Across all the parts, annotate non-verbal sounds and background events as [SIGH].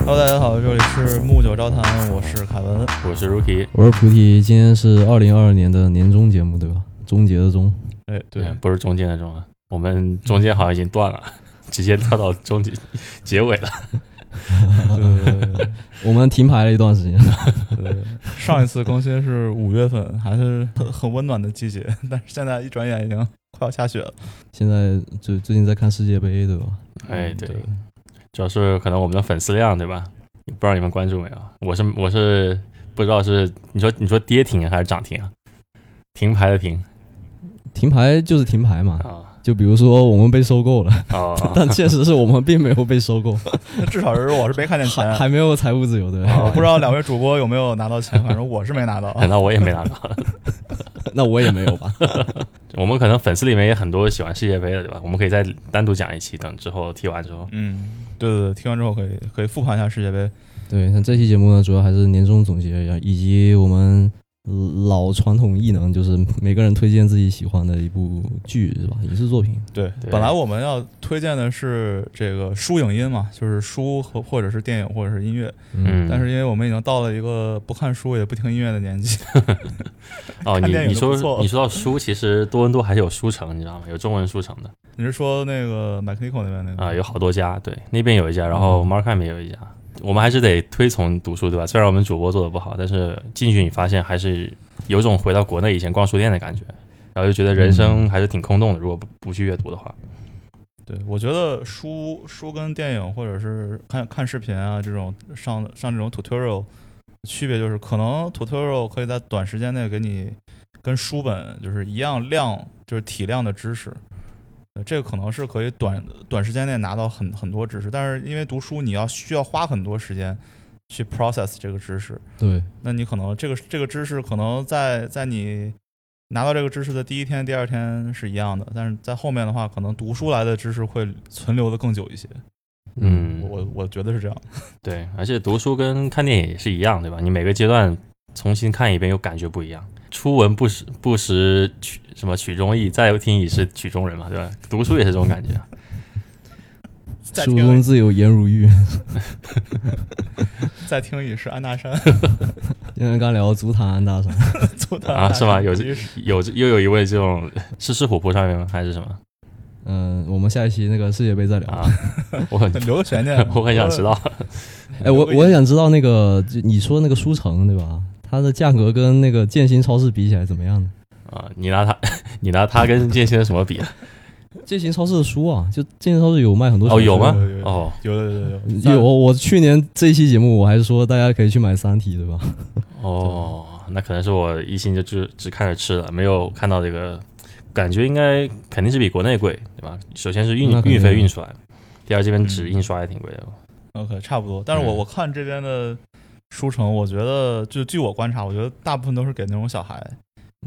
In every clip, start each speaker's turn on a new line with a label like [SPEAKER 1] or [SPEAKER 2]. [SPEAKER 1] Hello，大家好，这里是木九招谈，我是凯文。
[SPEAKER 2] 我是 Rookie，
[SPEAKER 3] 我是菩提，今天是二零二二年的年终节目，对吧？终结的终，
[SPEAKER 1] 哎，对，
[SPEAKER 2] 哎不是中间的中啊，我们中间好像已经断了， [LAUGHS] 直接跳到终结结尾了。
[SPEAKER 1] 对对对对
[SPEAKER 3] 我们停牌了一段时间。 [LAUGHS]
[SPEAKER 1] 对 [LAUGHS] 对，上一次更新是五月份，还是很很温暖的季节， [LAUGHS] 但是现在一转眼已经快要下雪了。 [LAUGHS]
[SPEAKER 3] 现在最最近在看世界杯，对吧？
[SPEAKER 1] 嗯
[SPEAKER 2] 哎，对，主要是可能我们的粉丝量对吧？不知道你们关注没有？我是我是不知道是你说你说跌停还是涨停啊？停牌的停
[SPEAKER 3] 停牌就是停牌
[SPEAKER 1] 嗯
[SPEAKER 3] 嘛，
[SPEAKER 2] 啊
[SPEAKER 3] 就比如说我们被收购
[SPEAKER 2] [LAUGHS]
[SPEAKER 3] 了，
[SPEAKER 2] 啊！啊
[SPEAKER 3] 但确实是我们并没有被收购，
[SPEAKER 1] 那至少是我是没啊看见
[SPEAKER 3] 还
[SPEAKER 1] 钱，啊
[SPEAKER 3] 还没有财务自由，对吧？
[SPEAKER 2] 哦
[SPEAKER 1] 我不知道两位主播有没有拿到钱，反正我是没拿到。
[SPEAKER 2] 那我也没拿到。
[SPEAKER 3] [LAUGHS]
[SPEAKER 2] [LAUGHS]
[SPEAKER 3] 那我也没有吧？
[SPEAKER 2] 我们可能粉丝里面也很多喜欢世界杯的对吧？我们可以再单独讲一期，等之后踢完之后。
[SPEAKER 1] 嗯，对对对，听完之后可以可以复盘一下世界杯。
[SPEAKER 3] 对，那这期节目呢，主要还是年终总结一下，以及我们老传统异能，就是每个人推荐自己喜欢的一部剧，是吧？影视作品。
[SPEAKER 1] 对，
[SPEAKER 2] 对
[SPEAKER 1] 本来我们要推荐的是这个书影音嘛，就是书和或者是电影或者是音乐，
[SPEAKER 2] 嗯，
[SPEAKER 1] 但是因为我们已经到了一个不看书也不听音乐的年纪，
[SPEAKER 2] 哦，
[SPEAKER 1] 看
[SPEAKER 2] 你
[SPEAKER 1] 电影
[SPEAKER 2] 你
[SPEAKER 1] 都不错
[SPEAKER 2] 说你说到书，其实多伦多还是有书城，你知道吗？有中文书城的
[SPEAKER 1] 你是说那个麦克尼 o 那边那个
[SPEAKER 2] 啊、有好多家，对，那边有一家，然后 Markham 也有一家。我们还是得推崇读书，对吧？虽然我们主播做的不好，但是进去你发现还是有种回到国内以前逛书店的感觉，然后就觉得人生还是挺空洞的。如果不不去阅读的话，
[SPEAKER 1] 对，我觉得书书跟电影或者是看看视频啊这种上上这种 tutorial 区别就是，可能 tutorial 可以在短时间内给你跟书本就是一样量就是体量的知识，呃这个可能是可以短短时间内拿到很很多知识，但是因为读书你要需要花很多时间去 process 这个知识，
[SPEAKER 3] 对，
[SPEAKER 1] 那你可能这个这个知识可能在在你拿到这个知识的第一天、第二天是一样的，但是在后面的话，可能读书来的知识会存留的更久一些。
[SPEAKER 2] 嗯，
[SPEAKER 1] 我我觉得是这样。
[SPEAKER 2] 对，而且读书跟看电影也是一样，对吧？你每个阶段重新看一遍，又感觉不一样。初闻不识不识曲什么曲中意，再听已是曲中人嘛，对吧？读书也是这种感觉。
[SPEAKER 1] 再
[SPEAKER 3] 书
[SPEAKER 1] 听
[SPEAKER 3] 中自有颜如玉。
[SPEAKER 1] 再听也是安大山
[SPEAKER 3] 今天刚聊足坛大
[SPEAKER 2] [LAUGHS]
[SPEAKER 3] 神，
[SPEAKER 1] 做的
[SPEAKER 2] 啊，是吗？有
[SPEAKER 1] 这
[SPEAKER 2] 有又有一位这种 [LAUGHS] 是是虎扑上面吗？还是什么
[SPEAKER 3] 嗯、我们下一期那个世界杯再聊。
[SPEAKER 2] 啊？我很，
[SPEAKER 1] 留个悬念
[SPEAKER 2] [LAUGHS] 我很想知道。
[SPEAKER 3] 哎，我我也想知道那个就你说那个书城对吧？它的价格跟那个建新超市比起来怎么样呢？
[SPEAKER 2] 啊，你拿他，你拿他跟剑仙什么
[SPEAKER 3] [LAUGHS]
[SPEAKER 2] 比啊？
[SPEAKER 3] 建新超市的书啊，就建新超市有卖很多
[SPEAKER 2] 哦，
[SPEAKER 3] 书
[SPEAKER 2] 有吗
[SPEAKER 1] 有有？有
[SPEAKER 2] 哦，
[SPEAKER 1] 有有有有
[SPEAKER 3] 有，我去年这一期节目我还是说大家可以去买《三体》，对吧？
[SPEAKER 2] 哦，那可能是我一心就只只看着吃的，没有看到这个，感觉应该肯定是比国内贵，对吧？首先是运
[SPEAKER 3] 那肯定
[SPEAKER 2] 运费运出来，第二这边
[SPEAKER 1] 嗯
[SPEAKER 2] 纸印刷也挺贵的。
[SPEAKER 1] OK，差不多。但是我
[SPEAKER 2] 嗯
[SPEAKER 1] 我看这边的书城，我觉得就据我观察，我觉得大部分都是给那种小孩，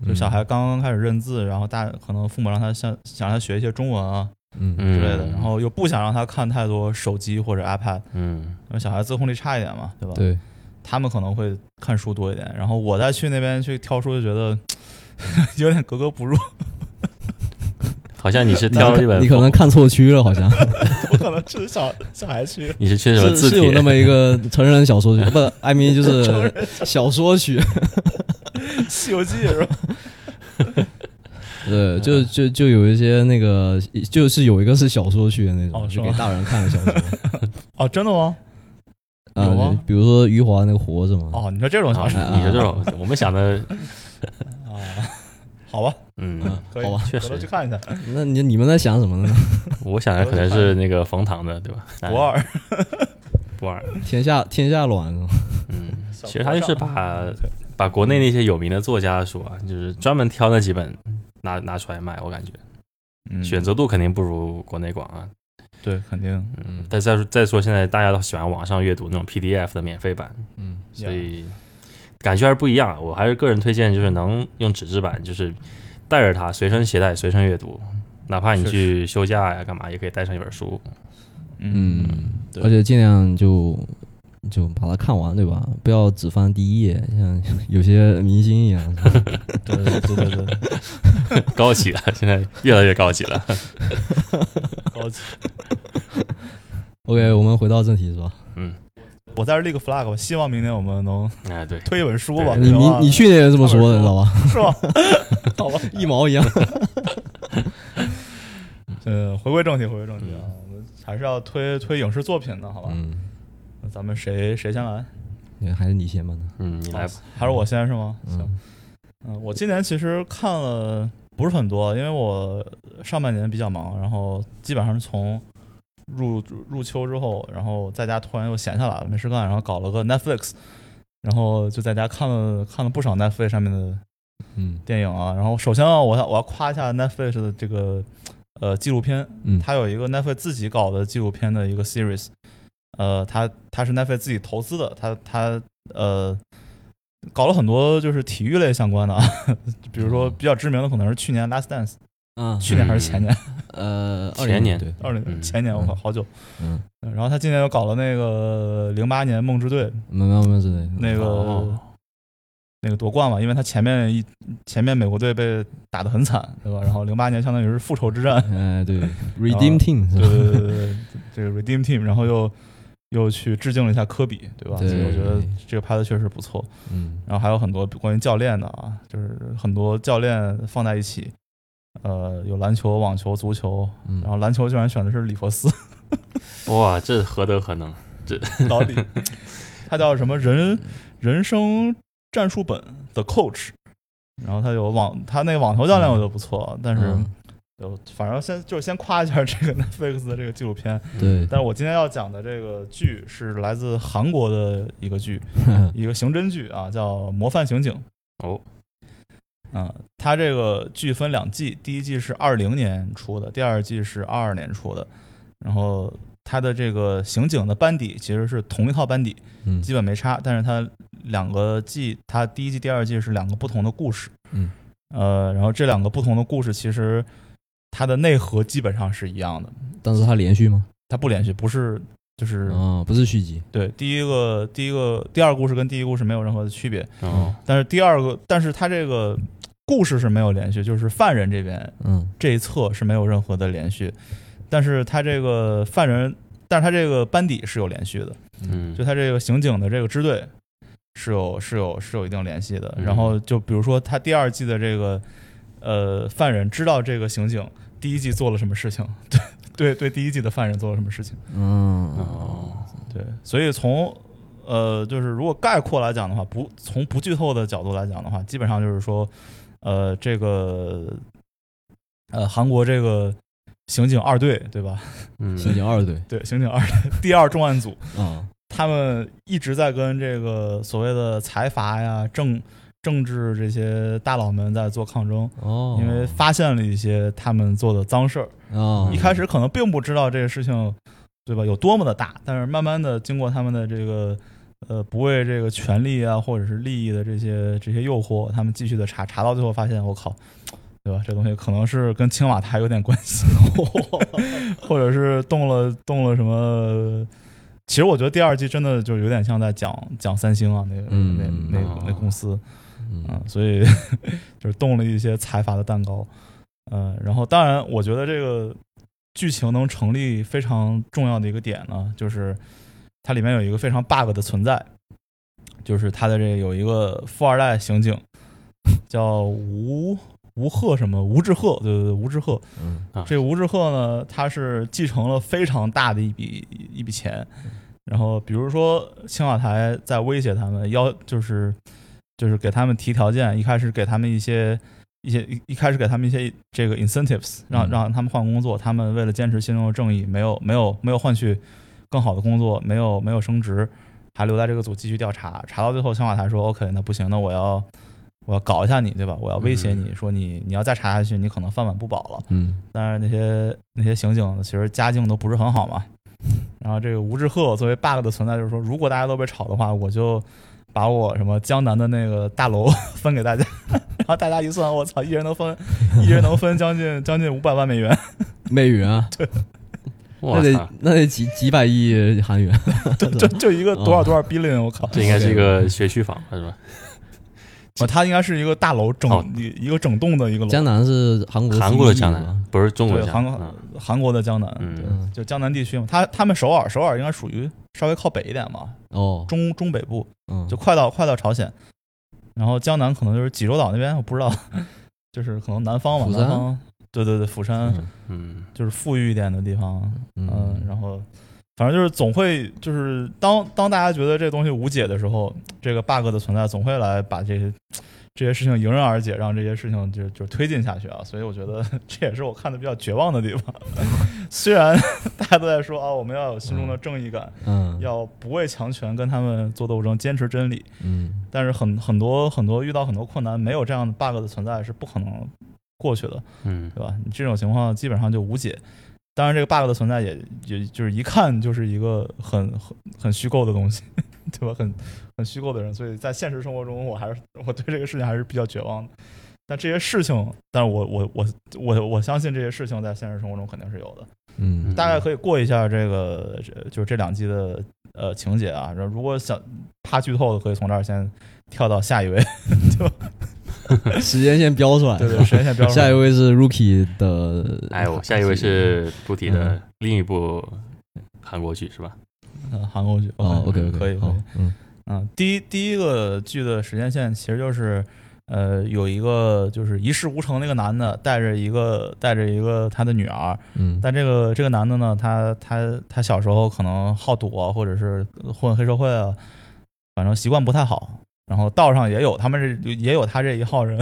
[SPEAKER 2] 嗯
[SPEAKER 1] 就小孩刚刚开始认字，然后大可能父母让他像想让他学一些中文啊，
[SPEAKER 3] 嗯，
[SPEAKER 2] 嗯
[SPEAKER 3] 嗯，
[SPEAKER 1] 之类的，然后又不想让他看太多手机或者 iPad，
[SPEAKER 2] 嗯，
[SPEAKER 1] 因为小孩自控力差一点嘛，对吧？，
[SPEAKER 3] 对，
[SPEAKER 1] 他们可能会看书多一点，然后我再去那边去挑书，就觉得 [LAUGHS] 有点格格不入，
[SPEAKER 2] 好像你是
[SPEAKER 3] 你
[SPEAKER 2] 挑
[SPEAKER 3] 可
[SPEAKER 2] 日本，
[SPEAKER 3] 你可能看错区了，
[SPEAKER 2] [LAUGHS]
[SPEAKER 3] 好像
[SPEAKER 1] 我可能是小小孩去。
[SPEAKER 2] 你是缺什么
[SPEAKER 3] 是
[SPEAKER 2] 字
[SPEAKER 3] 是有
[SPEAKER 2] 帖
[SPEAKER 3] 那？么一个成人小说区，不，I
[SPEAKER 2] [LAUGHS]
[SPEAKER 3] mean 就是小说区。
[SPEAKER 1] 《西游记》是吧？
[SPEAKER 3] 对，就就就有一些那个，就是有一个是小说区的那种，
[SPEAKER 1] 哦是
[SPEAKER 3] 就
[SPEAKER 1] 吗
[SPEAKER 3] 给大人看的小
[SPEAKER 1] [LAUGHS]
[SPEAKER 3] 说。
[SPEAKER 1] [LAUGHS] 哦，真的吗？
[SPEAKER 3] 啊
[SPEAKER 1] 有啊
[SPEAKER 3] 比如说余华那个《活着》嘛。
[SPEAKER 1] 哦，你说这种小
[SPEAKER 3] [LAUGHS]
[SPEAKER 2] 啊，
[SPEAKER 1] 说
[SPEAKER 2] 你说这种，我们想的，
[SPEAKER 1] 啊，好吧，
[SPEAKER 2] 嗯，
[SPEAKER 1] 可以，
[SPEAKER 3] 好吧
[SPEAKER 2] 确实
[SPEAKER 1] 回头去看一下。
[SPEAKER 3] 那你你们在想什么呢？ [LAUGHS]
[SPEAKER 2] 我想的可能是那个冯唐的，对吧？
[SPEAKER 1] 博二，
[SPEAKER 2] 不二，
[SPEAKER 3] 天下天下卵是吗
[SPEAKER 2] 嗯，其
[SPEAKER 1] 小
[SPEAKER 2] 实他
[SPEAKER 1] 和
[SPEAKER 2] 就是
[SPEAKER 1] 尚
[SPEAKER 2] 把把国内那些有名的作家的书啊，就是专门挑那几本拿拿出来卖，我感觉
[SPEAKER 1] 嗯
[SPEAKER 2] 选择度肯定不如国内广啊。
[SPEAKER 1] 对，肯定
[SPEAKER 2] 嗯，但再说再说现在大家都喜欢网上阅读那种 PDF 的免费版，
[SPEAKER 3] 嗯，
[SPEAKER 2] 所以感觉还是不一样。我还是个人推荐，就是能用纸质版，就是带着它随身携带、随身阅读，哪怕你
[SPEAKER 1] 确
[SPEAKER 2] 去休假呀、干嘛，也可以带上一本书。
[SPEAKER 1] 嗯，
[SPEAKER 3] 嗯，
[SPEAKER 1] 对
[SPEAKER 3] 而且尽量就就把它看完，对吧？不要只翻第一页，像有些明星一样。是吧
[SPEAKER 1] 对对对对对，
[SPEAKER 2] 高级了，现在越来越高级了。
[SPEAKER 1] 高级。
[SPEAKER 3] OK，我们回到正题是吧？
[SPEAKER 2] 嗯，
[SPEAKER 1] 我在这立个 flag 吧，希望明年我们能
[SPEAKER 2] 哎，对，
[SPEAKER 1] 推一本书吧。
[SPEAKER 2] 对
[SPEAKER 4] 你
[SPEAKER 1] 对
[SPEAKER 4] 你
[SPEAKER 1] 吧
[SPEAKER 4] 你去年也这么说的，你知道
[SPEAKER 1] [LAUGHS]
[SPEAKER 4] 吧？
[SPEAKER 1] 是吧？好吧，
[SPEAKER 4] 一毛一样。
[SPEAKER 1] 嗯，回归正题，回归正题
[SPEAKER 2] 嗯
[SPEAKER 1] 啊，我们还是要推推影视作品的，好吧？
[SPEAKER 4] 嗯，
[SPEAKER 1] 那咱们谁谁先来？
[SPEAKER 4] 那还是你先吧。那
[SPEAKER 2] 嗯，你来吧，
[SPEAKER 1] 还是我先是吗？行，
[SPEAKER 4] 嗯
[SPEAKER 1] 嗯，我今年其实看了不是很多，因为我上半年比较忙，然后基本上是从入入秋之后，然后在家突然又闲下来了，没事干，然后搞了个 Netflix，然后就在家看了看了不少 Netflix 上面的
[SPEAKER 4] 嗯
[SPEAKER 1] 电影啊。然后首先啊，我要我要夸一下 Netflix 的这个呃纪录片，
[SPEAKER 4] 嗯
[SPEAKER 1] 它有一个 Netflix 自己搞的纪录片的一个 series，呃，它它是 Netflix 自己投资的，它它呃搞了很多就是体育类相关的，啊， [LAUGHS] 比如
[SPEAKER 2] 嗯
[SPEAKER 1] 说比较知名的可能是去年 Last Dance，
[SPEAKER 3] 嗯
[SPEAKER 4] 啊
[SPEAKER 1] 去年还是前年，
[SPEAKER 4] 呃
[SPEAKER 2] 前年
[SPEAKER 4] 对，
[SPEAKER 1] [LAUGHS] 二零、
[SPEAKER 2] 嗯
[SPEAKER 1] 前年我靠好久。
[SPEAKER 4] 嗯，
[SPEAKER 1] 然后他今年又搞了那个零八年梦之队
[SPEAKER 4] 没有没有之类的。
[SPEAKER 1] 那个、
[SPEAKER 2] 哦
[SPEAKER 1] 那个夺冠嘛，因为他前面一前面美国队被打得很惨，对吧？然后零八年相当于是复仇之战，
[SPEAKER 4] 哎，
[SPEAKER 1] [LAUGHS]
[SPEAKER 4] 对，Redeem Team 是
[SPEAKER 1] 哦对
[SPEAKER 4] 吧？
[SPEAKER 1] 对对对对，这个 Redeem Team，然后又又去致敬了一下科比，对吧？
[SPEAKER 4] 对
[SPEAKER 1] 所以我觉得这个拍的确实不错。
[SPEAKER 4] 嗯
[SPEAKER 1] 然后还有很多关于教练的啊，就是很多教练放在一起，呃，有篮球、网球、足球，
[SPEAKER 4] 嗯，
[SPEAKER 1] 然后篮球居然选的是里弗斯
[SPEAKER 2] 哇，这何德何能？
[SPEAKER 1] 老李，他叫什么人人生战术本的 Coach。然后他有网，他那个网球教练我觉得不错，但是
[SPEAKER 4] 嗯
[SPEAKER 1] 就反正先就是先夸一下这个 Netflix 的这个纪录片，
[SPEAKER 4] 对，
[SPEAKER 1] 但是我今天要讲的这个剧是来自韩国的一个剧，
[SPEAKER 4] 嗯
[SPEAKER 1] 一个刑侦剧啊，叫《模范刑警》。
[SPEAKER 2] 哦，
[SPEAKER 1] 嗯，它这个剧分两季，第一季是二零年出的，第二季是二二年出的。然后它的这个刑警的班底其实是同一套班底， [LAUGHS]
[SPEAKER 4] 嗯
[SPEAKER 1] 基本没差，但是它两个季，它第一季、第二季是两个不同的故事。
[SPEAKER 4] 嗯，
[SPEAKER 1] 呃，然后这两个不同的故事其实它的内核基本上是一样的，
[SPEAKER 4] 但是它连续吗？
[SPEAKER 1] 它不连续，不是就是
[SPEAKER 4] 啊，不是续集。
[SPEAKER 1] 对，第一个、第一个、第二故事跟第一故事没有任何的区别，
[SPEAKER 2] 哦，
[SPEAKER 1] 但是第二个，但是它这个故事是没有连续，就是犯人这边
[SPEAKER 4] 嗯
[SPEAKER 1] 这一侧是没有任何的连续，但是他这个犯人，但是他这个班底是有连续的，
[SPEAKER 2] 嗯，
[SPEAKER 1] 就他这个刑警的这个支队是有是有是有一定联系的。
[SPEAKER 2] 嗯
[SPEAKER 1] 然后就比如说他第二季的这个呃犯人知道这个刑警第一季做了什么事情， [LAUGHS] 对对对，第一季的犯人做了什么事情。
[SPEAKER 4] 嗯
[SPEAKER 2] 哦，
[SPEAKER 1] 对，所以从呃，就是如果概括来讲的话，不从不剧透的角度来讲的话，基本上就是说，呃，这个呃，韩国这个刑警二队，对吧？ [LAUGHS]
[SPEAKER 2] 嗯，
[SPEAKER 4] 刑警二队
[SPEAKER 1] 对，刑警二队第二重案组，
[SPEAKER 4] 啊，
[SPEAKER 1] 他们一直在跟这个所谓的财阀呀、政政治这些大佬们在做抗争。
[SPEAKER 4] 哦，
[SPEAKER 1] 因为发现了一些他们做的脏事儿，
[SPEAKER 3] 哦
[SPEAKER 4] 啊
[SPEAKER 1] 一开始可能并不知道这个事情，对吧？有多么的大，但是慢慢的经过他们的这个呃不为这个权利啊或者是利益的这些这些诱惑，他们继续的查，查到最后发现，我靠， [LAUGHS] 对吧？这东西可能是跟青瓦台有点关系，或者是动了动了什么。其实我觉得第二季真的就有点像在讲讲三星啊，那个、
[SPEAKER 4] 嗯
[SPEAKER 1] 那那那公司，
[SPEAKER 4] 嗯
[SPEAKER 1] 嗯，所以 [LAUGHS] 就是动了一些财阀的蛋糕，嗯、然后当然，我觉得这个剧情能成立非常重要的一个点呢，就是它里面有一个非常 bug 的存在，就是它的这个有一个富二代刑警叫吴吴赫什么吴志赫，对对对，吴志赫，
[SPEAKER 4] 嗯
[SPEAKER 1] 这个吴志赫呢，他是继承了非常大的一笔一笔钱，然后比如说青瓦台在威胁他们，要就是就是给他们提条件，一开始给他们一些一些一一开始给他们一些这个 incentives，让
[SPEAKER 4] 嗯
[SPEAKER 1] 让他们换工作，他们为了坚持心中的正义，没有没有没有换取更好的工作，没有没有升职，还留在这个组继续调查，查到最后青瓦台说 OK，那不行，那我要。我要搞一下你，对吧？我要威胁你说你，你要再查下去，你可能饭碗不保了。
[SPEAKER 4] 嗯
[SPEAKER 1] 但是那些那些刑警其实家境都不是很好嘛。然后这个吴志赫作为 bug 的存在，就是说，如果大家都被炒的话，我就把我什么江南的那个大楼 [LAUGHS] 分给大家，然后大家一算，我操，一人能分，一人能分将近将近五百万美元，
[SPEAKER 4] 美元
[SPEAKER 1] [LAUGHS]
[SPEAKER 4] 啊，那
[SPEAKER 2] 我
[SPEAKER 4] 得
[SPEAKER 2] 操，
[SPEAKER 4] 那得几几百亿韩
[SPEAKER 1] [LAUGHS]
[SPEAKER 4] 元，
[SPEAKER 1] 就就一个多少多少 billion，我靠，
[SPEAKER 2] 哦这应该是一个学区房是吧？
[SPEAKER 1] 哦它应该是一个大楼整
[SPEAKER 2] 哦
[SPEAKER 1] 一一个整栋的一个楼，
[SPEAKER 4] 江南是韩国
[SPEAKER 2] 韩国的
[SPEAKER 4] CBD
[SPEAKER 2] 江
[SPEAKER 4] 嘛
[SPEAKER 2] 南，不是中国的
[SPEAKER 1] 对
[SPEAKER 2] 江
[SPEAKER 1] 韩
[SPEAKER 2] 南
[SPEAKER 1] 国，
[SPEAKER 2] 嗯
[SPEAKER 1] 韩国的江南，
[SPEAKER 2] 嗯，
[SPEAKER 4] 嗯，
[SPEAKER 1] 就江南地区嘛。他他们首尔，首尔应该属于稍微靠北一点嘛，
[SPEAKER 4] 哦，
[SPEAKER 1] 中中北部，
[SPEAKER 4] 嗯，
[SPEAKER 1] 就快到快到朝鲜。然后江南可能就是济州岛那边，我不知道， [LAUGHS] 就是可能南方吧，
[SPEAKER 4] 釜山
[SPEAKER 1] 南方。对对对，釜山
[SPEAKER 2] 嗯，
[SPEAKER 1] 就是富裕一点的地方，嗯，
[SPEAKER 4] 嗯，
[SPEAKER 1] 然后反正就是总会就是当当大家觉得这东西无解的时候，这个 bug 的存在总会来把这些这些事情迎刃而解，让这些事情就就推进下去啊。所以我觉得 [LAUGHS] 这也是我看的比较绝望的地方。 [LAUGHS] 虽然 [LAUGHS] 大家都在说啊，我们要有心中的正义感，
[SPEAKER 4] 嗯，
[SPEAKER 1] 要不畏强权，跟他们做斗争，坚持真理，
[SPEAKER 4] 嗯，
[SPEAKER 1] 但是很很多很多遇到很多困难，没有这样的 bug 的存在是不可能过去的。
[SPEAKER 2] 嗯，
[SPEAKER 1] 对吧？你这种情况基本上就无解。当然，这个 bug 的存在也也就是一看就是一个很 [LAUGHS] 很很虚构的东西，对吧？很很虚构的人，所以在现实生活中，我还是我对这个事情还是比较绝望的。但这些事情，但是我我我我我相信这些事情在现实生活中肯定是有的。
[SPEAKER 4] 嗯，
[SPEAKER 1] 大概可以过一下这个这就是这两季的呃情节啊。然后如果想怕剧透的，可以从这儿先跳到下
[SPEAKER 4] [LAUGHS]
[SPEAKER 1] 一位。
[SPEAKER 4] 时间线标出来，
[SPEAKER 1] 嗯对 [LAUGHS] 对，时间线标
[SPEAKER 4] [LAUGHS]
[SPEAKER 1] 准。
[SPEAKER 4] 下一位是 Rookie 的，
[SPEAKER 2] 哎呦，下一位是杜迪的另一部韩国剧是 [LAUGHS] 吧？
[SPEAKER 1] 嗯韩国剧。
[SPEAKER 4] 哦，OK OK，
[SPEAKER 1] 可以可以
[SPEAKER 4] 好。，嗯
[SPEAKER 1] 嗯，第一第一个剧的时间线其实就是，呃，有一个就是一事无成那个男的带着一个带着一个他的女儿，
[SPEAKER 4] 嗯，
[SPEAKER 1] 但这个这个男的呢，他他他小时候可能好赌啊，或者是混黑社会啊，反正习惯不太好。然后道上也有他们这也有他这一号人，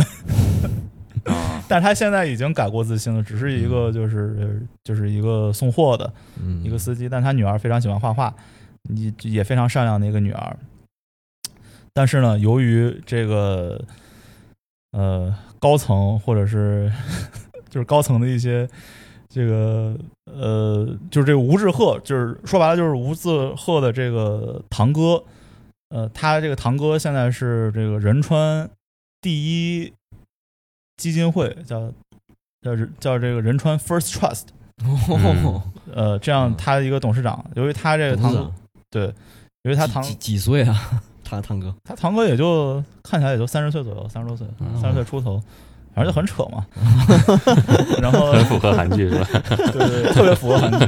[SPEAKER 2] 啊，
[SPEAKER 1] [LAUGHS] 但是他现在已经改过自新了，只是一个就是就是一个送货的，
[SPEAKER 4] 嗯
[SPEAKER 1] 一个司机，但他女儿非常喜欢画画，也也非常善良的一个女儿。但是呢，由于这个呃高层或者是 [LAUGHS] 就是高层的一些这个呃，就是这个吴志赫，就是说白了就是吴志赫的这个堂哥，呃，他这个堂哥现在是这个仁川第一基金会叫叫叫这个仁川 First Trust。 [LAUGHS]
[SPEAKER 4] 哦，
[SPEAKER 1] 呃，这样
[SPEAKER 4] 嗯
[SPEAKER 1] 他一个董事长，由于他这个
[SPEAKER 4] 董
[SPEAKER 1] 堂
[SPEAKER 4] 事
[SPEAKER 1] 哥
[SPEAKER 4] 长，
[SPEAKER 1] 对，由于他堂
[SPEAKER 4] 几几几岁啊？ [LAUGHS] 他堂哥，
[SPEAKER 1] 他堂哥也就看起来也就三十岁左右，三十多岁，
[SPEAKER 2] 嗯
[SPEAKER 1] 三十岁出头，反正就很扯嘛。
[SPEAKER 4] 嗯
[SPEAKER 1] [LAUGHS]
[SPEAKER 4] [LAUGHS]
[SPEAKER 1] 然后
[SPEAKER 2] 很符合韩剧是吧？
[SPEAKER 1] 对对，对特别符合韩剧，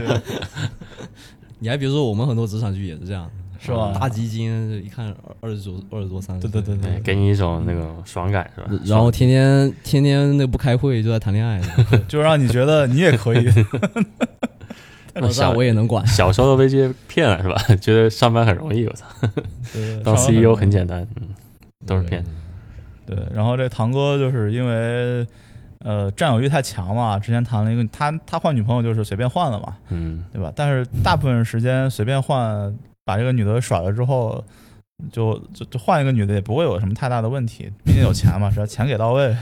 [SPEAKER 4] 你还别说，我们很多职场剧也是这样，
[SPEAKER 1] 是吧？
[SPEAKER 4] 大哎基金一看二十九、二十多、三十，
[SPEAKER 1] 对对对
[SPEAKER 2] 对， [LAUGHS] 给你一种那种爽感是吧？
[SPEAKER 4] 然后天天天天那不开会就在谈恋
[SPEAKER 1] [LAUGHS]
[SPEAKER 4] 爱，
[SPEAKER 1] 就让你觉得你也可
[SPEAKER 4] [LAUGHS]
[SPEAKER 1] 以，
[SPEAKER 4] 老大我也能管，
[SPEAKER 2] 小时候都被这些骗了是吧？ [LAUGHS] 觉得上班很容易，我操，
[SPEAKER 1] 对
[SPEAKER 2] 当
[SPEAKER 1] 上班
[SPEAKER 2] CEO 很简单，嗯，都是骗。
[SPEAKER 1] 对，然后这堂哥就是因为呃占有欲太强嘛，之前谈了一个他他换女朋友就是随便换了嘛，
[SPEAKER 2] 嗯，
[SPEAKER 1] 对吧？但是大部分时间随便换，把这个女的甩了之后，就就就换一个女的也不会有什么太大的问题，毕竟有钱嘛，只要钱给到位，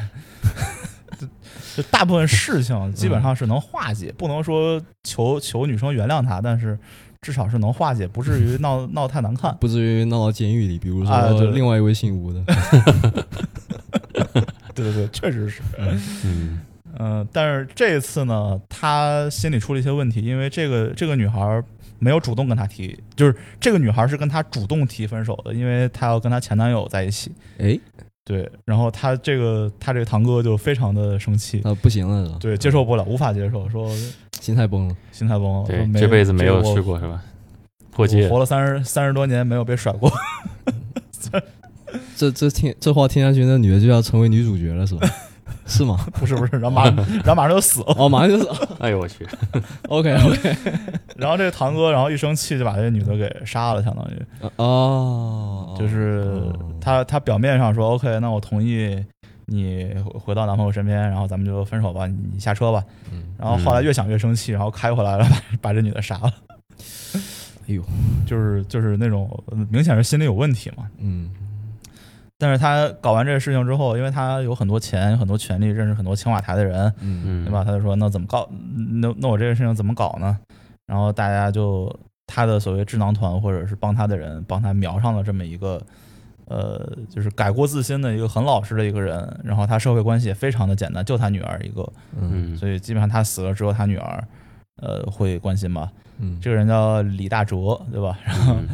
[SPEAKER 1] [LAUGHS] 就就大部分事情基本上是能化解，不能说求求女生原谅他，但是至少是能化解，不至于闹闹太难看。
[SPEAKER 4] 不至于闹到监狱里。比如
[SPEAKER 1] 啊对
[SPEAKER 4] 说另外一位姓吴的，
[SPEAKER 1] 对对对，确实是。
[SPEAKER 2] 嗯，
[SPEAKER 1] 嗯，但是这次呢，他心里出了一些问题，因为这个这个女孩儿没有主动跟他提，就是这个女孩儿是跟他主动提分手的，因为她要跟她前男友在一起。
[SPEAKER 4] 哎，
[SPEAKER 1] 对，然后他这个他这个堂哥就非常的生气，
[SPEAKER 2] 嗯
[SPEAKER 4] 啊，不行了是吧？
[SPEAKER 1] 对，接受不了，无法接受，说
[SPEAKER 4] 心态崩了。
[SPEAKER 1] 心态崩了，说
[SPEAKER 2] 对，
[SPEAKER 1] 没
[SPEAKER 2] 这辈子没有
[SPEAKER 1] 这
[SPEAKER 2] 去
[SPEAKER 1] 我
[SPEAKER 2] 过是吧？破戒
[SPEAKER 1] 我，活了三十三十多年没有被甩过，
[SPEAKER 4] 这这听这话听下去，那女的就要成为女主角了是吧？ [LAUGHS] 是吗？
[SPEAKER 1] 不是不是，然后马
[SPEAKER 2] [LAUGHS]
[SPEAKER 1] 然后马上就死了，
[SPEAKER 4] 哦，马上就是 [LAUGHS]
[SPEAKER 2] 哎呦
[SPEAKER 1] [LAUGHS]
[SPEAKER 2] 我去，
[SPEAKER 4] OK OK
[SPEAKER 1] 然后这个堂哥然后一生气就把这个女的给杀了，相当于。
[SPEAKER 4] 哦，
[SPEAKER 1] 就是
[SPEAKER 4] 哦
[SPEAKER 1] 他他表面上说 OK，那我同意你回回到男朋友身边，然后咱们就分手吧，你你下车吧。
[SPEAKER 4] 嗯
[SPEAKER 1] 然后后来越想越生气，然后开回来了， [LAUGHS] 把把这女的杀了。
[SPEAKER 4] 哎呦，
[SPEAKER 1] 就是就是那种呃明显是心里有问题嘛。
[SPEAKER 4] 嗯
[SPEAKER 1] 但是他搞完这个事情之后，因为他有很多钱、有很多权利，认识很多青瓦台的人，
[SPEAKER 4] 嗯
[SPEAKER 2] 嗯，
[SPEAKER 1] 对吧？他就说那怎么搞？那那我这个事情怎么搞呢？然后大家就他的所谓智囊团或者是帮他的人帮他瞄上了这么一个，呃，就是改过自新的一个很老实的一个人。然后他社会关系也非常的简单，就他女儿一个，
[SPEAKER 4] 嗯
[SPEAKER 2] 嗯，
[SPEAKER 1] 所以基本上他死了之后，他女儿呃会关心吧。
[SPEAKER 4] 嗯，
[SPEAKER 1] 这个人叫李大哲，对吧？ [LAUGHS]
[SPEAKER 2] 嗯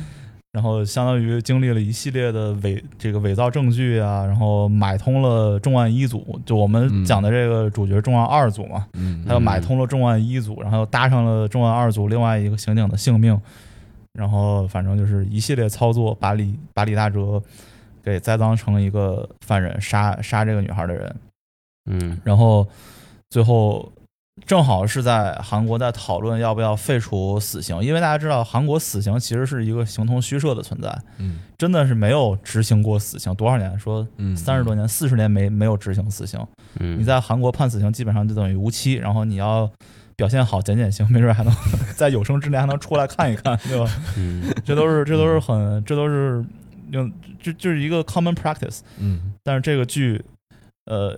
[SPEAKER 1] 然后相当于经历了一系列的伪这个伪造证据啊，然后买通了重案一组，就我们
[SPEAKER 3] 嗯
[SPEAKER 1] 讲的这个主角重案二组嘛，
[SPEAKER 3] 嗯
[SPEAKER 1] 他又买通了重案一组，然后又搭上了重案二组另外一个刑警的性命，然后反正就是一系列操作，把李把李大哲给栽赃成一个犯人，杀杀这个女孩的人。
[SPEAKER 2] 嗯
[SPEAKER 1] 然后最后正好是在韩国在讨论要不要废除死刑，因为大家知道韩国死刑其实是一个形同虚设的存在，
[SPEAKER 3] 嗯
[SPEAKER 1] 真的是没有执行过死刑多少年，说
[SPEAKER 3] 嗯
[SPEAKER 1] 三十多年、四十年没没有执行死刑。
[SPEAKER 2] 嗯，
[SPEAKER 1] 你在韩国判死刑基本上就等于无期，然后你要表现好减减刑，没准还能 [LAUGHS] 在有生之年还能出来看一看，对吧？ [LAUGHS]
[SPEAKER 2] 嗯
[SPEAKER 1] 这都是这都是很这都是用这就是一个 common practice。
[SPEAKER 3] 嗯
[SPEAKER 1] 但是这个剧，呃，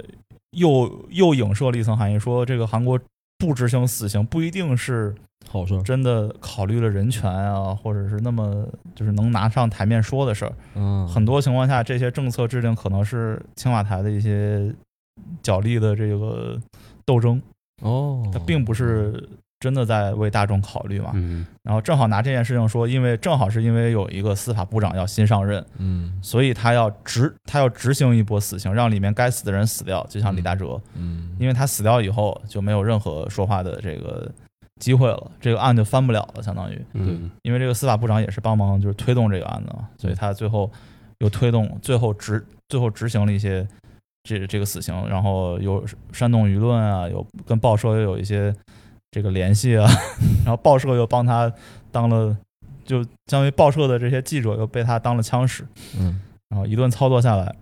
[SPEAKER 1] 又又影射了一层含义，说这个韩国不执行死刑不一定是
[SPEAKER 4] 好事儿，
[SPEAKER 1] 真的考虑了人权啊，或者是那么就是能拿上台面说的事儿。
[SPEAKER 4] 嗯，
[SPEAKER 1] 很多情况下，这些政策制定可能是青瓦台的一些角力的这个斗争，
[SPEAKER 4] 哦，
[SPEAKER 1] 它并不是真的在为大众考虑嘛。
[SPEAKER 2] 嗯
[SPEAKER 1] 然后正好拿这件事情说，因为正好是因为有一个司法部长要新上任，
[SPEAKER 3] 嗯
[SPEAKER 1] 所以他要执他要执行一波死刑，让里面该死的人死掉，就像李大哲，
[SPEAKER 3] 嗯，
[SPEAKER 1] 因为他死掉以后就没有任何说话的这个机会了，这个案就翻不了了，相当于。
[SPEAKER 2] 嗯
[SPEAKER 1] 因为这个司法部长也是帮忙就是推动这个案子嘛，所以他最后又推动，最后执最后执行了一些这这个死刑，然后有煽动舆论啊，有跟报社又有一些这个联系啊， [LAUGHS] 然后报社又帮他当了，就相当于报社的这些记者又被他当了枪使，
[SPEAKER 3] 嗯
[SPEAKER 1] 然后一顿操作下来，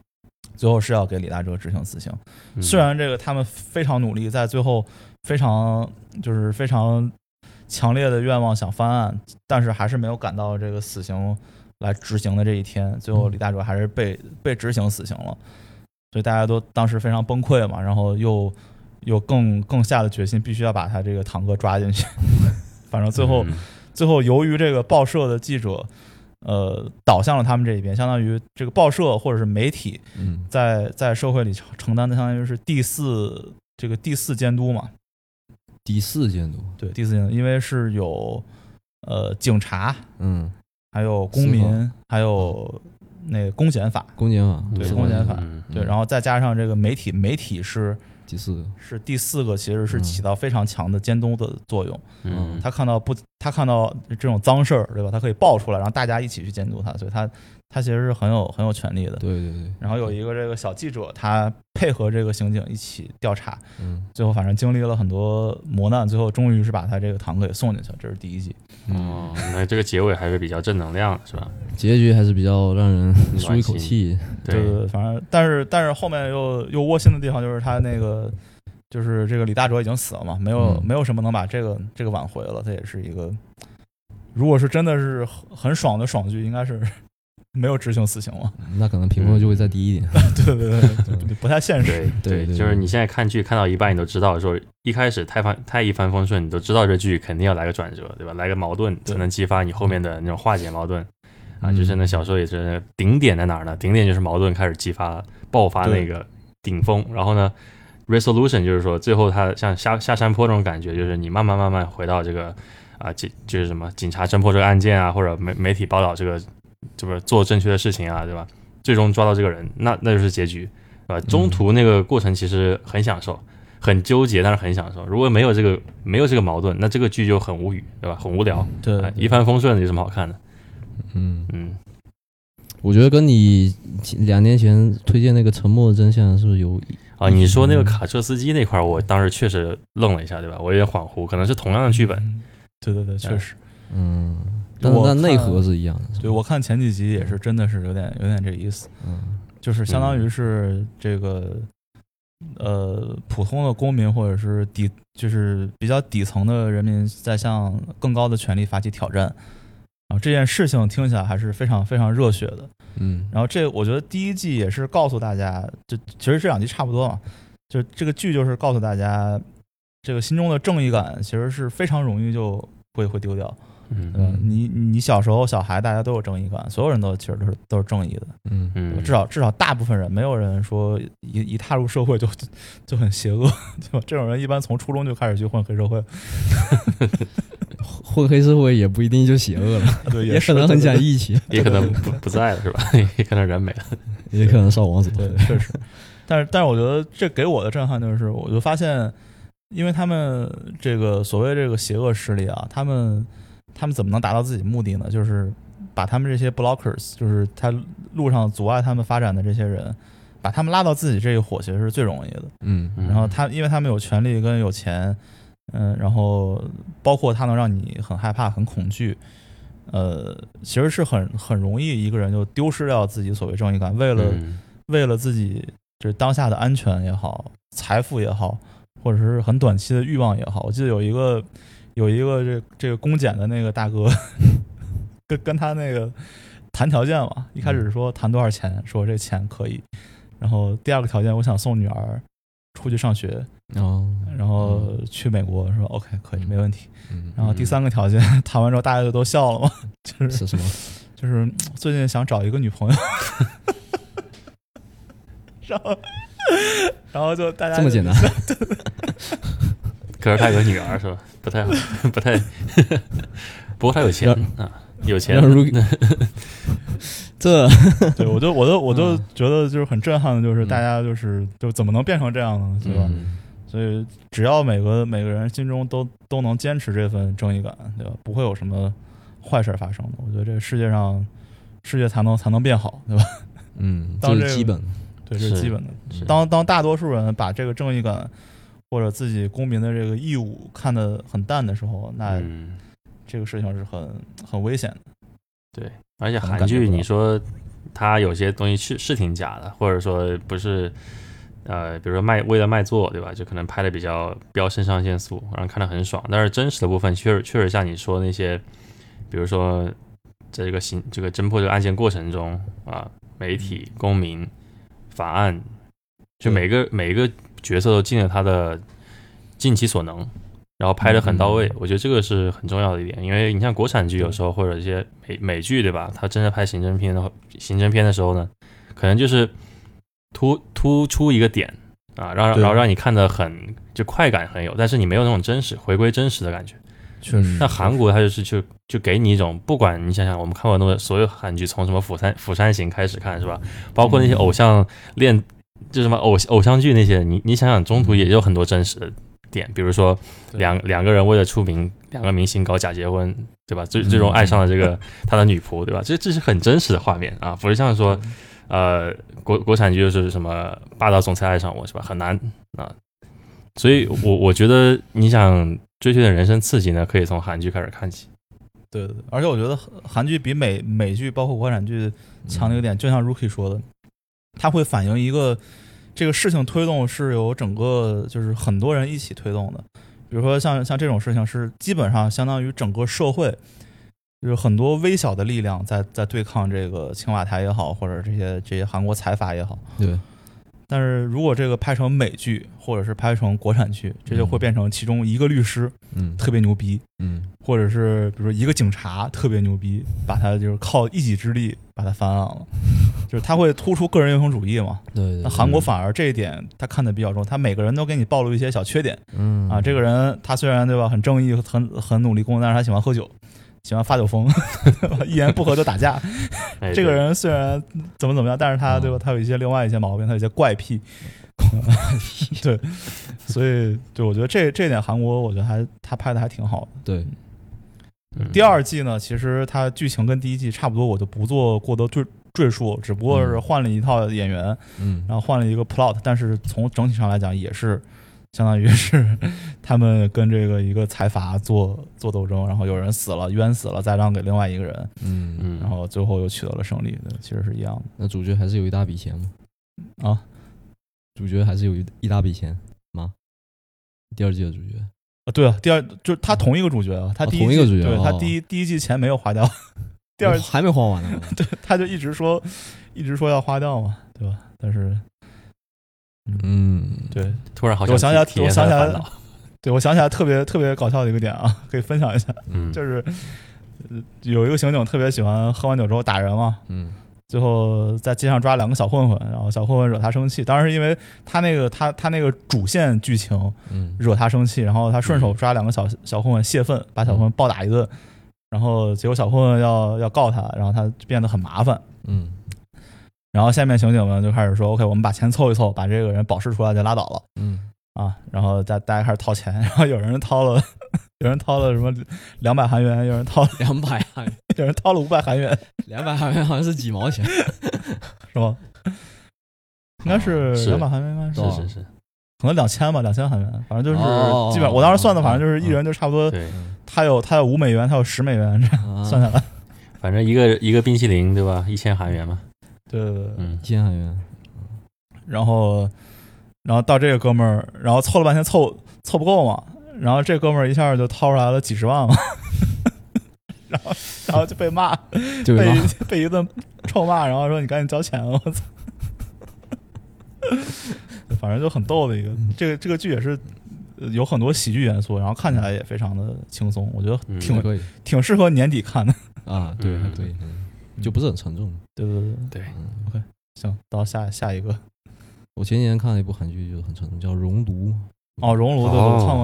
[SPEAKER 1] [COUGHS] 最后是要给李大哲执行死刑。
[SPEAKER 2] 嗯
[SPEAKER 1] 虽然这个他们非常努力，在最后非常就是非常强烈的愿望想翻案，但是还是没有赶到这个死刑来执行的这一天。最后李大哲还是被被执行死刑了，所以大家都当时非常崩溃嘛，然后又又更更下了决心，必须要把他这个堂哥抓进去。 [LAUGHS] 反正最后
[SPEAKER 2] 嗯
[SPEAKER 1] 最后由于这个报社的记者。呃，倒向了他们这一边，相当于这个报社或者是媒体
[SPEAKER 3] 嗯
[SPEAKER 1] 在在社会里承承担的相当于是第四这个第四监督嘛，
[SPEAKER 3] 第四监督，
[SPEAKER 1] 对，第四监督，因为是有呃警察，
[SPEAKER 3] 嗯
[SPEAKER 1] 还有公
[SPEAKER 4] 司
[SPEAKER 1] 民，还有那个公检法，
[SPEAKER 4] 公检法，
[SPEAKER 1] 对
[SPEAKER 4] 是吧
[SPEAKER 1] 公检法
[SPEAKER 2] 嗯
[SPEAKER 1] 对，然后再加上这个媒体，媒体是
[SPEAKER 4] 第四个，
[SPEAKER 1] 是第四个，其实是
[SPEAKER 3] 嗯
[SPEAKER 1] 起到非常强的监督的作用。
[SPEAKER 2] 嗯
[SPEAKER 1] 他看到不，他看到这种脏事儿，对吧？他可以爆出来，然后大家一起去监督他，所以他他其实是很有很有权利的。
[SPEAKER 3] 对对对，
[SPEAKER 1] 然后有一个这个小记者，他配合这个刑警一起调查，
[SPEAKER 3] 嗯
[SPEAKER 1] 最后反正经历了很多磨难，最后终于是把他这个堂哥给送进去了。这是第一集，
[SPEAKER 2] 哦，那这个结尾还是比较正能量的，是吧？
[SPEAKER 4] 嗯结局还是比较让人舒一口
[SPEAKER 2] 暖心
[SPEAKER 4] 气，
[SPEAKER 1] 对对，对，反正但是但是后面又又窝心的地方就是他那个就是这个李大哲已经死了嘛，没有、
[SPEAKER 3] 嗯
[SPEAKER 1] 没有什么能把这个这个挽回了，这也是一个，如果是真的是很很爽的爽剧，应该是 [LAUGHS] 没有执行死刑嘛，
[SPEAKER 4] 那可能评分就会再低一点。
[SPEAKER 1] [LAUGHS]
[SPEAKER 4] 嗯
[SPEAKER 1] 对对对对 [LAUGHS] [LAUGHS] 对，不太现实，
[SPEAKER 2] 对
[SPEAKER 4] 对对
[SPEAKER 2] 就是
[SPEAKER 4] 对
[SPEAKER 2] 你现在看剧看到一半，你都知道说一开始太翻太一帆风顺，你都知道这剧肯定要来个转折，对吧？来个矛盾
[SPEAKER 1] 对
[SPEAKER 2] 才能激发你后面的那种化解矛盾啊。
[SPEAKER 3] 嗯
[SPEAKER 2] 就是那小说也是顶点在哪儿呢？顶点就是矛盾开始激发爆发
[SPEAKER 1] 对
[SPEAKER 2] 那个顶峰，然后呢，resolution 就是说最后它像下下山坡那种感觉，就是你慢慢慢慢回到这个啊警就是什么警察侦破这个案件啊，或者媒媒体报道这个这不是做正确的事情啊，对吧？最终抓到这个人，那那就是结局，对吧？中途那个过程其实很享受，很纠结，但是很享受。如果没有这个没有这个矛盾，那这个剧就很无语，对吧？很无聊，
[SPEAKER 1] 对
[SPEAKER 2] 啊一帆风顺有什么好看的？
[SPEAKER 3] 嗯
[SPEAKER 2] 嗯，
[SPEAKER 4] 我觉得跟你两年前推荐那个《沉默的真相》是不是有
[SPEAKER 2] 啊，你说
[SPEAKER 4] 嗯
[SPEAKER 2] 那个卡车司机那块儿，我当时确实愣了一下，对吧？我有点恍惚，可能是同样的剧本，
[SPEAKER 1] 嗯对对对，确实，
[SPEAKER 4] 嗯？但是
[SPEAKER 1] 我
[SPEAKER 4] 但内
[SPEAKER 1] 看
[SPEAKER 4] 核是一样的，是吧
[SPEAKER 1] 对我看前几集也是真的是有点有点这个意思。
[SPEAKER 4] 嗯
[SPEAKER 1] 就是相当于是这个、呃普通的公民或者是底就是比较底层的人民在向更高的权力发起挑战。然后这件事情听起来还是非常非常热血的。
[SPEAKER 3] 嗯
[SPEAKER 1] 然后这我觉得第一季也是告诉大家，就其实这两集差不多嘛，就这个剧就是告诉大家，这个心中的正义感其实是非常容易就会会丢掉。
[SPEAKER 2] 嗯
[SPEAKER 1] 对吧？
[SPEAKER 3] 嗯
[SPEAKER 1] 你你小时候小孩，大家都有正义感，所有人都其实都是都是正义的，
[SPEAKER 3] 嗯
[SPEAKER 1] 对
[SPEAKER 2] 嗯
[SPEAKER 1] 吧，至少至少大部分人没有人说一一踏入社会就 [LAUGHS] 就就很邪恶， [LAUGHS] 对吧？这种人一般从初中就开始去混黑社会，
[SPEAKER 4] 混黑社会也不一定就邪恶
[SPEAKER 1] [LAUGHS]
[SPEAKER 4] 了，
[SPEAKER 1] 啊对，
[SPEAKER 4] 也
[SPEAKER 1] 是
[SPEAKER 4] 可能很讲
[SPEAKER 1] 对
[SPEAKER 4] 义气，
[SPEAKER 2] 也可能不不在了
[SPEAKER 4] [LAUGHS]
[SPEAKER 2] 是吧？也可能人没了。
[SPEAKER 4] 也可能少王子。
[SPEAKER 1] 对，
[SPEAKER 3] [LAUGHS]
[SPEAKER 1] 对确实。但是，但是我觉得这给我的震撼就是，我就发现，因为他们这个所谓这个邪恶势力啊，他们他们怎么能达到自己目的呢？就是把他们这些 blockers，就是他路上阻碍他们发展的这些人，把他们拉到自己这一伙，其实是最容易的。
[SPEAKER 3] 嗯
[SPEAKER 2] 嗯
[SPEAKER 1] 然后他，因为他们有权利跟有钱，嗯，然后包括他能让你很害怕、很恐惧，呃，其实是很很容易一个人就丢失掉自己所谓正义感，为了、
[SPEAKER 2] 嗯
[SPEAKER 1] 为了自己就是当下的安全也好、财富也好，或者是很短期的欲望也好。我记得有一个有一个这这个公检的那个大哥， [LAUGHS] 跟跟他那个谈条件嘛，一开始说谈多少钱，说这钱可以，然后第二个条件我想送女儿出去上学，
[SPEAKER 3] 哦，
[SPEAKER 1] 然后去美国，说 OK 可以没问题。
[SPEAKER 3] 嗯
[SPEAKER 1] 然后第三个条件谈完之后大家就都笑了嘛， [LAUGHS] 就是
[SPEAKER 4] 是什么？
[SPEAKER 1] 就是嗯最近想找一个女朋友， [LAUGHS] 然后然后就大家
[SPEAKER 4] 这么简单？
[SPEAKER 3] [LAUGHS]
[SPEAKER 2] 可是他有女儿是吧？不太好，不太。 [LAUGHS] 不过他有钱啊，有钱嗯
[SPEAKER 4] 要。
[SPEAKER 2] [LAUGHS]
[SPEAKER 4] 如这
[SPEAKER 1] 单？对我就我就我就觉得就是很震撼的，就是大家就是就怎么能变成这样呢？对吧？
[SPEAKER 3] 嗯
[SPEAKER 1] 所以只要每个每个人心中都都能坚持这份正义感，对吧？不会有什么坏事儿发生的。我觉得这个世界上世界才能才能变好，对吧？ [LAUGHS]
[SPEAKER 3] 嗯
[SPEAKER 1] 当
[SPEAKER 4] 这
[SPEAKER 1] 这个
[SPEAKER 4] 是基本。
[SPEAKER 1] 对，这是
[SPEAKER 2] 是
[SPEAKER 1] 基本的。
[SPEAKER 2] 是
[SPEAKER 1] 当当大多数人把这个正义感或者自己公民的这个义务看得很淡的时候，那
[SPEAKER 4] 哎
[SPEAKER 2] 嗯，
[SPEAKER 1] 这个事情是很很危险的。
[SPEAKER 2] 而且
[SPEAKER 1] 能
[SPEAKER 2] 韩
[SPEAKER 1] 感觉
[SPEAKER 2] 剧
[SPEAKER 1] 不到
[SPEAKER 2] 你说它有些东西是是挺假的，或者说不是。呃，比如说卖为了卖座，对吧？就可能拍的比较飙肾上腺素，让人看得很爽。但是真实的部分确实确实像你说那些，比如说在这个刑这个侦破这个案件过程中啊、媒体、公民、法案，就每个每一个角色都尽了他的尽其所能，然后拍的很到位。我觉得这个是很重要的一点，因为你像国产剧有时候或者一些美美剧，对吧？他真的拍刑侦片的话刑侦片的时候呢，可能就是突突出一个点啊，让
[SPEAKER 1] 对
[SPEAKER 2] 然后让你看的很就快感很有，但是你没有那种真实回归真实的感觉。
[SPEAKER 3] 确实
[SPEAKER 2] 那韩国它就是就就给你一种，不管你想想，我们看过那么所有韩剧，从什么《釜山釜山行》开始看是吧？包括那些偶像恋，就什么偶偶像剧那些，你你想想，中途也有很多真实的点，比如说
[SPEAKER 1] 对
[SPEAKER 2] 两两个人为了出名，两个明星搞假结婚，对吧？最
[SPEAKER 3] 嗯
[SPEAKER 2] 最终爱上了这个 [LAUGHS] 他的女仆，对吧？这这是很真实的画面啊，不是像说
[SPEAKER 1] 嗯
[SPEAKER 2] 呃国国产剧就是什么霸道总裁爱上我是吧？很难啊，所以我我觉得你想追求点人生刺激呢，可以从韩剧开始看起。
[SPEAKER 1] 对对对，而且我觉得韩韩剧比美美剧包括国产剧强的一个点，就像 Rookie 说的，它会反映一个这个事情推动是由整个就是很多人一起推动的。比如说像像这种事情是基本上相当于整个社会，就是很多微小的力量在在对抗这个青瓦台也好，或者这些这些韩国财阀也好。
[SPEAKER 3] 嗯对，
[SPEAKER 1] 但是如果这个拍成美剧或者是拍成国产剧，这就会变成其中一个律师
[SPEAKER 3] 嗯
[SPEAKER 1] 特别牛逼，
[SPEAKER 3] 嗯
[SPEAKER 1] 或者是比如说一个警察特别牛逼，把他就是靠一己之力把他翻案了， [LAUGHS] 就是他会突出个人英雄主义嘛。
[SPEAKER 3] 对对
[SPEAKER 1] 那韩国反而这一点他看得比较重，他每个人都给你暴露一些小缺点
[SPEAKER 3] 嗯
[SPEAKER 1] 啊。这个人他虽然对吧很正义、很很努力工作，但是他喜欢喝酒，喜欢发酒疯， [LAUGHS] 对吧一言不合就打架。
[SPEAKER 2] 哎
[SPEAKER 1] 这个
[SPEAKER 2] 对
[SPEAKER 1] 人虽然怎么怎么样，但是他
[SPEAKER 3] 嗯
[SPEAKER 1] 对吧？他有一些另外一些毛病，他有一些怪癖。 [LAUGHS] 对，所以对我觉得这这一点韩国，我觉得还他拍的还挺好的。
[SPEAKER 3] 对
[SPEAKER 2] 嗯
[SPEAKER 1] 第二季呢，其实它剧情跟第一季差不多，我就不做过多赘赘述，只不过是换了一套演员，
[SPEAKER 3] 嗯
[SPEAKER 1] 然后换了一个 plot，但是从整体上来讲，也是相当于是他们跟这个一个财阀做做斗争，然后有人死了，冤死了，再让给另外一个人，
[SPEAKER 3] 嗯
[SPEAKER 2] 嗯，
[SPEAKER 1] 然后最后又取得了胜利，对其实是一样
[SPEAKER 3] 那主角还是有一大笔钱嘛，
[SPEAKER 1] 的啊。
[SPEAKER 3] 主角还是有一一大笔钱吗？第二季的主角
[SPEAKER 1] 啊对啊，第二就是他同一个主角啊，他
[SPEAKER 3] 啊
[SPEAKER 1] 第一季、
[SPEAKER 3] 同一个主角
[SPEAKER 1] 对他
[SPEAKER 3] 哦
[SPEAKER 1] 第一第一季钱没有花掉，第二
[SPEAKER 3] 哦还没花完呢，
[SPEAKER 1] 他就一直说一直说要花掉嘛，对吧？但是
[SPEAKER 3] 嗯，
[SPEAKER 1] 对，
[SPEAKER 2] 突然好
[SPEAKER 1] 我想起来
[SPEAKER 2] 体体验
[SPEAKER 1] 我想
[SPEAKER 2] 他
[SPEAKER 1] 起来
[SPEAKER 2] 的烦恼，
[SPEAKER 1] 对，我想起来特别特别搞笑的一个点啊，可以分享一下，
[SPEAKER 2] 嗯，
[SPEAKER 1] 就是有一个刑警特别喜欢喝完酒之后打人嘛，
[SPEAKER 3] 嗯
[SPEAKER 1] 最后在街上抓两个小混混，然后小混混惹他生气，当然是因为他那个他他那个主线剧情
[SPEAKER 3] 嗯
[SPEAKER 1] 惹他生气，然后他顺手抓两个小小混混泄愤，把小混混暴打一顿，然后结果小混混要要告他，然后他就变得很麻烦，
[SPEAKER 3] 嗯
[SPEAKER 1] 然后下面刑警们就开始说，OK，我们把钱凑一凑，把这个人保释出来就拉倒了。
[SPEAKER 3] 嗯
[SPEAKER 1] 啊，然后大大家开始掏钱，然后有人掏了， [LAUGHS] 有人掏了什么两百韩元，有人掏了，
[SPEAKER 3] 两百
[SPEAKER 1] [LAUGHS]
[SPEAKER 3] 韩元，
[SPEAKER 1] 有人掏了五百韩元，
[SPEAKER 3] 两百韩元好像是几
[SPEAKER 1] [LAUGHS]
[SPEAKER 3] 毛钱，
[SPEAKER 1] 是吗？应该
[SPEAKER 3] 啊
[SPEAKER 1] 是
[SPEAKER 2] 是
[SPEAKER 1] 两百韩元，应该是哦
[SPEAKER 3] 多
[SPEAKER 2] 是
[SPEAKER 3] 少
[SPEAKER 2] 是是，
[SPEAKER 1] 可能两千吧，两千韩元，反正就是
[SPEAKER 3] 哦
[SPEAKER 1] 基本。我当时算的，反正就是一人就差不多，
[SPEAKER 2] 对，
[SPEAKER 1] 他有他有五美元，他有十美元，这
[SPEAKER 3] 啊
[SPEAKER 1] 算下来， [LAUGHS]
[SPEAKER 2] 反正一个一个冰淇淋对吧？一千韩元嘛，
[SPEAKER 1] 对对对。
[SPEAKER 2] 嗯
[SPEAKER 3] 一，千韩元，
[SPEAKER 1] 然后，然后到这个哥们儿，然后凑了半天凑凑不够嘛，然后这哥们儿一下就掏出来了几十万嘛， [LAUGHS] 然后然后就被骂。
[SPEAKER 3] 就
[SPEAKER 1] 被
[SPEAKER 3] 是
[SPEAKER 1] 一被一顿臭骂，然后说你赶紧交钱，我操！反正就很逗的一个，这个这个剧也是呃有很多喜剧元素，然后看起来也非常的轻松，我觉得 [LAUGHS]
[SPEAKER 2] 嗯
[SPEAKER 1] 挺
[SPEAKER 3] 可以
[SPEAKER 1] 挺适合年底看的。 [LAUGHS]
[SPEAKER 3] 啊，对，
[SPEAKER 2] 嗯
[SPEAKER 3] 还可以，嗯就不是很沉重。
[SPEAKER 1] 对对对，
[SPEAKER 3] 嗯
[SPEAKER 1] 行，到下下一个
[SPEAKER 3] 我前几天看了一部韩剧，就很沉重，叫《熔炉
[SPEAKER 1] 哦，《熔炉》对，
[SPEAKER 2] 哦
[SPEAKER 1] 我看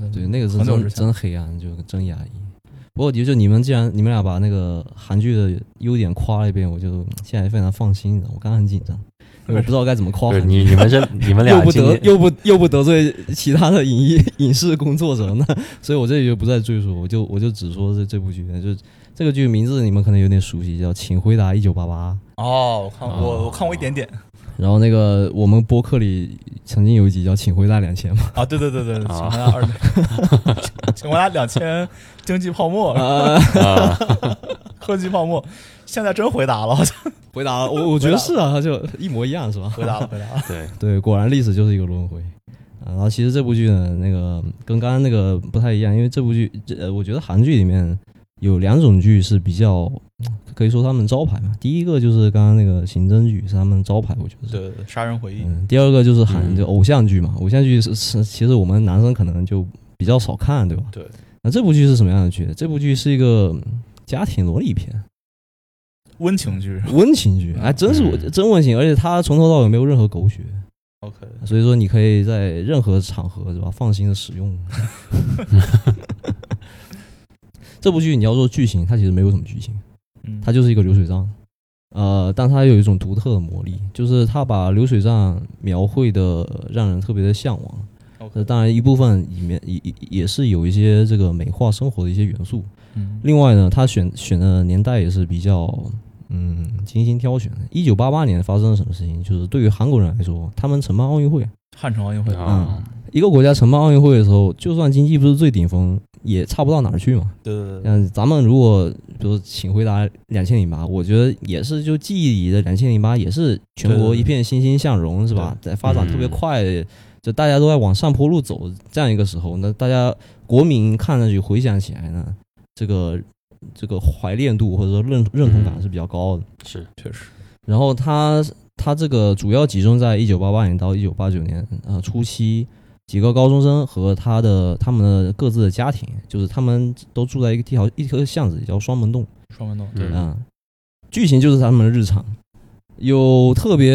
[SPEAKER 1] 过，》，
[SPEAKER 3] 对，那个是
[SPEAKER 1] 嗯很久之
[SPEAKER 3] 真
[SPEAKER 1] 前
[SPEAKER 3] 真黑暗，就真压抑。不过我觉得就你们既然你们俩把那个韩剧的优点夸了一遍，我就现在非常放心了。我刚刚很紧张，因为我不知道该怎么夸
[SPEAKER 2] 不是
[SPEAKER 3] 韩剧。
[SPEAKER 2] 你你们这你们
[SPEAKER 3] 又
[SPEAKER 1] [LAUGHS]
[SPEAKER 2] 俩
[SPEAKER 3] 不
[SPEAKER 2] 今
[SPEAKER 3] 得
[SPEAKER 2] 天
[SPEAKER 3] 又不又不得罪其他的影艺 [LAUGHS] 影视工作者呢，所以我这里就不再赘述，我就我就只说这这部剧，就这个剧名字你们可能有点熟悉，叫《请回答一九八八》。
[SPEAKER 1] 哦，我看过，
[SPEAKER 2] 哦
[SPEAKER 1] 我看过一点点
[SPEAKER 3] 然后那个我们播客里曾经有一集叫《请回答两千》嘛，
[SPEAKER 1] 啊，对对对对，对请
[SPEAKER 2] 啊
[SPEAKER 1] 回答二，请回答两千经济泡沫、
[SPEAKER 2] 啊，
[SPEAKER 1] 科技泡沫，现在真回答了，好像
[SPEAKER 3] 回答我我觉得是啊，就一模一样是吧？
[SPEAKER 1] 回答了，回答了， [LAUGHS]
[SPEAKER 2] 对，
[SPEAKER 3] 对，果然历史就是一个轮回。啊，然后其实这部剧呢，那个跟刚刚那个不太一样，因为这部剧，这呃，我觉得韩剧里面有两种剧是比较嗯可以说他们招牌嘛。第一个就是刚刚那个刑侦剧是他们招牌，我觉得是。
[SPEAKER 1] 对对对，杀人回忆，
[SPEAKER 3] 嗯，第二个就是韩
[SPEAKER 2] 嗯
[SPEAKER 3] 就偶像剧嘛，偶像剧是是其实我们男生可能就比较少看，对吧？
[SPEAKER 1] 对。
[SPEAKER 3] 那这部剧是什么样的剧？这部剧是一个嗯家庭伦理片，
[SPEAKER 1] 温情剧
[SPEAKER 3] 温情剧，哎，真是我
[SPEAKER 2] 嗯
[SPEAKER 3] 真温情，而且它从头到尾没有任何狗血。
[SPEAKER 1] ，OK，
[SPEAKER 3] 所以说你可以在任何场合是吧，放心的使用。这部剧你要说剧情，它其实没有什么剧情，
[SPEAKER 1] 嗯，
[SPEAKER 3] 它就是一个流水账。呃，但它有一种独特的魔力，就是它把流水账描绘的让人特别的向往。那
[SPEAKER 1] OK，
[SPEAKER 3] 当然，一部分里面也也也是有一些这个美化生活的一些元素。
[SPEAKER 1] 嗯
[SPEAKER 3] 另外呢，他选选的年代也是比较嗯精心挑选的。一九八八年发生了什么事情？就是对于韩国人来说，他们承办奥运会，
[SPEAKER 1] 汉城奥
[SPEAKER 3] 嗯
[SPEAKER 1] 运会，
[SPEAKER 2] 啊，
[SPEAKER 3] 一个国家承办奥运会的时候，就算经济不是最顶峰，也差不到哪儿去嘛。
[SPEAKER 1] 对对对，
[SPEAKER 3] 像咱们如果比如说请回答两千零八，我觉得也是就记忆里的两千零八也是全
[SPEAKER 1] 对对
[SPEAKER 3] 国
[SPEAKER 1] 对
[SPEAKER 3] 一片欣欣向荣，是吧？在发展特别
[SPEAKER 2] 嗯
[SPEAKER 3] 快，就大家都在往上坡路走这样一个时候，那大家国民看上去回想起来呢，这个这个怀恋度或者说认认同感是比较高的。
[SPEAKER 2] 是
[SPEAKER 1] 确实，
[SPEAKER 3] 然后它它这个主要集中在一九八八年到一九八九年呃初期，几个高中生和他的他们的各自的家庭，就是他们都住在一个地条一条巷子里，叫双门洞
[SPEAKER 1] 双门洞，
[SPEAKER 2] 嗯
[SPEAKER 3] 啊、剧情就是他们的日常。有特别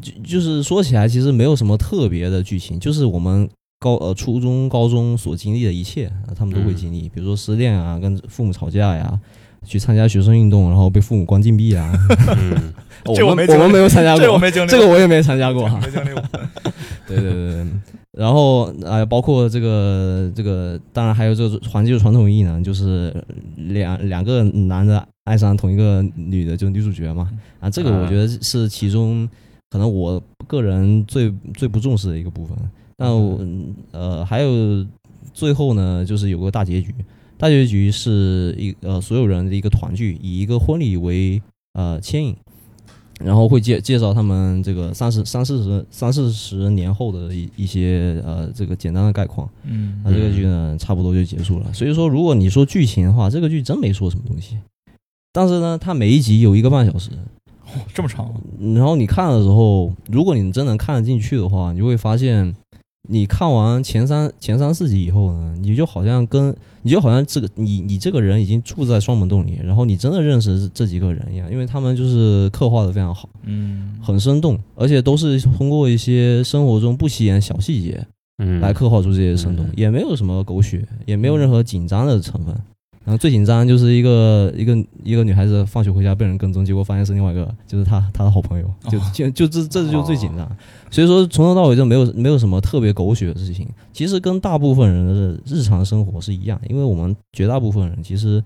[SPEAKER 3] 就就是说起来，其实没有什么特别的剧情，就是我们高呃初中、高中所经历的一切，啊他们都会
[SPEAKER 2] 嗯
[SPEAKER 3] 经历，比如说失恋啊，跟父母吵架呀，去参加学生运动，然后被父母关禁闭啊， [LAUGHS]
[SPEAKER 2] 嗯
[SPEAKER 1] [LAUGHS]
[SPEAKER 3] 哦
[SPEAKER 1] 这我
[SPEAKER 3] 我
[SPEAKER 1] 没
[SPEAKER 3] 们
[SPEAKER 1] 经历
[SPEAKER 3] 们没有参加过，
[SPEAKER 1] 这我没 [LAUGHS] 经历过，
[SPEAKER 3] 这个我也没参
[SPEAKER 1] [LAUGHS]
[SPEAKER 3] 加过。
[SPEAKER 1] 没经历过，
[SPEAKER 3] 对对对对。然后啊、呃包括这个这个，当然还有这个环境传统艺能，就是两两个男的爱上同一个女的，就是女主角嘛。啊，这个我觉得是其中可能我个人最最不重视的一个部分。但我呃，还有最后呢，就是有个大结局。大结局是一呃所有人的一个团聚，以一个婚礼为呃牵引，然后会介介绍他们这个三十三四十三四十年后的一一些呃这个简单的概况。
[SPEAKER 1] 嗯
[SPEAKER 3] 那这个剧呢，差不多就结束了。所以说，如果你说剧情的话，这个剧真没说什么东西。但是呢，它每一集有一个半小时，
[SPEAKER 1] 这么长吗，啊
[SPEAKER 3] 然后你看的时候，如果你真能看得进去的话，你就会发现你看完前三前三四集以后呢，你就好像跟你就好像这个你你这个人已经住在双门洞里，然后你真的认识这这几个人一样，因为他们就是刻画的非常好，
[SPEAKER 1] 嗯，
[SPEAKER 3] 很生动，而且都是通过一些生活中不起眼的小细节
[SPEAKER 2] 嗯，
[SPEAKER 3] 来刻画出这些生动，
[SPEAKER 2] 嗯
[SPEAKER 3] 也没有什么狗血，
[SPEAKER 1] 嗯
[SPEAKER 3] 也没有任何紧张的成分。然后最紧张就是一个一个一个女孩子放学回家被人跟踪，结果发现是另外一个，就是她她的好朋友，
[SPEAKER 1] 哦
[SPEAKER 3] 就就就这这就最紧张。所以说从头到尾就没有没有什么特别狗血的事情。其实跟大部分人的日常生活是一样，因为我们绝大部分人其实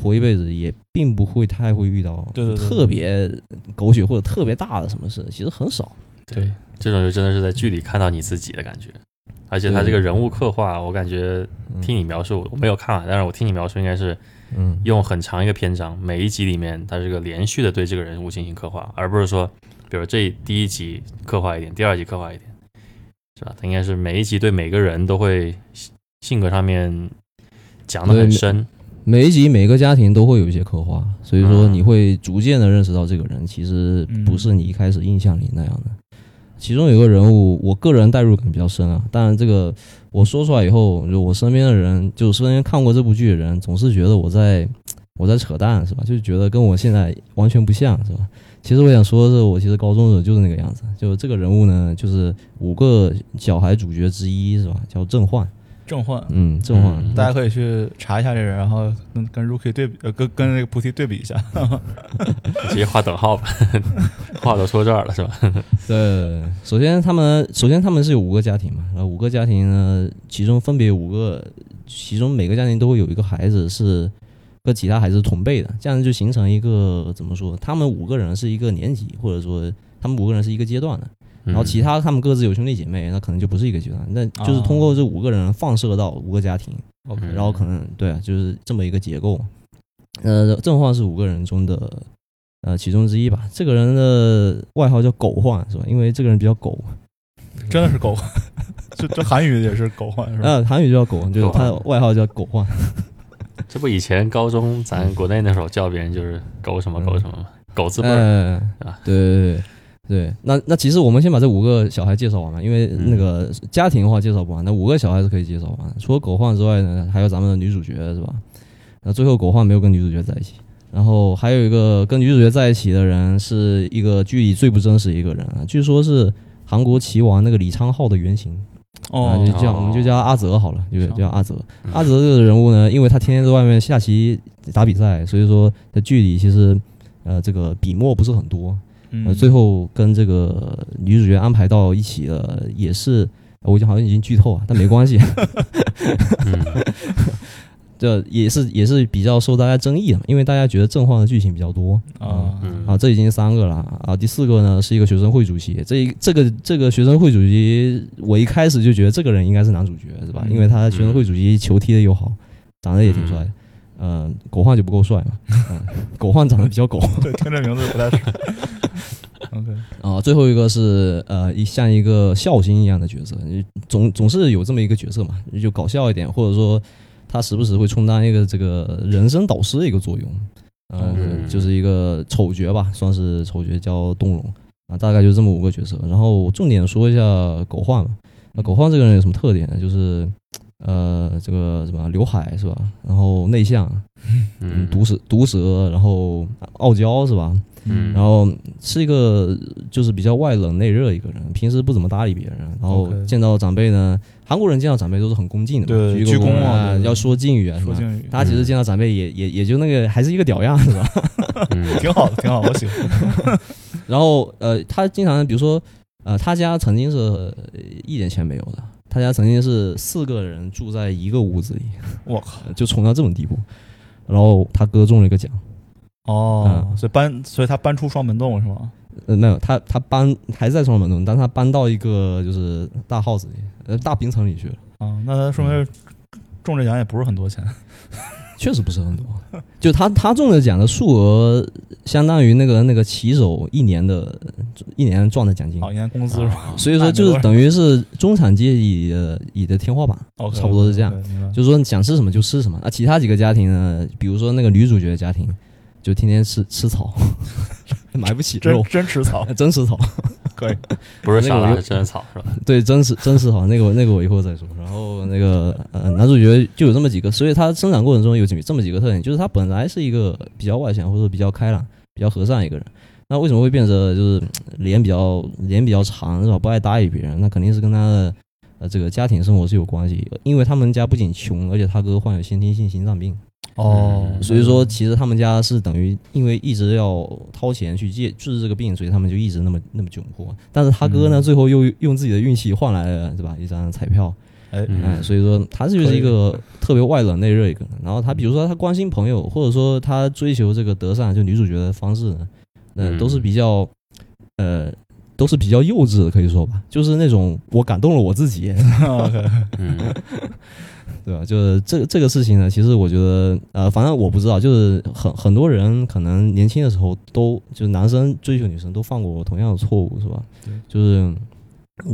[SPEAKER 3] 活一辈子也并不会太会遇到
[SPEAKER 1] 对对对
[SPEAKER 3] 特别狗血或者特别大的什么事，其实很少。
[SPEAKER 2] 对，这种就真的是在剧里看到你自己的感觉，而且他这个人物刻画，我感觉听你描述，我没有看啊完，但是我听你描述应该是
[SPEAKER 3] 嗯，
[SPEAKER 2] 用很长一个篇章，每一集里面它是个连续的对这个人物进行刻画，而不是说，比如这第一集刻画一点，第二集刻画一点，是吧？它应该是每一集对每个人都会性性格上面讲的
[SPEAKER 3] 对
[SPEAKER 2] 很
[SPEAKER 3] 每
[SPEAKER 2] 深，
[SPEAKER 3] 每一集每个家庭都会有一些刻画，所以说
[SPEAKER 2] 嗯
[SPEAKER 3] 你会逐渐的认识到这个人其实不是你一开始印象里那样的。其中有个人物，我个人代入感比较深啊。当然，这个我说出来以后，就我身边的人，就身边看过这部剧的人，总是觉得我在我在扯淡，是吧？就觉得跟我现在完全不像，是吧？其实我想说的是，我其实高中的时候就是那个样子。就这个人物呢，就是五个小孩主角之一，是吧？叫郑焕，
[SPEAKER 1] 正焕，
[SPEAKER 3] 嗯，郑焕，
[SPEAKER 2] 嗯
[SPEAKER 1] 大家可以去查一下这人，然后跟跟 Rookie 对比，呃，跟跟那个菩提对比一下。 [LAUGHS]
[SPEAKER 2] 直接画等号吧， [LAUGHS] 话都说这儿了，是吧？
[SPEAKER 3] 对，首先他们首先他们是有五个家庭嘛，然后五个家庭呢，其中分别有五个，其中每个家庭都会有一个孩子是跟其他孩子同辈的，这样就形成一个怎么说？他们五个人是一个年级，或者说他们五个人是一个阶段的，
[SPEAKER 2] 嗯
[SPEAKER 3] 然后其他他们各自有兄弟姐妹，那可能就不是一个阶段，那就是通过这五个人放射到五个家庭，
[SPEAKER 1] OK，
[SPEAKER 2] 嗯
[SPEAKER 3] 然后可能对啊，就是这么一个结构。呃，郑焕是五个人中的呃其中之一吧。这个人的外号叫“狗焕”是吧？因为这个人比较狗，
[SPEAKER 1] 真的是狗， [LAUGHS] 这这韩语也是狗焕是吧？
[SPEAKER 3] [LAUGHS] 呃，韩语就叫狗，就是他的
[SPEAKER 2] 狗焕
[SPEAKER 3] 外号叫“狗焕
[SPEAKER 2] 嗯这不以前高中
[SPEAKER 3] 嗯
[SPEAKER 2] 咱国内那时候叫别人就是狗什么狗什么嘛，狗”。字辈儿，
[SPEAKER 3] 哎
[SPEAKER 2] 啊，
[SPEAKER 3] 对对对对。那那其实我们先把这五个小孩介绍完嘛，因为
[SPEAKER 2] 嗯
[SPEAKER 3] 那个家庭的话介绍不完，那五个小孩是可以介绍完的。除了狗焕之外呢，还有咱们的女主角是吧？那最后狗焕没有跟女主角在一起。然后还有一个跟女主角在一起的人，是一个剧里最不真实的一个人啊，据说是韩国棋王那个李昌镐的原型，啊，
[SPEAKER 1] 哦
[SPEAKER 3] 就，叫我们就叫他阿泽好了，就
[SPEAKER 1] 行
[SPEAKER 3] 叫阿泽
[SPEAKER 2] 嗯。
[SPEAKER 3] 阿泽这个人物呢，因为他天天在外面下棋打比赛，所以说在剧里其实呃这个笔墨不是很多，呃
[SPEAKER 1] 嗯
[SPEAKER 3] 最后跟这个女主角安排到一起的也是，呃我已经好像已经剧透啊，但没关
[SPEAKER 1] [LAUGHS]
[SPEAKER 3] 系， [LAUGHS]
[SPEAKER 2] 嗯，
[SPEAKER 3] 这也是也是比较受大家争议的嘛，因为大家觉得正幻的剧情比较多，
[SPEAKER 1] 啊，
[SPEAKER 2] 嗯
[SPEAKER 3] 啊，这已经三个了啊，第四个呢是一个学生会主席，这一这个这个学生会主席，我一开始就觉得这个人应该是男主角是吧？
[SPEAKER 1] 嗯
[SPEAKER 3] 因为他学生会主席球踢的又好，长得也挺帅的。嗯、狗焕就不够帅嘛，嗯、狗焕长得比较狗
[SPEAKER 1] 对，听这名字不太熟。OK，
[SPEAKER 3] 啊。最后一个是呃，一像一个孝心一样的角色，你总总是有这么一个角色嘛，就搞笑一点，或者说他时不时会充当一个这个人生导师的一个作用，呃，
[SPEAKER 2] 嗯
[SPEAKER 3] 就是一个丑角吧，算是丑角叫东龙啊，大概就这么五个角色。然后重点说一下狗焕吧，
[SPEAKER 2] 嗯
[SPEAKER 3] 那狗焕这个人有什么特点呢？就是呃，这个什么刘海是吧？然后内向，嗯，
[SPEAKER 2] 嗯，
[SPEAKER 3] 毒舌毒舌，然后傲娇是吧？
[SPEAKER 2] 嗯
[SPEAKER 3] 然后是一个就是比较外冷内热一个人，平时不怎么搭理别人，然后
[SPEAKER 1] OK
[SPEAKER 3] 见到长辈呢，韩国人见到长辈都是很恭敬的嘛，
[SPEAKER 1] 对
[SPEAKER 3] 鞠
[SPEAKER 1] 鞠
[SPEAKER 3] 躬
[SPEAKER 1] 躬啊对对
[SPEAKER 3] 要说敬语啊什
[SPEAKER 1] 说
[SPEAKER 3] 么。
[SPEAKER 1] 敬语
[SPEAKER 3] 他其实见到长辈也也也就那个还是一个屌样子吧。 [LAUGHS]
[SPEAKER 2] 嗯
[SPEAKER 1] 挺好的，挺好，我喜欢。
[SPEAKER 3] 然后呃，他经常比如说呃，他家曾经是呃一点钱没有的，他家曾经是四个人住在一个屋子里，
[SPEAKER 1] 我靠，
[SPEAKER 3] 就穷到这种地步。然后他哥中了一个奖，嗯
[SPEAKER 1] 哦，所以搬，所以他搬出双门洞是吗？
[SPEAKER 3] 呃，没有，他他搬还在双门洞，但他搬到一个就是大 house 里，呃，大冰层里去了，
[SPEAKER 1] 啊，那说
[SPEAKER 3] 嗯
[SPEAKER 1] 明中这奖也不是很多钱。
[SPEAKER 3] 确实不是很多。 [LAUGHS] 就他他中的奖的数额，相当于那个那个骑手一年的一年赚的奖金，
[SPEAKER 1] 好，一年工资是吧
[SPEAKER 2] 啊
[SPEAKER 3] 所以说哦就是等于是中产阶级的以的天花板，
[SPEAKER 1] [LAUGHS] ？OK，
[SPEAKER 3] 差不多是这样。
[SPEAKER 1] 明白。
[SPEAKER 3] 就是说你想吃什么就吃什么啊。其他几个家庭呢，比如说那个女主角家庭，就天天吃吃草， [LAUGHS] 买不起
[SPEAKER 1] 真
[SPEAKER 3] 肉，
[SPEAKER 1] 真吃
[SPEAKER 3] [LAUGHS]
[SPEAKER 1] 草
[SPEAKER 3] 真吃草。
[SPEAKER 1] 可以，
[SPEAKER 2] 不是
[SPEAKER 3] [LAUGHS] 那
[SPEAKER 2] 沙
[SPEAKER 3] 个
[SPEAKER 2] 拉
[SPEAKER 3] 我就是
[SPEAKER 2] 真草是吧？
[SPEAKER 3] 对，真是真是好，那个那个我一会儿再说。然后那个呃，男主角就有这么几个，所以他生长过程中有几这么几个特点，就是他本来是一个比较外向或者比较开朗、比较和善一个人，那为什么会变得就是嗯脸比较脸比较长是吧？不爱搭理别人，那肯定是跟他的呃这个家庭生活是有关系，因为他们家不仅穷，而且他哥患有先天性心脏病，
[SPEAKER 1] 哦，
[SPEAKER 3] 嗯
[SPEAKER 2] 嗯
[SPEAKER 3] 所以说其实他们家是等于因为一直要掏钱去治治这个病，所以他们就一直那么那么窘迫。但是他哥呢，
[SPEAKER 1] 嗯
[SPEAKER 3] 最后又用自己的运气换来了对吧一张彩票，
[SPEAKER 1] 哎，
[SPEAKER 2] 嗯
[SPEAKER 3] 哎，所以说他就是一个特别外冷内热一个人。然后他比如说他关心朋友，或者说他追求这个德善，就女主角的方式呢，呃，
[SPEAKER 2] 嗯
[SPEAKER 3] 都是比较呃。都是比较幼稚的，可以说吧，就是那种我感动了我自己，
[SPEAKER 1] OK，
[SPEAKER 2] 嗯
[SPEAKER 3] 对吧？就是这个这个事情呢，其实我觉得，呃，反正我不知道，就是很很多人可能年轻的时候都就是男生追求女生都犯过同样的错误，是吧
[SPEAKER 1] 对？
[SPEAKER 3] 就是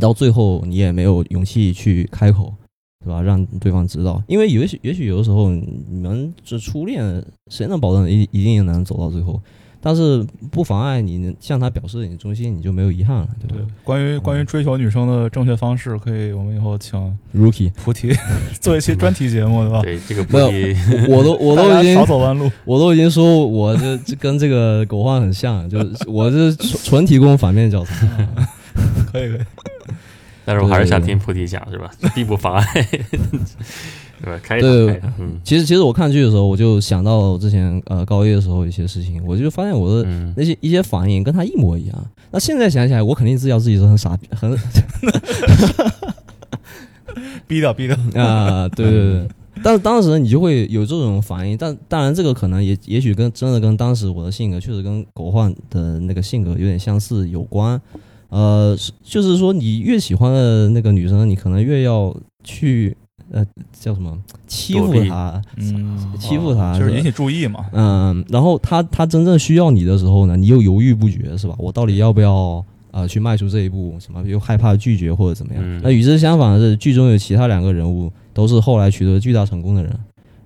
[SPEAKER 3] 到最后你也没有勇气去开口，是吧？让对方知道，因为也许也许有的时候你们这初恋，谁能保证一一定能走到最后？但是不妨碍你向他表示你的忠心，你就没有遗憾了，对吧
[SPEAKER 1] 对，关于
[SPEAKER 3] 嗯
[SPEAKER 1] 关于追求女生的正确方式，可以我们以后请
[SPEAKER 3] ？Rookie， [LAUGHS]
[SPEAKER 1] 菩提做一期专题节目，对吧？
[SPEAKER 2] 对，这个不
[SPEAKER 3] 没有
[SPEAKER 2] 提
[SPEAKER 3] 我都我都
[SPEAKER 1] 大
[SPEAKER 3] 已
[SPEAKER 1] 家
[SPEAKER 3] 经
[SPEAKER 1] 少走弯路。
[SPEAKER 3] 我都已经说，我这 [LAUGHS] 这跟这个狗焕很像，就是我这纯纯提供反面教材。
[SPEAKER 1] 可以可以，
[SPEAKER 2] 但是我还是想
[SPEAKER 3] 对对对
[SPEAKER 2] 听菩提讲，是吧？并不妨碍，对吧？开一场，
[SPEAKER 3] 对
[SPEAKER 2] 开一场，嗯
[SPEAKER 3] 其实，其实我看剧的时候，我就想到之前呃高一的时候一些事情，我就发现我的
[SPEAKER 2] 嗯，
[SPEAKER 3] 那些一些反应跟他一模一样。那现在想起来，我肯定知道自己是很傻逼，很
[SPEAKER 1] 逼掉逼掉。
[SPEAKER 3] [LAUGHS] 啊、对对对。但是当时你就会有这种反应，但当然这个可能也也许跟真的跟当时我的性格确实跟狗焕的那个性格有点相似有关。呃，是就是说你越喜欢的那个女生，你可能越要去呃叫什么欺负
[SPEAKER 2] 躲避
[SPEAKER 3] 她，
[SPEAKER 1] 嗯
[SPEAKER 3] 欺负他
[SPEAKER 1] 就是
[SPEAKER 3] 是吧
[SPEAKER 1] 引起注意嘛。
[SPEAKER 3] 嗯，然后他他真正需要你的时候呢，你又犹豫不决，是吧？我到底要不要呃去迈出这一步？什么又害怕拒绝或者怎么样？
[SPEAKER 2] 嗯
[SPEAKER 3] 那与之相反的是，剧中有其他两个人物都是后来取得巨大成功的人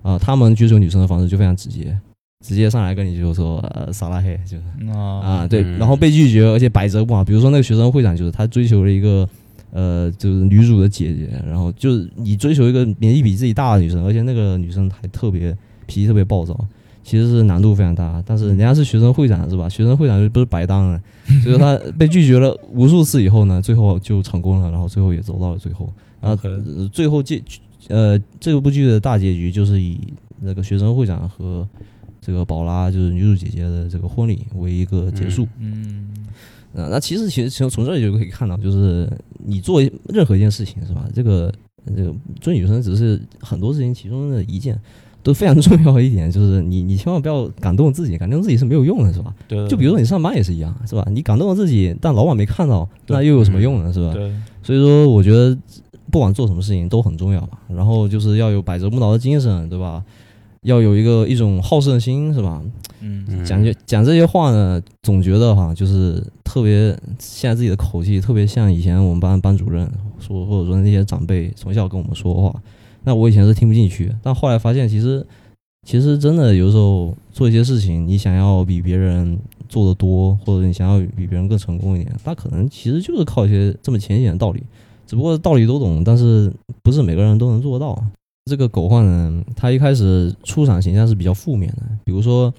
[SPEAKER 3] 啊、他们追求女生的方式就非常直接，直接上来跟你就说呃撒拉嘿，就是
[SPEAKER 1] 啊，
[SPEAKER 3] 啊对，
[SPEAKER 2] 嗯
[SPEAKER 3] 然后被拒绝，而且百折不挠。比如说那个学生会长就是他追求了一个。呃，就是女主的姐姐，然后就是你追求一个年纪比自己大的女生，而且那个女生还特别脾气特别暴躁，其实是难度非常大。但是人家是学生会长是吧？学生会长就不是白当了，所以说他被拒绝了无数次以后呢，最后就成功了，然后最后也走到了最后。然后
[SPEAKER 1] OK
[SPEAKER 3] 呃最后结呃这部剧的大结局就是以那个学生会长和这个宝拉就是女主姐姐的这个婚礼为一个结束。
[SPEAKER 1] 嗯，
[SPEAKER 3] 呃，那其实其实从从这里就可以看到，就是你做一任何一件事情是吧？这个呃这个追女生只是很多事情其中的一件，都非常重要一点，就是你你千万不要感动自己，感动自己是没有用的，是吧？
[SPEAKER 1] 对，对
[SPEAKER 3] 就比如说你上班也是一样，是吧？你感动了自己，但老板没看到，那又有什么用呢？是吧？
[SPEAKER 1] 对，
[SPEAKER 3] 所以说，我觉得不管做什么事情都很重要吧。然后就是要有百折不挠的精神，对吧？要有一个一种好胜心，是吧？
[SPEAKER 1] 嗯，
[SPEAKER 2] 嗯
[SPEAKER 3] 讲这讲这些话呢，总觉得哈，就是特别现在自己的口气，特别像以前我们班班主任说，或者说那些长辈从小跟我们说的话，那我以前是听不进去，但后来发现其实其实真的有时候做一些事情，你想要比别人做得多，或者你想要比别人更成功一点，那可能其实就是靠一些这么浅显的道理，只不过道理都懂，但是不是每个人都能做到。这个狗焕呢，他一开始出场形象是比较负面的，比如说。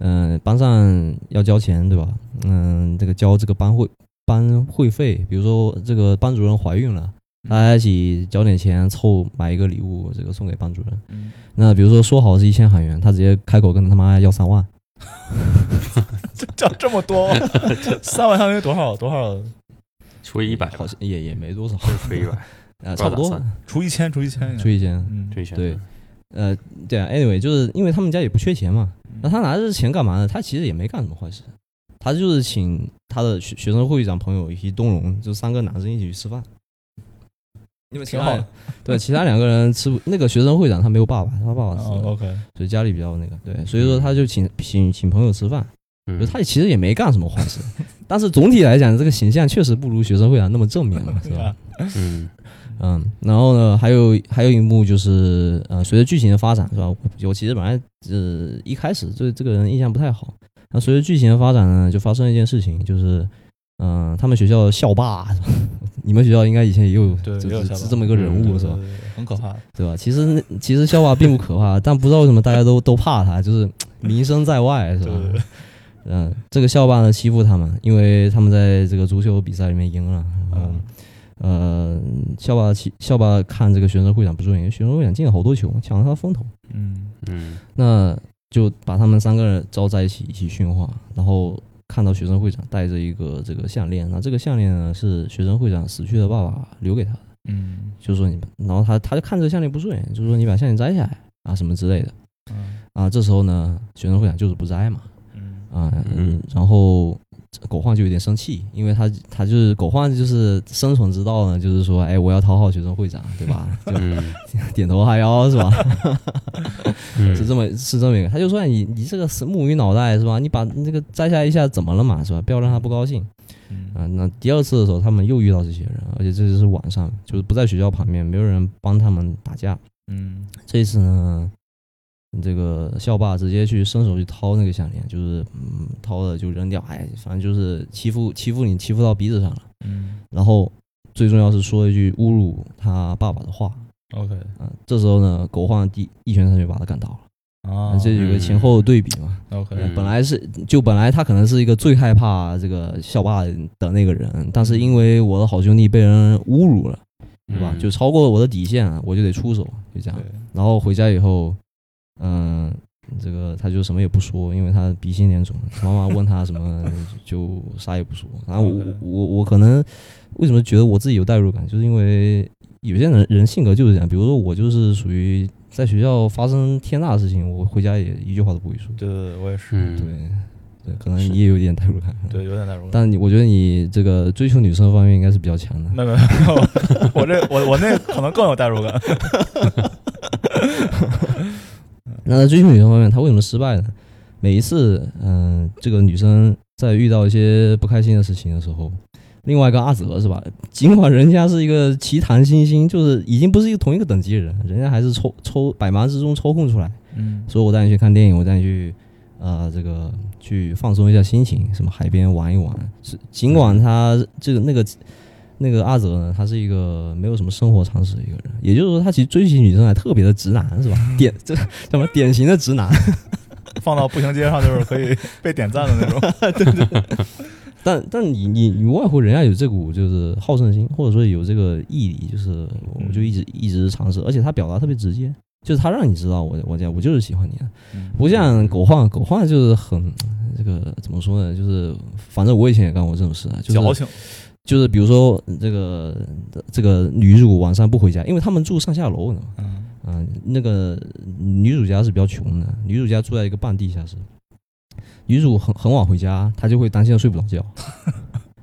[SPEAKER 3] 嗯，班上要交钱，对吧？嗯，这个交这个班会班会费，比如说这个班主任怀孕了，
[SPEAKER 2] 嗯
[SPEAKER 3] 大家一起交点钱凑买一个礼物，这个送给班主任。
[SPEAKER 1] 嗯
[SPEAKER 3] 那比如说说好是一千韩元，他直接开口跟他妈要三万，
[SPEAKER 1] 这这这么
[SPEAKER 3] [LAUGHS]
[SPEAKER 1] 多，三万相当于多少？多少？
[SPEAKER 2] 除以一百吧，
[SPEAKER 3] 好像也也没多少，
[SPEAKER 2] 除以一百，不知道
[SPEAKER 3] 呃，差不多
[SPEAKER 2] 咋算
[SPEAKER 1] 除一千，除一千。
[SPEAKER 3] 出一千。
[SPEAKER 1] 嗯，
[SPEAKER 2] 对一千
[SPEAKER 3] 对呃，对啊，anyway，就是因为他们家也不缺钱嘛，
[SPEAKER 1] 嗯
[SPEAKER 3] 那他拿着这钱干嘛呢？他其实也没干什么坏事，他就是请他的学学生会长朋友以及东荣，就三个男生一起去吃饭。因为其
[SPEAKER 1] 挺
[SPEAKER 3] 他
[SPEAKER 1] 好
[SPEAKER 3] 人
[SPEAKER 1] 的。
[SPEAKER 3] 对其他两个人吃不那个学生会长他没有爸爸，他爸爸死
[SPEAKER 1] 哦嗯
[SPEAKER 3] 了，
[SPEAKER 1] ，OK，
[SPEAKER 3] 所以家里比较那个对，所以说他就请请请朋友吃饭。
[SPEAKER 2] 嗯
[SPEAKER 3] 就他其实也没干什么坏事， [LAUGHS] 但是总体来讲，这个形象确实不如学生会长那么正面
[SPEAKER 1] [LAUGHS]
[SPEAKER 3] 嘛，是
[SPEAKER 1] 啊
[SPEAKER 3] 吧？
[SPEAKER 2] 嗯
[SPEAKER 3] 嗯，然后呢，还有还有一幕就是，呃，随着剧情的发展，是吧？我其实本来呃一开始对这个人印象不太好，那随着剧情的发展呢，就发生了一件事情，就是，嗯、他们学校的校霸，是吧 [LAUGHS] 你们学校应该以前也有
[SPEAKER 1] 对，
[SPEAKER 3] 就
[SPEAKER 1] 也有
[SPEAKER 3] 是
[SPEAKER 1] 下
[SPEAKER 3] 是
[SPEAKER 1] 巴
[SPEAKER 3] 这么一个人
[SPEAKER 1] 对
[SPEAKER 3] 物，
[SPEAKER 1] 对
[SPEAKER 3] 是吧？
[SPEAKER 1] 对对很可怕的。
[SPEAKER 3] 对吧？其实那其实校霸并不可怕，但不知道为什么大家都都怕他，就是名声在外，是
[SPEAKER 1] 对
[SPEAKER 3] 吧？
[SPEAKER 1] 对对，
[SPEAKER 3] 嗯，这个校霸呢欺负他们，因为他们在这个足球比赛里面赢了。嗯，呃，校霸欺校霸看这个学生会长不顺眼，学生会长进了好多球，抢了他的风头，
[SPEAKER 1] 嗯，
[SPEAKER 2] 嗯
[SPEAKER 3] 那就把他们三个人招在一起一起训话，然后看到学生会长戴着一个这个项链，那这个项链呢是学生会长死去的爸爸留给他的，
[SPEAKER 1] 嗯
[SPEAKER 3] 就说你们，然后他他就看这个项链不顺眼，就说你把项链摘下来啊什么之类的
[SPEAKER 1] 嗯
[SPEAKER 3] 啊，这时候呢学生会长就是不摘嘛。
[SPEAKER 1] 嗯
[SPEAKER 3] 啊，
[SPEAKER 2] 嗯
[SPEAKER 3] 嗯，然后狗焕就有点生气，因为他他就是狗焕就是生存之道呢，就是说，哎，我要讨好学生会长，对吧？就
[SPEAKER 2] 嗯
[SPEAKER 3] 点头哈腰是吧？
[SPEAKER 2] 嗯，
[SPEAKER 3] [LAUGHS] 是这么是这么一个，他就说你你这个是木鱼脑袋是吧？你把那个摘下来一下怎么了嘛是吧？不要让他不高兴
[SPEAKER 1] 嗯
[SPEAKER 3] 啊。那第二次的时候，他们又遇到这些人，而且这就是晚上，就是不在学校旁边，没有人帮他们打架。
[SPEAKER 1] 嗯
[SPEAKER 3] 这一次呢，这个校霸直接去伸手去掏那个项链，就是嗯掏了就扔掉，哎，反正就是欺负欺负你，欺负到鼻子上了。
[SPEAKER 1] 嗯
[SPEAKER 3] 然后最重要是说一句侮辱他爸爸的话
[SPEAKER 1] ，OK
[SPEAKER 3] 啊、这时候呢，狗焕第一拳上去把他干倒了，
[SPEAKER 1] 啊，
[SPEAKER 3] 这有个前后的对比嘛。
[SPEAKER 1] OK，
[SPEAKER 2] 哦嗯
[SPEAKER 3] 本来是就本来他可能是一个最害怕这个校霸的那个人，但是因为我的好兄弟被人侮辱了，对吧？
[SPEAKER 2] 嗯
[SPEAKER 3] 就超过我的底线了，我就得出手，就这样。
[SPEAKER 1] 对，
[SPEAKER 3] 然后回家以后，嗯、这个他就什么也不说，因为他鼻青脸肿。他妈妈问他什么， [LAUGHS] 就啥也不说。然后我
[SPEAKER 1] OK
[SPEAKER 3] 我我可能为什么觉得我自己有代入感，就是因为有些人人性格就是这样。比如说我就是属于在学校发生天大的事情，我回家也一句话都不会说。
[SPEAKER 1] 对对对，我也是，
[SPEAKER 3] 对
[SPEAKER 2] 嗯
[SPEAKER 3] 对，可能
[SPEAKER 2] 是嗯
[SPEAKER 3] 你也有点代入感。
[SPEAKER 1] 对，有点代入感。
[SPEAKER 3] 但你我觉得你这个追求女生方面应该是比较强的。
[SPEAKER 1] 没没，没我这我我那可能更有代入感。
[SPEAKER 3] 那在追求女生方面，他为什么失败呢？每一次，嗯、这个女生在遇到一些不开心的事情的时候，另外一个阿泽是吧？尽管人家是一个奇谈新星，就是已经不是一个同一个等级的人，人家还是抽抽百忙之中抽空出来，
[SPEAKER 1] 嗯
[SPEAKER 3] 说我带你去看电影，我带你去，呃，这个去放松一下心情，什么海边玩一玩。是尽管他这个那个那个阿泽呢，他是一个没有什么生活常识的一个人，也就是说，他其实追寻女生还特别的直男，是吧？典这什么典型的直男， [LAUGHS]
[SPEAKER 1] 放到步行街上就是可以被点赞的那种。
[SPEAKER 3] 但但你你你无外乎人家有这股就是好胜心，或者说有这个毅力，就是我就一直一直尝试，而且他表达特别直接，就是他让你知道我我这样我就是喜欢你啊，不像狗焕，狗焕就是很这个怎么说呢？就是反正我以前也干过这种事啊，就
[SPEAKER 1] 矫
[SPEAKER 3] 是
[SPEAKER 1] 情，
[SPEAKER 3] 就是比如说嗯这个这个女主晚上不回家，因为他们住上下楼呢，
[SPEAKER 1] 嗯
[SPEAKER 3] 嗯、那个女主家是比较穷的，女主家住在一个半地下室，女主很很晚回家，她就会担心睡不
[SPEAKER 1] [LAUGHS]
[SPEAKER 3] 着觉，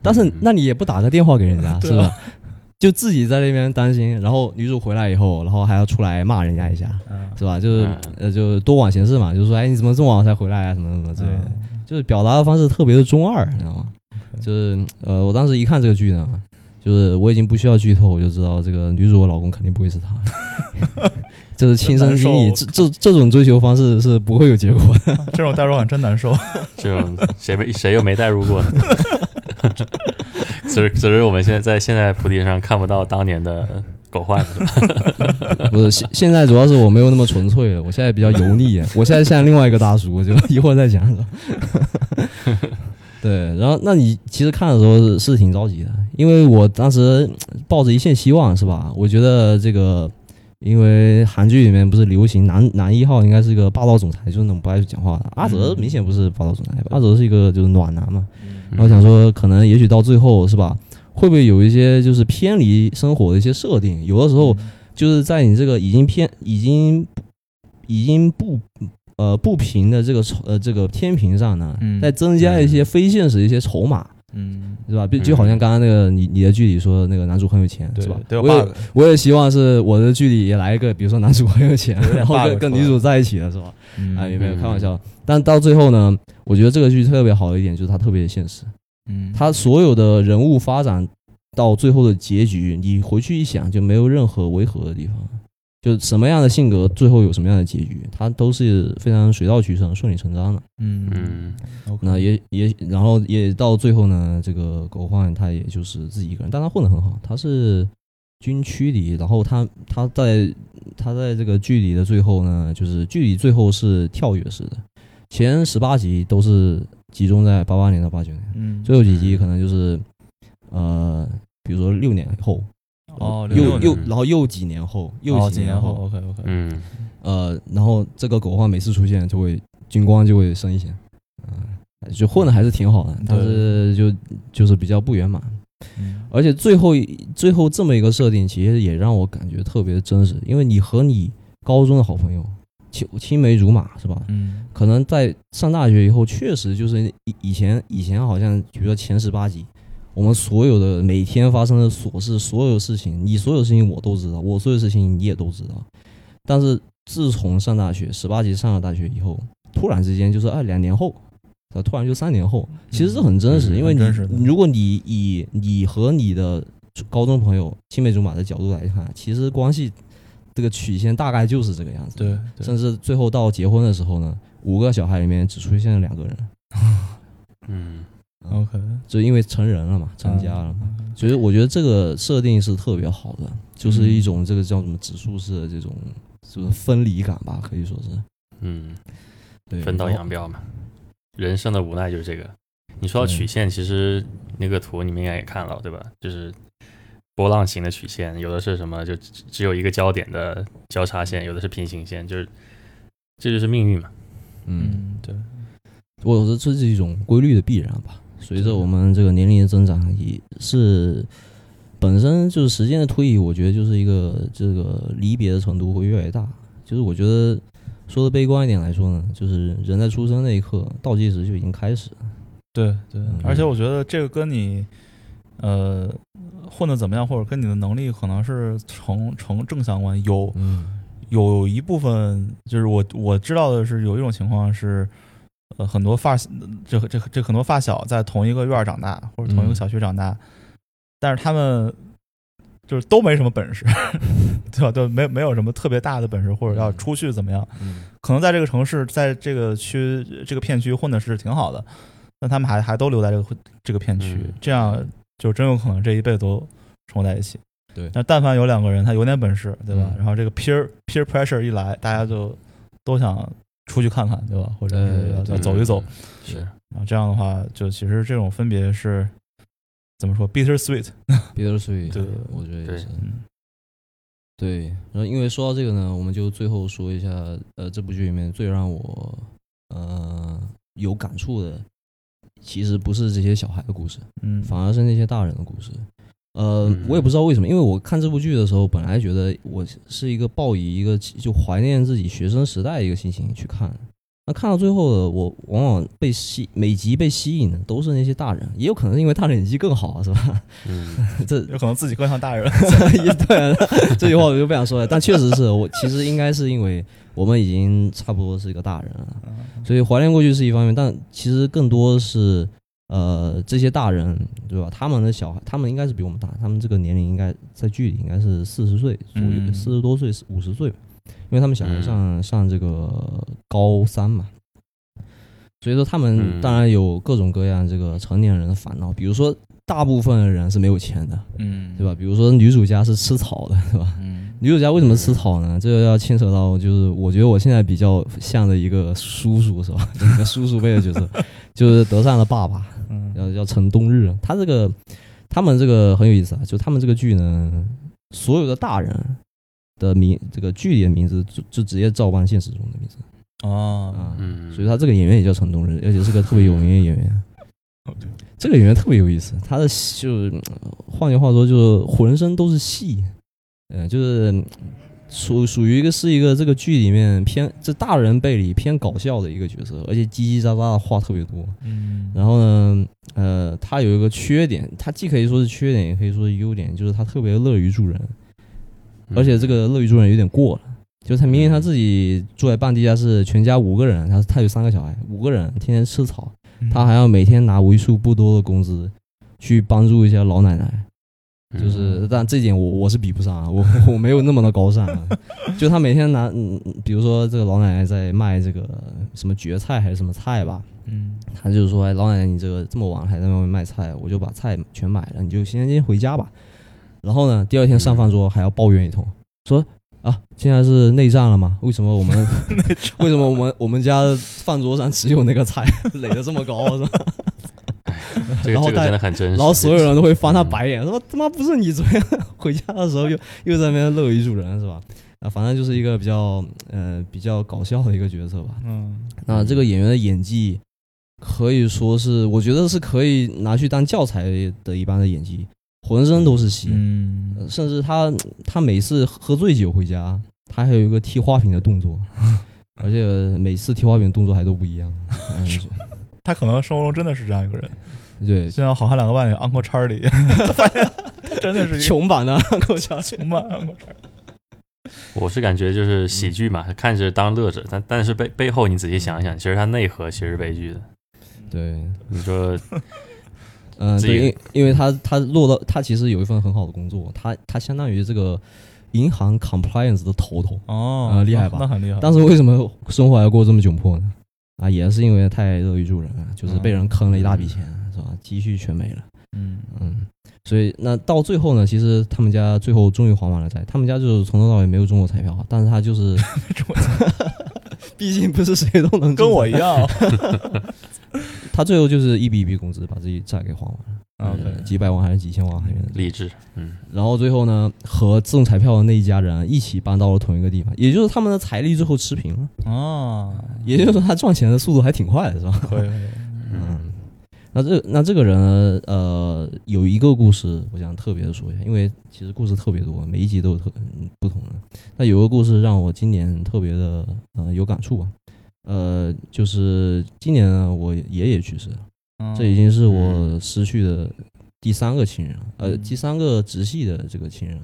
[SPEAKER 3] 但是那你也不打个电话给人家，
[SPEAKER 1] 对
[SPEAKER 3] 是
[SPEAKER 1] 啊
[SPEAKER 3] 吧？就自己在那边担心，然后女主回来以后，然后还要出来骂人家一下，
[SPEAKER 1] 嗯，
[SPEAKER 3] 是吧？就是
[SPEAKER 2] 嗯
[SPEAKER 3] 呃，就多管闲事嘛，就是说，哎，你怎么这么晚才回来啊？什么什么之类的，
[SPEAKER 1] 嗯
[SPEAKER 3] 就是表达的方式特别的中二，你知道吗？
[SPEAKER 1] OK
[SPEAKER 3] 就是呃，我当时一看这个剧呢，就是我已经不需要剧透，我就知道这个女主我老公肯定不会是她， [LAUGHS] 就是亲身经历，
[SPEAKER 1] 难
[SPEAKER 3] 这
[SPEAKER 1] 受
[SPEAKER 3] 这这种追求方式是不会有结果的。
[SPEAKER 1] 这种代入感真难受。
[SPEAKER 2] 这种谁没谁又没代入过呢？只是只是我们现在在现在菩提上看不到当年的狗焕，是吧
[SPEAKER 3] [LAUGHS] 不是，现现在主要是我没有那么纯粹了，我现在比较油腻，我现在像另外一个大叔，就 [LAUGHS] 一会儿再讲。是吧对，然后那你其实看的时候是是挺着急的，因为我当时嗯抱着一线希望是吧？我觉得这个，因为韩剧里面不是流行男男一号应该是一个霸道总裁，就是那种不爱讲话的。阿哲明显不是霸道总裁，阿哲是一个就是暖男嘛。然后想说，可能也许到最后是吧，会不会有一些就是偏离生活的一些设定？有的时候就是在你这个已经偏已经已经不呃不平的这个筹呃这个天平上呢，
[SPEAKER 1] 嗯
[SPEAKER 3] 再增加一些非现实的一些筹码，
[SPEAKER 1] 嗯，
[SPEAKER 3] 是吧？就就好像刚刚那个你你的剧里说那个男主很有钱，
[SPEAKER 1] 对
[SPEAKER 3] 是吧？
[SPEAKER 1] 得有
[SPEAKER 3] 我也
[SPEAKER 1] bug，
[SPEAKER 3] 我也希望是我的剧里也来一个，比如说男主很有
[SPEAKER 1] [LAUGHS]
[SPEAKER 3] 钱，
[SPEAKER 1] 有点
[SPEAKER 3] 然后
[SPEAKER 1] bug
[SPEAKER 3] 跟跟
[SPEAKER 1] 出来
[SPEAKER 3] 女主在一起了，是吧？
[SPEAKER 1] 嗯
[SPEAKER 3] 啊，也没有
[SPEAKER 2] 嗯
[SPEAKER 3] 开玩笑。但到最后呢，我觉得这个剧特别好的一点就是它特别现实，
[SPEAKER 1] 嗯，
[SPEAKER 3] 它所有的人物发展到最后的结局，你回去一想就没有任何违和的地方，就什么样的性格最后有什么样的结局，它都是非常水到渠成、顺理成章的。
[SPEAKER 1] 嗯嗯
[SPEAKER 2] 嗯，
[SPEAKER 1] ，OK，
[SPEAKER 3] 那也也，然后也到最后呢，这个狗焕他也就是自己一个人，但他混得很好，他是军区里，然后他他在他在这个剧里的最后呢，就是剧里最后是跳跃式的，前十八集都是集中在八八年到八九年，
[SPEAKER 1] 嗯，
[SPEAKER 3] 最后几集可能就是呃，比如说六年后，
[SPEAKER 1] 哦，
[SPEAKER 3] 又
[SPEAKER 1] 06
[SPEAKER 3] 又
[SPEAKER 1] 年
[SPEAKER 3] 然后又几年后，又
[SPEAKER 1] 哦
[SPEAKER 3] 几
[SPEAKER 1] 几
[SPEAKER 3] 年
[SPEAKER 1] 年
[SPEAKER 3] 后，
[SPEAKER 1] ，OK OK，
[SPEAKER 2] 嗯，
[SPEAKER 3] 呃，然后这个狗焕每次出现就会金光就会升一些，嗯、就混的还是挺好的，但是就就是比较不圆满。
[SPEAKER 1] 嗯
[SPEAKER 3] 而且最后一最后这么一个设定，其实也让我感觉特别真实，因为你和你高中的好朋友青青梅竹马是吧？
[SPEAKER 1] 嗯
[SPEAKER 3] 可能在上大学以后，确实就是以以前以前好像，比如说前十八集，我们所有的每天发生的琐事，所有事情，你所有事情我都知道，我所有事情你也都知道。但是自从上大学，十八集上了大学以后，突然之间就是哎两年后，啊突然就三年后，其实是很真实，
[SPEAKER 2] 嗯
[SPEAKER 3] 因为
[SPEAKER 1] 很
[SPEAKER 3] 你
[SPEAKER 1] 真实的
[SPEAKER 3] 你如果你以你和你的高中朋友青梅竹马的角度来看，其实关系这个曲线大概就是这个样子。
[SPEAKER 1] 对对，
[SPEAKER 3] 甚至最后到结婚的时候呢，五个小孩里面只出现了两个人，
[SPEAKER 2] 嗯，
[SPEAKER 1] ，OK，
[SPEAKER 3] 就因为成人了嘛，成家了嘛。所以我觉得这个设定是特别好的，就是一种这个叫什么指数式的这种就是分离感吧，可以说是
[SPEAKER 2] 嗯，
[SPEAKER 3] 对
[SPEAKER 2] 分道扬镳嘛。人生的无奈就是这个。你说到曲线，其实那个图你们应该也看了，对吧？就是波浪形的曲线，有的是什么就只只有一个交点的交叉线，有的是平行线，就是这就是命运嘛。
[SPEAKER 3] 嗯，
[SPEAKER 1] 嗯对，
[SPEAKER 3] 我觉得这是一种规律的必然吧。随着我们这个年龄的增长，也是本身就是时间的推移，我觉得就是一个这个离别的程度会越来越大。就是我觉得说的悲观一点来说呢，就是人在出生那一刻倒计时就已经开始了。
[SPEAKER 1] 对对
[SPEAKER 3] 嗯，
[SPEAKER 1] 而且我觉得这个跟你呃混的怎么样，或者跟你的能力可能是成成正相关。有
[SPEAKER 3] 嗯
[SPEAKER 1] 有一部分就是我我知道的是有一种情况是，呃，很多发这这这很多发小在同一个院儿长大，或者同一个
[SPEAKER 3] 嗯
[SPEAKER 1] 小区长大，但是他们就是都没什么本事， [LAUGHS] 对吧？对，没没有什么特别大的本事，或者要出去怎么样。
[SPEAKER 3] 嗯
[SPEAKER 1] 可能在这个城市，在这个区、这个片区混的是挺好的，但他们还还都留在这个这个片区
[SPEAKER 2] 嗯，
[SPEAKER 1] 这样就真有可能这一辈子都生活在一起。
[SPEAKER 3] 对
[SPEAKER 1] 那但凡有两个人他有点本事，对吧？
[SPEAKER 3] 嗯
[SPEAKER 1] 然后这个 peer peer pressure 一来，大家就都想出去看看，对吧？或者是
[SPEAKER 3] 对
[SPEAKER 1] 要
[SPEAKER 3] 哎对
[SPEAKER 1] 要走一走。
[SPEAKER 2] 是，
[SPEAKER 1] 然后这样的话，就其实这种分别是怎么说，bitter sweet。
[SPEAKER 3] ，bittersweet，
[SPEAKER 1] 对
[SPEAKER 3] 我觉得也
[SPEAKER 2] 对
[SPEAKER 3] 是。
[SPEAKER 1] 嗯
[SPEAKER 3] 对，然后因为说到这个呢，我们就最后说一下，呃，这部剧里面最让我呃有感触的，其实不是这些小孩的故事，
[SPEAKER 1] 嗯，
[SPEAKER 3] 反而是那些大人的故事。呃
[SPEAKER 2] 嗯，
[SPEAKER 3] 我也不知道为什么，因为我看这部剧的时候，本来觉得我是一个抱以一个就怀念自己学生时代的一个心情去看，那看到最后的我，往往被吸每集被吸引的都是那些大人，也有可能是因为大人演技更好，啊是吧？ [LAUGHS]
[SPEAKER 2] 嗯，
[SPEAKER 3] 这
[SPEAKER 1] 有可能自己更像大人。
[SPEAKER 3] 也对， [LAUGHS] 这句话我就不想说了。但确实是我，其实应该是因为我们已经差不多是一个大人了，所以怀念过去是一方面，但其实更多是呃这些大人对吧？他们的小孩，他们应该是比我们大，他们这个年龄应该在剧里应该是四十岁左右，
[SPEAKER 1] 嗯
[SPEAKER 3] 四十、多岁五十岁吧，因为他们小孩
[SPEAKER 2] 嗯
[SPEAKER 3] 上、上这个高三嘛。所以说，他们
[SPEAKER 2] 嗯
[SPEAKER 3] 当然有各种各样这个成年人的烦恼，比如说，大部分人是没有钱的，
[SPEAKER 1] 嗯
[SPEAKER 3] 对吧？？比如说女主家是吃草的，对吧？
[SPEAKER 1] 嗯
[SPEAKER 3] 女主家为什么吃草呢？这个要牵扯到，就是我觉得我现在比较像的一个叔叔，是吧？一个叔叔辈的角色， [LAUGHS] 就是德善的爸爸，
[SPEAKER 1] 嗯
[SPEAKER 3] 叫叫陈冬日。他这个，他们这个很有意思啊，就他们这个剧呢，所有的大人的名，这个剧里的名字就就直接照搬现实中的名字
[SPEAKER 1] 哦
[SPEAKER 3] 啊。
[SPEAKER 2] 嗯
[SPEAKER 3] 所以他这个演员也叫陈冬日，而且是个特别有名的演员。这个演员特别有意思，他的戏就是，嗯换句话说就是浑身都是戏，嗯、就是嗯属呃属于一个是一个这个剧里面偏这大人辈里偏搞笑的一个角色，而且叽叽喳喳的话特别多。
[SPEAKER 1] 嗯，
[SPEAKER 3] 然后呢，呃，他有一个缺点，他既可以说是缺点，也可以说是优点，就是他特别乐于助人，而且这个乐于助人有点过了。就是他明明他自己住在半地下室，全家五个人，他他有三个小孩，五个人天天吃草，他还要每天拿为数不多的工资去帮助一下老奶奶。
[SPEAKER 2] 嗯
[SPEAKER 3] 就是，但这点我我是比不上啊，我我没有那么的高尚啊。就他每天拿，嗯，比如说这个老奶奶在卖这个什么蕨菜还是什么菜吧，
[SPEAKER 1] 嗯
[SPEAKER 3] 他就说：“哎，老奶奶，你这个这么晚了还在外面卖菜，我就把菜全买了，你就先先回家吧。”然后呢，第二天上饭桌还要抱怨一通，说：“啊，现在是内战了吗？为什么我们 [LAUGHS] 为什么我们我们家饭桌上只有那个菜 [LAUGHS] 垒得这么高？”啊是吧？
[SPEAKER 2] 这个
[SPEAKER 3] 然后
[SPEAKER 2] 这个
[SPEAKER 3] 大
[SPEAKER 2] 真嗯的很真实。
[SPEAKER 3] 然后所有人都会翻他白眼，说他妈不是你昨天回家的时候又 [LAUGHS] 又在那边乐于助人是吧？啊，反正就是一个比较呃比较搞笑的一个角色吧。
[SPEAKER 1] 嗯
[SPEAKER 3] 那这个演员的演技可以说是，我觉得是可以拿去当教材的一般的演技，浑身都是戏，
[SPEAKER 1] 嗯
[SPEAKER 3] 呃甚至他他每次喝醉酒回家，他还有一个踢花瓶的动作，而且每次踢花瓶动作还都不一样。嗯
[SPEAKER 1] 他可能生活中真的是这样一个人，
[SPEAKER 3] 对
[SPEAKER 1] 就，像《好汉两个半》里 Uncle Charlie，发现他真的是一
[SPEAKER 3] [LAUGHS] 穷版的够呛。
[SPEAKER 1] 个穷版 Uncle Charlie。
[SPEAKER 2] 我是感觉就是
[SPEAKER 3] 嗯
[SPEAKER 2] 喜剧嘛，看着当乐子，但但是背背后你仔细想一想，其实它内核其实是悲剧的。
[SPEAKER 3] 对，
[SPEAKER 2] 你说，
[SPEAKER 3] 嗯，
[SPEAKER 2] 自己
[SPEAKER 3] 对，因因为他他落到他其实有一份很好的工作，他他相当于这个银行 compliance 的头头。
[SPEAKER 1] 哦
[SPEAKER 3] 啊厉害吧
[SPEAKER 1] 那很厉害。
[SPEAKER 3] 当时为什么生活要过这么窘迫呢？啊，也是因为太乐于助人了，就是被人坑了一大笔钱，是吧？积蓄全没了，
[SPEAKER 1] 嗯
[SPEAKER 3] 嗯。所以那到最后呢，其实他们家最后终于还完了债。他们家就是从头到尾没有中过彩票，但是他就是
[SPEAKER 1] 中过，
[SPEAKER 3] [LAUGHS] 毕竟不是谁都能中
[SPEAKER 1] 跟我一。样。
[SPEAKER 3] 他最后就是一笔一笔工资把自己债给还完了，
[SPEAKER 1] 啊，
[SPEAKER 3] 呃
[SPEAKER 1] 对，
[SPEAKER 3] 几百万还是几千万韩元的
[SPEAKER 2] 励志，嗯，
[SPEAKER 3] 然后最后呢，和中彩票的那一家人一起搬到了同一个地方，也就是他们的财力最后持平了。
[SPEAKER 1] 啊，
[SPEAKER 3] 也就是说，他赚钱的速度还挺快的，是吧？
[SPEAKER 1] 可以
[SPEAKER 3] [LAUGHS]
[SPEAKER 1] 可以。
[SPEAKER 3] 嗯。那这那这个人呢，呃，有一个故事，我想特别的说一下，因为其实故事特别多，每一集都有特嗯不同的。那有个故事让我今年特别的呃有感触吧，呃，就是今年呢，我爷爷去世了，
[SPEAKER 1] 嗯
[SPEAKER 3] 这已经是我失去的第三个亲人了，呃，
[SPEAKER 1] 嗯
[SPEAKER 3] 第三个直系的这个亲人了。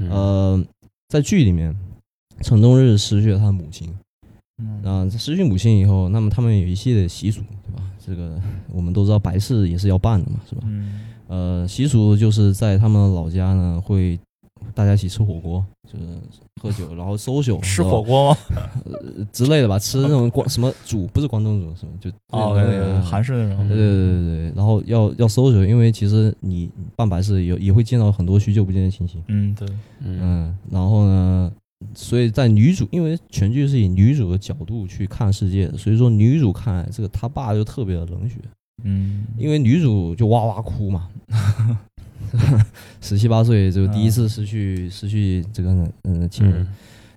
[SPEAKER 2] 嗯
[SPEAKER 3] 呃，在剧里面，陈冬日失去了他的母亲，
[SPEAKER 1] 嗯
[SPEAKER 3] 啊、失去母亲以后，那么他们有一系列习俗，对吧？这个我们都知道，白事也是要办的嘛，是吧？
[SPEAKER 1] 嗯
[SPEAKER 3] 呃，习俗就是在他们老家呢，会大家一起吃火锅，就是喝酒，然后 social
[SPEAKER 1] 吃火锅
[SPEAKER 3] [LAUGHS]
[SPEAKER 1] 吗？
[SPEAKER 3] 锅之类的吧，吃那种广什么煮，不是关东煮，什么就
[SPEAKER 1] 哦，对对对，韩式那
[SPEAKER 3] 对
[SPEAKER 1] 种。
[SPEAKER 3] 对对对对，然后要要 social，因为其实你办白事也也会见到很多许久不见的亲戚，
[SPEAKER 1] 嗯，对，
[SPEAKER 2] 嗯
[SPEAKER 3] 嗯，然后呢，所以在女主，因为全剧是以女主的角度去看世界的，所以说女主看来这个她爸就特别的冷血，
[SPEAKER 1] 嗯，
[SPEAKER 3] 因为女主就哇哇哭嘛， [LAUGHS] 十七八岁就第一次失去、失去这个嗯、呃、亲人，
[SPEAKER 2] 嗯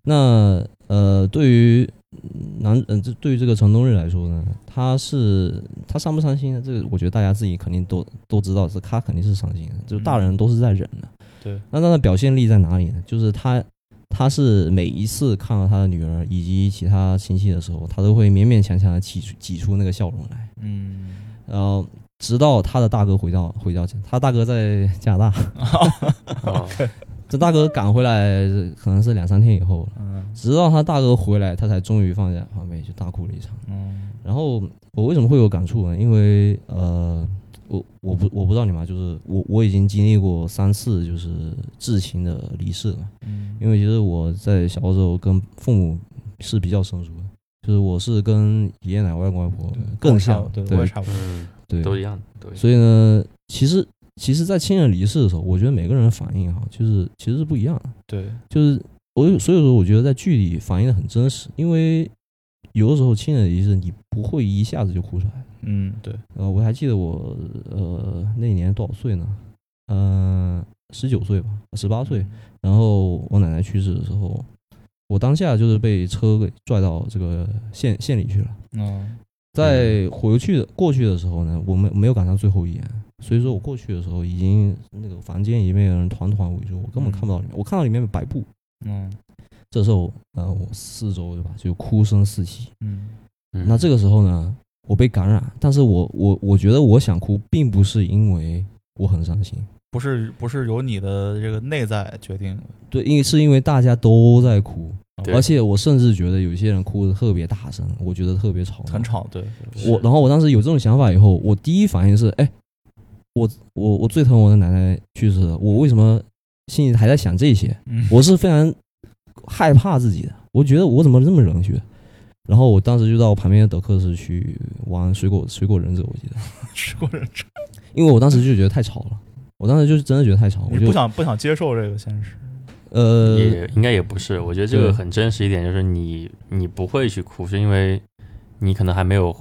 [SPEAKER 3] 那呃，对于男嗯，这、对于这个陈冬日来说呢，他是他伤不伤心呢？这个我觉得大家自己肯定都都知道，是他肯定是伤心的，就是大
[SPEAKER 2] 嗯
[SPEAKER 3] 人都是在忍的。
[SPEAKER 1] 对，
[SPEAKER 3] 那他的表现力在哪里呢？就是他他是每一次看到他的女儿以及其他亲戚的时候，他都会勉勉强强的挤出挤出那个笑容来，
[SPEAKER 1] 嗯，
[SPEAKER 3] 然后直到他的大哥回到回到家，他大哥在加拿大， [LAUGHS]
[SPEAKER 2] 哦
[SPEAKER 3] 这大哥赶回来可能是两三天以后了。
[SPEAKER 1] 嗯
[SPEAKER 3] 直到他大哥回来，他才终于放下防备，就大哭了一场。
[SPEAKER 1] 嗯
[SPEAKER 3] 然后我为什么会有感触呢？因为呃，我我不我不知道你们啊，就是我我已经经历过三次就是至亲的离世了。
[SPEAKER 1] 嗯
[SPEAKER 3] 因为其实我在小的时候跟父母是比较生疏的，就是我是跟爷爷奶奶、外公外婆更像，
[SPEAKER 1] 对，我也
[SPEAKER 3] 对
[SPEAKER 1] 差不多。
[SPEAKER 2] 嗯，
[SPEAKER 3] 对，
[SPEAKER 2] 都一样，都一样。
[SPEAKER 3] 所以呢，其实其实，在亲人离世的时候，我觉得每个人的反应哈，就是其实是不一样的。
[SPEAKER 1] 对，
[SPEAKER 3] 就是我有所以说，我觉得在剧里反映的很真实，因为有的时候亲人离世，你不会一下子就哭出来。
[SPEAKER 1] 嗯对，
[SPEAKER 3] 呃，我还记得我呃那年多少岁呢？呃，十九岁吧，十八
[SPEAKER 1] 嗯
[SPEAKER 3] 岁。然后我奶奶去世的时候，我当下就是被车给拽到这个县县里去了。
[SPEAKER 1] 嗯
[SPEAKER 3] 在回去的过去的时候呢，我没没有赶上最后一眼，所以说我过去的时候已经那个房间已经被人团团围住，我根本看不到里面，我看到里面有白布，
[SPEAKER 1] 嗯
[SPEAKER 3] 这时候，呃，我四周对吧，就哭声四起。
[SPEAKER 1] 嗯
[SPEAKER 3] 那这个时候呢，我被感染，但是我我我觉得我想哭，并不是因为我很伤心，
[SPEAKER 1] 不是不是由你的这个内在决定的，
[SPEAKER 3] 对，因为是因为大家都在哭，
[SPEAKER 2] 对
[SPEAKER 3] 而且我甚至觉得有些人哭的特别大声，我觉得特别吵闹，
[SPEAKER 1] 很吵，对，
[SPEAKER 3] 我然后我当时有这种想法以后，我第一反应是，哎，我我我最疼我的奶奶去世了，我为什么心里还在想这些？
[SPEAKER 1] 嗯
[SPEAKER 3] 我是非常害怕自己的，我觉得我怎么这么冷血？然后我当时就到旁边的德克士去玩水果水果忍者，我记得，
[SPEAKER 1] 吃过人吃，
[SPEAKER 3] 因为我当时就觉得太吵了，我当时就是真的觉得太吵，我
[SPEAKER 1] 你
[SPEAKER 3] 就
[SPEAKER 1] 不想不想接受这个现实，
[SPEAKER 3] 呃
[SPEAKER 2] 也应该也不是，我觉得这个
[SPEAKER 3] 对
[SPEAKER 2] 很真实一点，就是你你不会去哭，是因为你可能还没有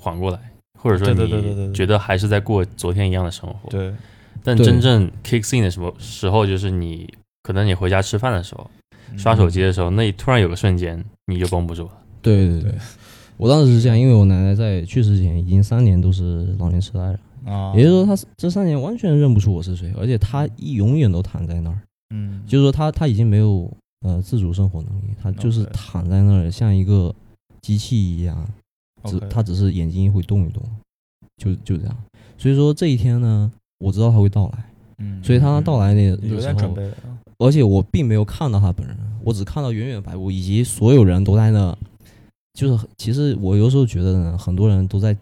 [SPEAKER 2] 缓过来，或者说
[SPEAKER 1] 对对对对对对
[SPEAKER 2] 你觉得还是在过昨天一样的生活。
[SPEAKER 1] 对，
[SPEAKER 2] 但
[SPEAKER 3] 对
[SPEAKER 2] 真正 kicks in 的什么时候，就是你可能你回家吃饭的时候，
[SPEAKER 1] 嗯
[SPEAKER 2] 刷手机的时候，那突然有个瞬间你就绷不住了。
[SPEAKER 3] 对对对
[SPEAKER 1] 对，
[SPEAKER 3] 我当时是这样，因为我奶奶在去世前已经三年都是老年痴呆了。
[SPEAKER 1] 啊，
[SPEAKER 3] 也就是说，他是这三年完全认不出我是谁，而且他一永远都躺在那儿，
[SPEAKER 1] 嗯，
[SPEAKER 3] 就是说他他已经没有呃自主生活能力，他就是
[SPEAKER 1] OK
[SPEAKER 3] 躺在那儿像一个机器一样，只
[SPEAKER 1] OK
[SPEAKER 3] 他只是眼睛会动一动，就就这样。所以说这一天呢，我知道他会到来，
[SPEAKER 1] 嗯
[SPEAKER 3] 所以他
[SPEAKER 1] 嗯
[SPEAKER 3] 到来那
[SPEAKER 1] 有
[SPEAKER 3] 那时
[SPEAKER 1] 点准
[SPEAKER 3] 候，
[SPEAKER 1] 备嗯了，
[SPEAKER 3] 而且我并没有看到他本人，我只看到远远的白布以及所有人都在那，就是其实我有时候觉得呢，很多人都在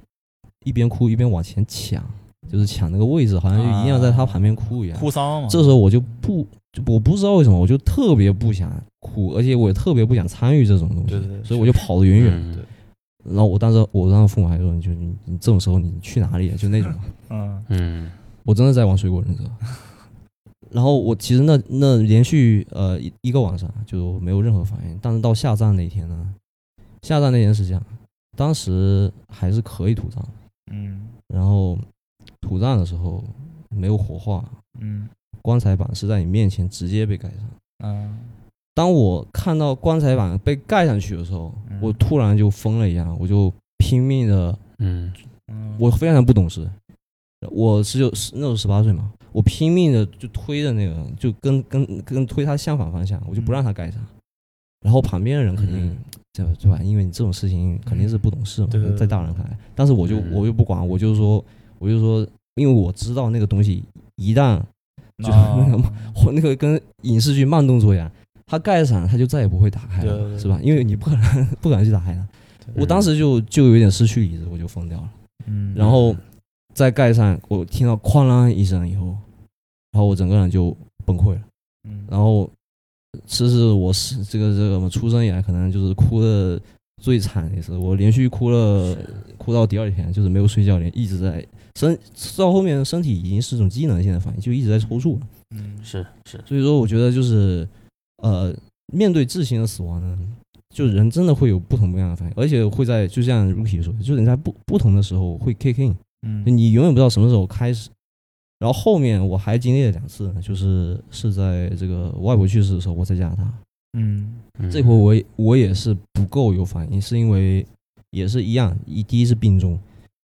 [SPEAKER 3] 一边哭一边往前抢，就是抢那个位置，好像就一定要在他旁边哭一样。
[SPEAKER 1] 啊哭丧嘛，
[SPEAKER 3] 这时候我就不，就我不知道为什么，我就特别不想哭，而且我也特别不想参与这种东西，
[SPEAKER 1] 对对对
[SPEAKER 3] 所以我就跑得远远。
[SPEAKER 2] 嗯
[SPEAKER 1] 对
[SPEAKER 3] 然后我当时，我当时父母还说，你就你你这种时候你去哪里啊？就那种。
[SPEAKER 1] 嗯
[SPEAKER 2] 嗯，
[SPEAKER 3] 我真的在玩水果忍者。 [LAUGHS] 然后我其实那那连续呃一一个晚上就没有任何反应，但是到下站那一天呢，下站那天是这样，当时还是可以土葬，
[SPEAKER 1] 嗯
[SPEAKER 3] 然后土葬的时候没有火化，
[SPEAKER 1] 嗯
[SPEAKER 3] 棺材板是在你面前直接被盖上。
[SPEAKER 1] 嗯，
[SPEAKER 3] 当我看到棺材板被盖上去的时候
[SPEAKER 1] 嗯，
[SPEAKER 3] 我突然就疯了一样，我就拼命的
[SPEAKER 2] 嗯，
[SPEAKER 1] 嗯
[SPEAKER 3] 我非常不懂事，我十九十那时候十八岁嘛，我拼命的就推着那个，就跟跟跟推他相反方向，我就
[SPEAKER 1] 嗯
[SPEAKER 3] 不让他盖上。然后旁边的人肯定
[SPEAKER 2] 嗯
[SPEAKER 3] 对吧对吧？因为你这种事情肯定是不懂事嘛
[SPEAKER 1] 嗯对对，对
[SPEAKER 3] 在大人看来。但是我就
[SPEAKER 2] 嗯
[SPEAKER 3] 我就不管，我就说我就说，因为我知道那个东西一旦就那个
[SPEAKER 1] 啊
[SPEAKER 3] 那个跟影视剧慢动作一样，它盖上它就再也不会打开
[SPEAKER 1] 对对
[SPEAKER 3] 了，
[SPEAKER 1] 对
[SPEAKER 3] 是吧？因为你不可能 [LAUGHS] 不可能去打开它。我当时就就有点失去理智，我就疯掉了。
[SPEAKER 1] 嗯，
[SPEAKER 3] 然后再盖上，我听到哐啷一声以后，然后我整个人就崩溃了。
[SPEAKER 1] 嗯
[SPEAKER 3] 然后这是我是这个这个我出生以来可能就是哭的最惨的一次，我连续哭了哭到第二天，就是没有睡觉，连一直在身到后面身体已经是一种机能性的反应，就一直在抽搐了。
[SPEAKER 1] 嗯
[SPEAKER 2] 是是，
[SPEAKER 3] 所以说，我觉得就是呃，面对自行的死亡呢。就人真的会有不同不一样的反应，而且会在就像 Rookie 说的，就是你在不不同的时候会 kick in，
[SPEAKER 1] 嗯
[SPEAKER 3] 就你永远不知道什么时候开始。然后后面我还经历了两次呢，就是是在这个我外婆去世的时候，我在加拿大，
[SPEAKER 1] 嗯
[SPEAKER 2] 嗯
[SPEAKER 3] 这回我也我也是不够有反应，是因为也是一样，一第一是病重，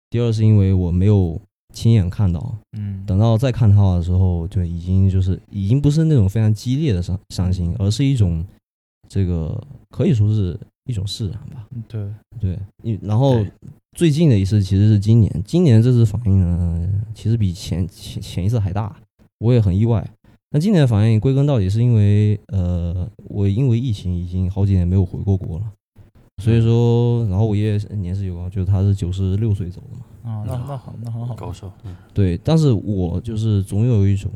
[SPEAKER 3] 第二是因为我没有亲眼看到，
[SPEAKER 1] 嗯
[SPEAKER 3] 等到再看到的时候，就已经就是已经不是那种非常激烈的伤伤心，而是一种这个可以说是一种释然吧。
[SPEAKER 1] 嗯对，
[SPEAKER 3] 对，你然后
[SPEAKER 2] 对
[SPEAKER 3] 最近的一次其实是今年，今年这次反应呢，其实比前前前一次还大，我也很意外。那今年的反应归根到底是因为，呃，我因为疫情已经好几年没有回过国了，所以说，然后我爷爷年事有高，就是他是九十六岁走的嘛，
[SPEAKER 1] 啊，那那好，那很好，
[SPEAKER 2] 高手，嗯
[SPEAKER 3] 对，但是我就是总有一种，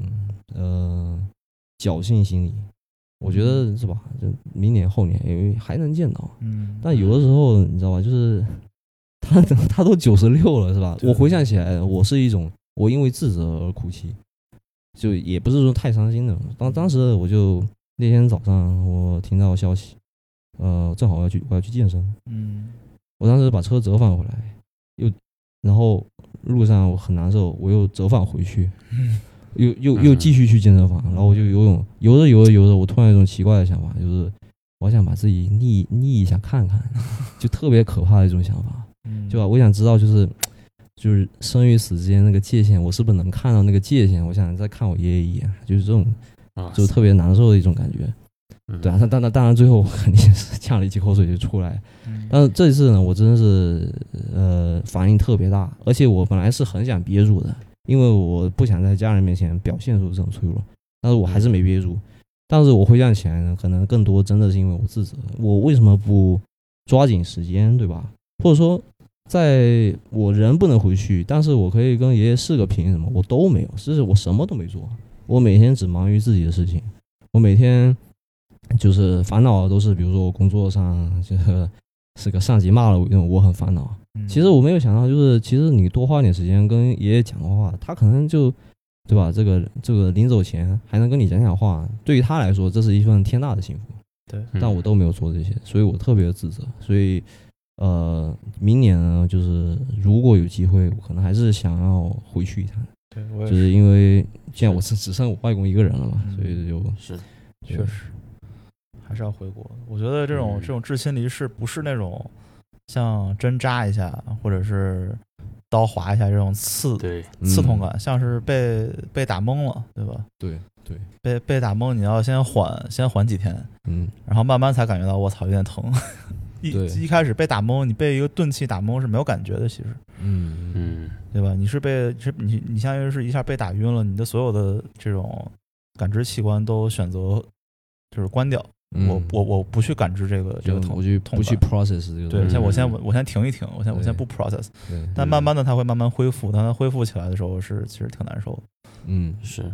[SPEAKER 3] 呃，侥幸心理，我觉得是吧？就明年后年因为还能见到，
[SPEAKER 1] 嗯，
[SPEAKER 3] 但有的时候你知道吧，就是他 [LAUGHS] 他都九十六了是吧？
[SPEAKER 1] 对
[SPEAKER 3] 我回想起来，我是一种我因为自责而哭泣，就也不是说太伤心的。当当时我就那天早上我听到消息，呃，正好我要去我要去健身，
[SPEAKER 1] 嗯
[SPEAKER 3] 我当时把车折返回来，又然后路上我很难受，我又折返回去，又又又
[SPEAKER 2] 嗯
[SPEAKER 3] 继续去健身房，然后我就游泳，游着游着游着，我突然有一种奇怪的想法，就是我想把自己逆逆一下看看，就特别可怕的一种想法，
[SPEAKER 1] 嗯，
[SPEAKER 3] 对吧？我想知道就是就是生与死之间那个界限，我是不是能看到嗯那个界限？我想再看我爷爷一眼，就是这种
[SPEAKER 2] 啊，
[SPEAKER 3] 就特别难受的一种感觉。
[SPEAKER 2] 嗯
[SPEAKER 3] 对啊，但但但当然最后我肯定是 [LAUGHS] 呛了一几口水就出来了。
[SPEAKER 1] 嗯
[SPEAKER 3] 但是这一次呢，我真的是呃反应特别大，而且我本来是很想憋住的，因为我不想在家人面前表现出这种脆弱，但是我还是没憋住。但是我会站起来呢，可能更多真的是因为我自责，我为什么不抓紧时间，对吧？或者说，在我人不能回去，但是我可以跟爷爷视个频什么，我都没有，就是我什么都没做，我每天只忙于自己的事情，我每天就是烦恼的都是，比如说我工作上就是是个上级骂了我一顿，我很烦恼。
[SPEAKER 1] 嗯
[SPEAKER 3] 其实我没有想到，就是其实你多花点时间跟爷爷讲个话，他可能就对吧？这个这个临走前还能跟你讲讲话，对于他来说，这是一份天大的幸福。
[SPEAKER 2] 嗯
[SPEAKER 3] 但我都没有做这些，所以我特别自责。所以，呃，明年呢，就是如果有机会，我可能还是想要回去一趟，
[SPEAKER 1] 对我也
[SPEAKER 3] 就是因为现在我是只剩我外公一个人了嘛，
[SPEAKER 1] 嗯
[SPEAKER 3] 所以就
[SPEAKER 2] 嗯
[SPEAKER 1] 确
[SPEAKER 3] 对
[SPEAKER 1] 实还是要回国的。我觉得这种、
[SPEAKER 2] 嗯
[SPEAKER 1] 这种至亲离世不是那种像针扎一下或者是刀划一下这种刺
[SPEAKER 2] 对，
[SPEAKER 1] 刺痛
[SPEAKER 3] 嗯
[SPEAKER 1] 感，像是被被打懵了，对吧？
[SPEAKER 3] 对对，
[SPEAKER 1] 被被打懵，你要先缓先缓几天，
[SPEAKER 3] 嗯，
[SPEAKER 1] 然后慢慢才感觉到我操有点疼。 [LAUGHS] 一
[SPEAKER 3] 对
[SPEAKER 1] 一开始被打懵，你被一个钝器打懵是没有感觉的，其实
[SPEAKER 3] 嗯，
[SPEAKER 2] 嗯，
[SPEAKER 1] 对吧？你是被是你你相当于是一下被打晕了，你的所有的这种感知器官都选择就是关掉，我
[SPEAKER 3] 嗯
[SPEAKER 1] 我我不去感知这个这
[SPEAKER 3] 就
[SPEAKER 1] 个痛
[SPEAKER 3] 不，去
[SPEAKER 1] 痛
[SPEAKER 3] 不去
[SPEAKER 1] 感
[SPEAKER 3] process 这个
[SPEAKER 1] 对，
[SPEAKER 3] 东西
[SPEAKER 1] 先我先
[SPEAKER 2] 嗯
[SPEAKER 1] 我我先停一停，我先我先不 process，
[SPEAKER 3] 对
[SPEAKER 1] 但慢慢的它会慢慢恢复，当它恢复起来的时候是其实挺难受的，
[SPEAKER 3] 嗯
[SPEAKER 2] 是，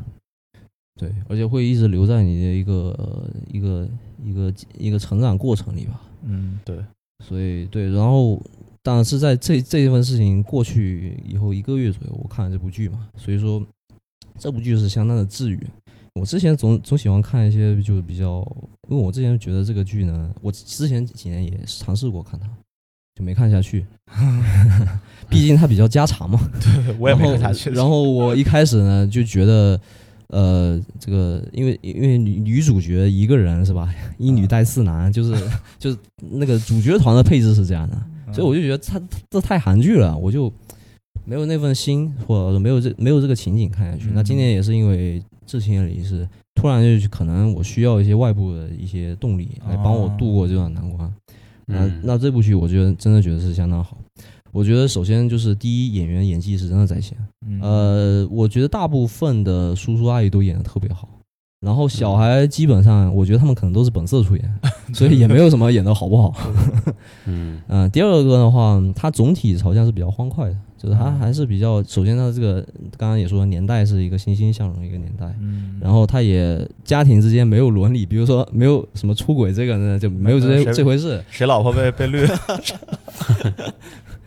[SPEAKER 3] 对，而且会一直留在你的一个、呃一个一个一个成长过程里吧。
[SPEAKER 1] 嗯，对， [LAUGHS]
[SPEAKER 3] 所以对，然后当然是在这这一份事情过去以后一个月左右，我看了这部剧嘛，所以说这部剧是相当的治愈。我之前总总喜欢看一些就是比较，因为我之前觉得这个剧呢，我之前几年也尝试过看它，就没看下去， [LAUGHS] 毕竟它比较家常嘛。
[SPEAKER 1] 我也没
[SPEAKER 3] 然后
[SPEAKER 1] 看下去，
[SPEAKER 3] 然后我一开始呢就觉得，呃，这个因为因为女女主角一个人是吧，一
[SPEAKER 1] 啊
[SPEAKER 3] 女带四男，就是就是那个主角团的配置是这样的，
[SPEAKER 1] 嗯
[SPEAKER 3] 所以我就觉得他这太韩剧了，我就没有那份心，或者说没有这没有这个情景看下去。
[SPEAKER 1] 嗯
[SPEAKER 3] 那今年也是因为至亲的离世，突然就可能我需要一些外部的一些动力来帮我
[SPEAKER 1] 哦
[SPEAKER 3] 度过这段难关。那
[SPEAKER 2] 嗯
[SPEAKER 3] 那这部剧，我觉得真的觉得是相当好。我觉得首先就是第一，演员演技是真的在线。
[SPEAKER 1] 嗯
[SPEAKER 3] 呃，我觉得大部分的叔叔阿姨都演的特别好，然后小孩基本上，我觉得他们可能都是本色出 [LAUGHS] 演，所以也没有什么演的好不好。
[SPEAKER 2] 嗯
[SPEAKER 3] 嗯、第二个的话，它总体好像是比较欢快的，就是它
[SPEAKER 1] 嗯
[SPEAKER 3] 还是比较，首先它这个刚刚也说年代是一个欣欣向荣的一个年代。
[SPEAKER 1] 嗯，
[SPEAKER 3] 然后它也家庭之间没有伦理，比如说没有什么出轨这个呢，就没有这
[SPEAKER 1] 谁
[SPEAKER 3] 这回事。
[SPEAKER 1] 谁老婆被被绿，
[SPEAKER 3] [LAUGHS]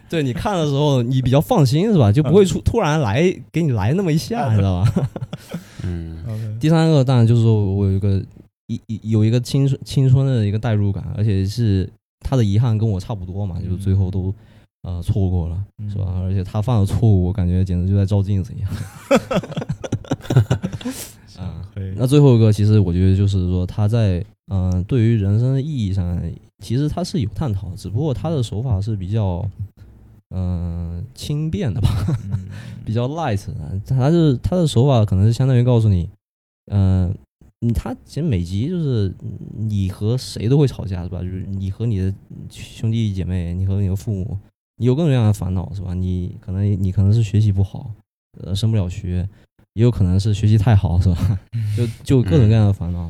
[SPEAKER 3] 对你看的时候，你比较放心是吧？就不会出突然来给你来那么一 [LAUGHS] 下，你知道吧？
[SPEAKER 2] 嗯
[SPEAKER 3] 第三个当然就是说我有一个一一有一个青春青春的一个代入感，而且是他的遗憾跟我差不多嘛，就是最后都呃错过了，
[SPEAKER 1] 嗯
[SPEAKER 3] 是吧？而且他犯了错误，我感觉简直就在照镜子一样。啊， [LAUGHS]
[SPEAKER 1] 可以，
[SPEAKER 3] 那最后一个，其实我觉得就是说他在嗯、呃对于人生的意义上，其实他是有探讨，只不过他的手法是比较嗯、呃轻便的吧。
[SPEAKER 1] 嗯
[SPEAKER 3] [LAUGHS] 比较 light 的，他是他的手法可能是相当于告诉你，嗯、你他其实每集就是你和谁都会吵架是吧？就是你和你的兄弟姐妹，你和你的父母，你有各种各样的烦恼是吧？你可能你可能是学习不好，呃，升不了学，也有可能是学习太好是吧？ [LAUGHS] 就就各种各样的烦恼，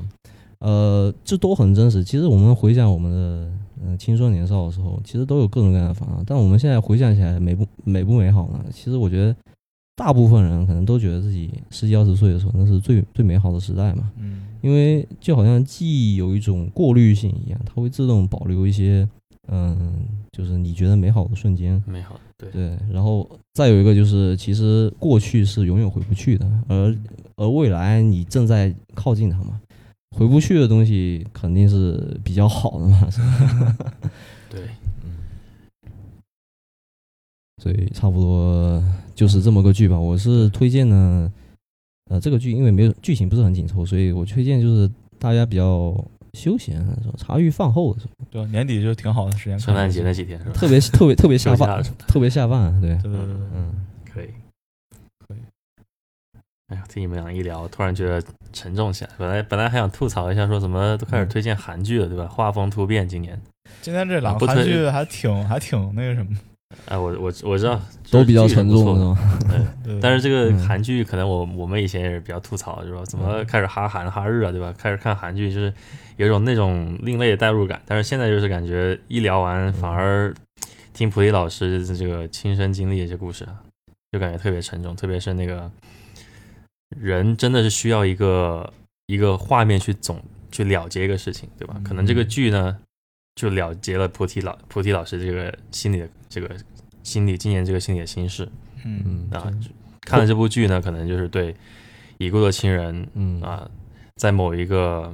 [SPEAKER 3] 呃，这都很真实。其实我们回想我们的。嗯，青春年少的时候，其实都有各种各样的烦恼，但我们现在回想起来，美不美不美好呢？其实我觉得大部分人可能都觉得自己十几二十岁的时候，那是最最美好的时代嘛。
[SPEAKER 1] 嗯
[SPEAKER 3] 因为就好像记忆有一种过滤性一样，它会自动保留一些，嗯，就是你觉得美好的瞬间。
[SPEAKER 2] 美好，对，
[SPEAKER 3] 对，然后再有一个就是，其实过去是永远回不去的，而而未来你正在靠近它嘛，回不去的东西肯定是比较好的嘛，是 [LAUGHS] 吧？
[SPEAKER 2] 对，
[SPEAKER 3] 所以差不多就是这么个剧吧。我是推荐呢，呃，这个剧因为没有剧情不是很紧凑，所以我推荐就是大家比较休闲的时候，茶余饭后的时候，
[SPEAKER 1] 对，年底就挺好的时间，
[SPEAKER 2] 圣诞节那几天是吧？
[SPEAKER 3] 特别特别特别下
[SPEAKER 2] [LAUGHS] 休假
[SPEAKER 3] 饭
[SPEAKER 2] 的时，候
[SPEAKER 3] 嗯特别下饭，对，
[SPEAKER 1] 对对对对，
[SPEAKER 3] 嗯，
[SPEAKER 2] 可以，
[SPEAKER 1] 可以。
[SPEAKER 2] 哎呀，听你们俩一聊，突然觉得沉重起来。本来本来还想吐槽一下，说怎么都开
[SPEAKER 3] 嗯
[SPEAKER 2] 始推荐韩剧了，对吧？画风突变，今年。
[SPEAKER 1] 今天这
[SPEAKER 2] 啊
[SPEAKER 1] 两
[SPEAKER 2] 不
[SPEAKER 1] 个韩
[SPEAKER 2] 推
[SPEAKER 1] 剧还挺还挺那个什么，
[SPEAKER 2] 哎，我我我知道，
[SPEAKER 3] 都比较沉
[SPEAKER 2] 就是剧
[SPEAKER 3] 重
[SPEAKER 2] 不
[SPEAKER 3] 是
[SPEAKER 2] 错
[SPEAKER 3] 吗？
[SPEAKER 1] 对
[SPEAKER 2] 但是这个
[SPEAKER 3] 嗯
[SPEAKER 2] 韩剧可能我我们以前也是比较吐槽，就是说怎么开始哈韩哈日啊，对吧？开始看韩剧就是有一种那种另类的代入感，但是现在就是感觉一聊完反而听菩提老师这个亲身经历的一些故事啊，就感觉特别沉重，特别是那个人真的是需要一个一个画面去总去了结一个事情，对吧？可能这个剧呢就了结了菩提老菩提老师这个心里的这个心里今年这个心里的心事。
[SPEAKER 1] 嗯，
[SPEAKER 3] 嗯
[SPEAKER 2] 啊，就看了这部剧呢，可能就是对已故的亲人
[SPEAKER 3] 嗯
[SPEAKER 2] 啊，在某一个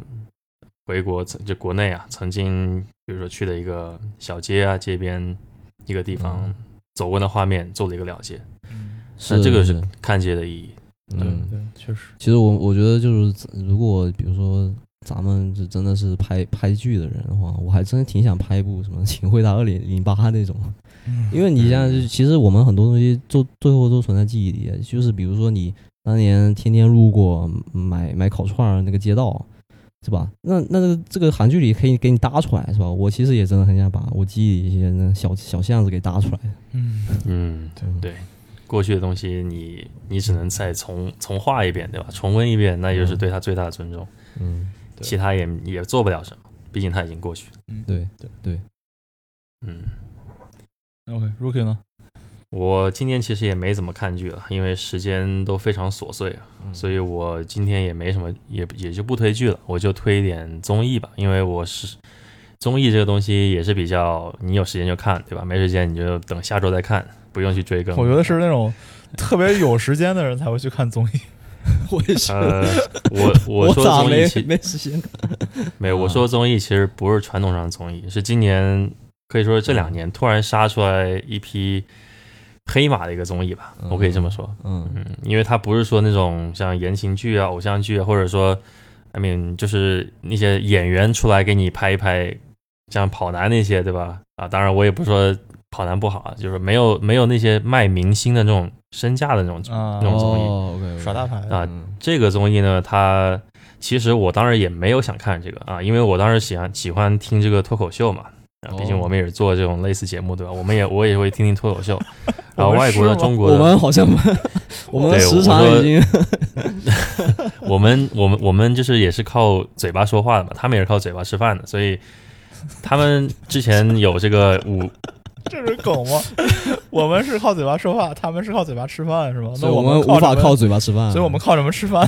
[SPEAKER 2] 回国曾就国内啊，曾经比如说去的一个小街啊、街边一个地方
[SPEAKER 3] 嗯
[SPEAKER 2] 走过的画面做了一个了结，
[SPEAKER 1] 嗯
[SPEAKER 2] 那
[SPEAKER 3] 是
[SPEAKER 2] 这个
[SPEAKER 3] 是
[SPEAKER 2] 是看街的意义。
[SPEAKER 1] 对
[SPEAKER 3] 嗯。
[SPEAKER 1] 对，确实，
[SPEAKER 3] 其实我我觉得就是，如果比如说咱们是真的是拍拍剧的人的话，我还真挺想拍一部什么《请回答二零零八》那种，啊因为你像其实我们很多东西都最后都存在记忆里，就是比如说你当年天天路过买买烤串儿那个街道，是吧？那那这个这个韩剧里可以给你搭出来，是吧？我其实也真的很想把我记忆里一些那小小巷子给搭出来。
[SPEAKER 1] 嗯，
[SPEAKER 2] 嗯，对。过去的东西你，你只能再重重画一遍，对吧？重温一遍，那就是对他最大的尊重。
[SPEAKER 3] 嗯，
[SPEAKER 1] 对
[SPEAKER 2] 其他也也做不了什么，毕竟他已经过去了。
[SPEAKER 3] 对
[SPEAKER 1] 对
[SPEAKER 2] [LAUGHS]
[SPEAKER 3] 对，
[SPEAKER 2] 嗯，
[SPEAKER 1] OK，Rookie 呢？
[SPEAKER 2] 我今天其实也没怎么看剧了，因为时间都非常琐碎啊，
[SPEAKER 3] 嗯
[SPEAKER 2] 所以我今天也没什么，也也就不推剧了，我就推一点综艺吧，因为我是综艺这个东西也是比较，你有时间就看，对吧？没时间你就等下周再看，不用去追更。
[SPEAKER 1] 我觉得是那种特别有时间的人才会去看综艺，
[SPEAKER 3] 我也是
[SPEAKER 2] 呃，
[SPEAKER 3] [LAUGHS]
[SPEAKER 2] 我我说
[SPEAKER 3] 咋
[SPEAKER 2] 综
[SPEAKER 3] 没
[SPEAKER 2] 艺其
[SPEAKER 3] 没嗯时间看？
[SPEAKER 2] 没有，我说综艺其实不是传统上的综艺，是今年可以说是这两年突然杀出来一批黑马的一个综艺吧，我可以这么说。
[SPEAKER 3] 嗯
[SPEAKER 2] 嗯，因为它不是说那种像言情剧啊、偶像剧啊，或者说，I mean，就是那些演员出来给你拍一拍，像跑男那些，对吧？啊，当然我也不是说跑男不好啊，就是没有没有那些卖明星的那种身价的那种。
[SPEAKER 1] 啊
[SPEAKER 2] 那种综艺
[SPEAKER 3] 哦，OK，
[SPEAKER 1] 耍大牌
[SPEAKER 2] 啊这个综艺呢，它其实我当时也没有想看这个啊，因为我当时喜欢喜欢听这个脱口秀嘛。啊，毕竟
[SPEAKER 3] 哦
[SPEAKER 2] 我们也是做这种类似节目，对吧？我们也我也会听听脱口秀，
[SPEAKER 1] [LAUGHS]
[SPEAKER 2] 然
[SPEAKER 1] 我
[SPEAKER 2] 后
[SPEAKER 1] 们
[SPEAKER 2] 啊外国的、
[SPEAKER 1] 是吗
[SPEAKER 2] 中国
[SPEAKER 3] 我
[SPEAKER 2] 的，
[SPEAKER 3] 们好像我们
[SPEAKER 2] 对
[SPEAKER 3] 时
[SPEAKER 2] 我
[SPEAKER 3] 长
[SPEAKER 2] 说
[SPEAKER 3] 已经
[SPEAKER 2] 我们我们我们就是也是靠嘴巴说话的嘛，他们也是靠嘴巴吃饭的，所以他们之前有这个五， [LAUGHS]
[SPEAKER 1] 这是梗吗？ [LAUGHS] 我们是靠嘴巴说话，他们是靠嘴巴吃饭，是吗？那
[SPEAKER 3] 所以我
[SPEAKER 1] 们
[SPEAKER 3] 们无法
[SPEAKER 1] 什么
[SPEAKER 3] 靠，嘴巴吃饭，
[SPEAKER 1] 所以我们靠什么吃饭？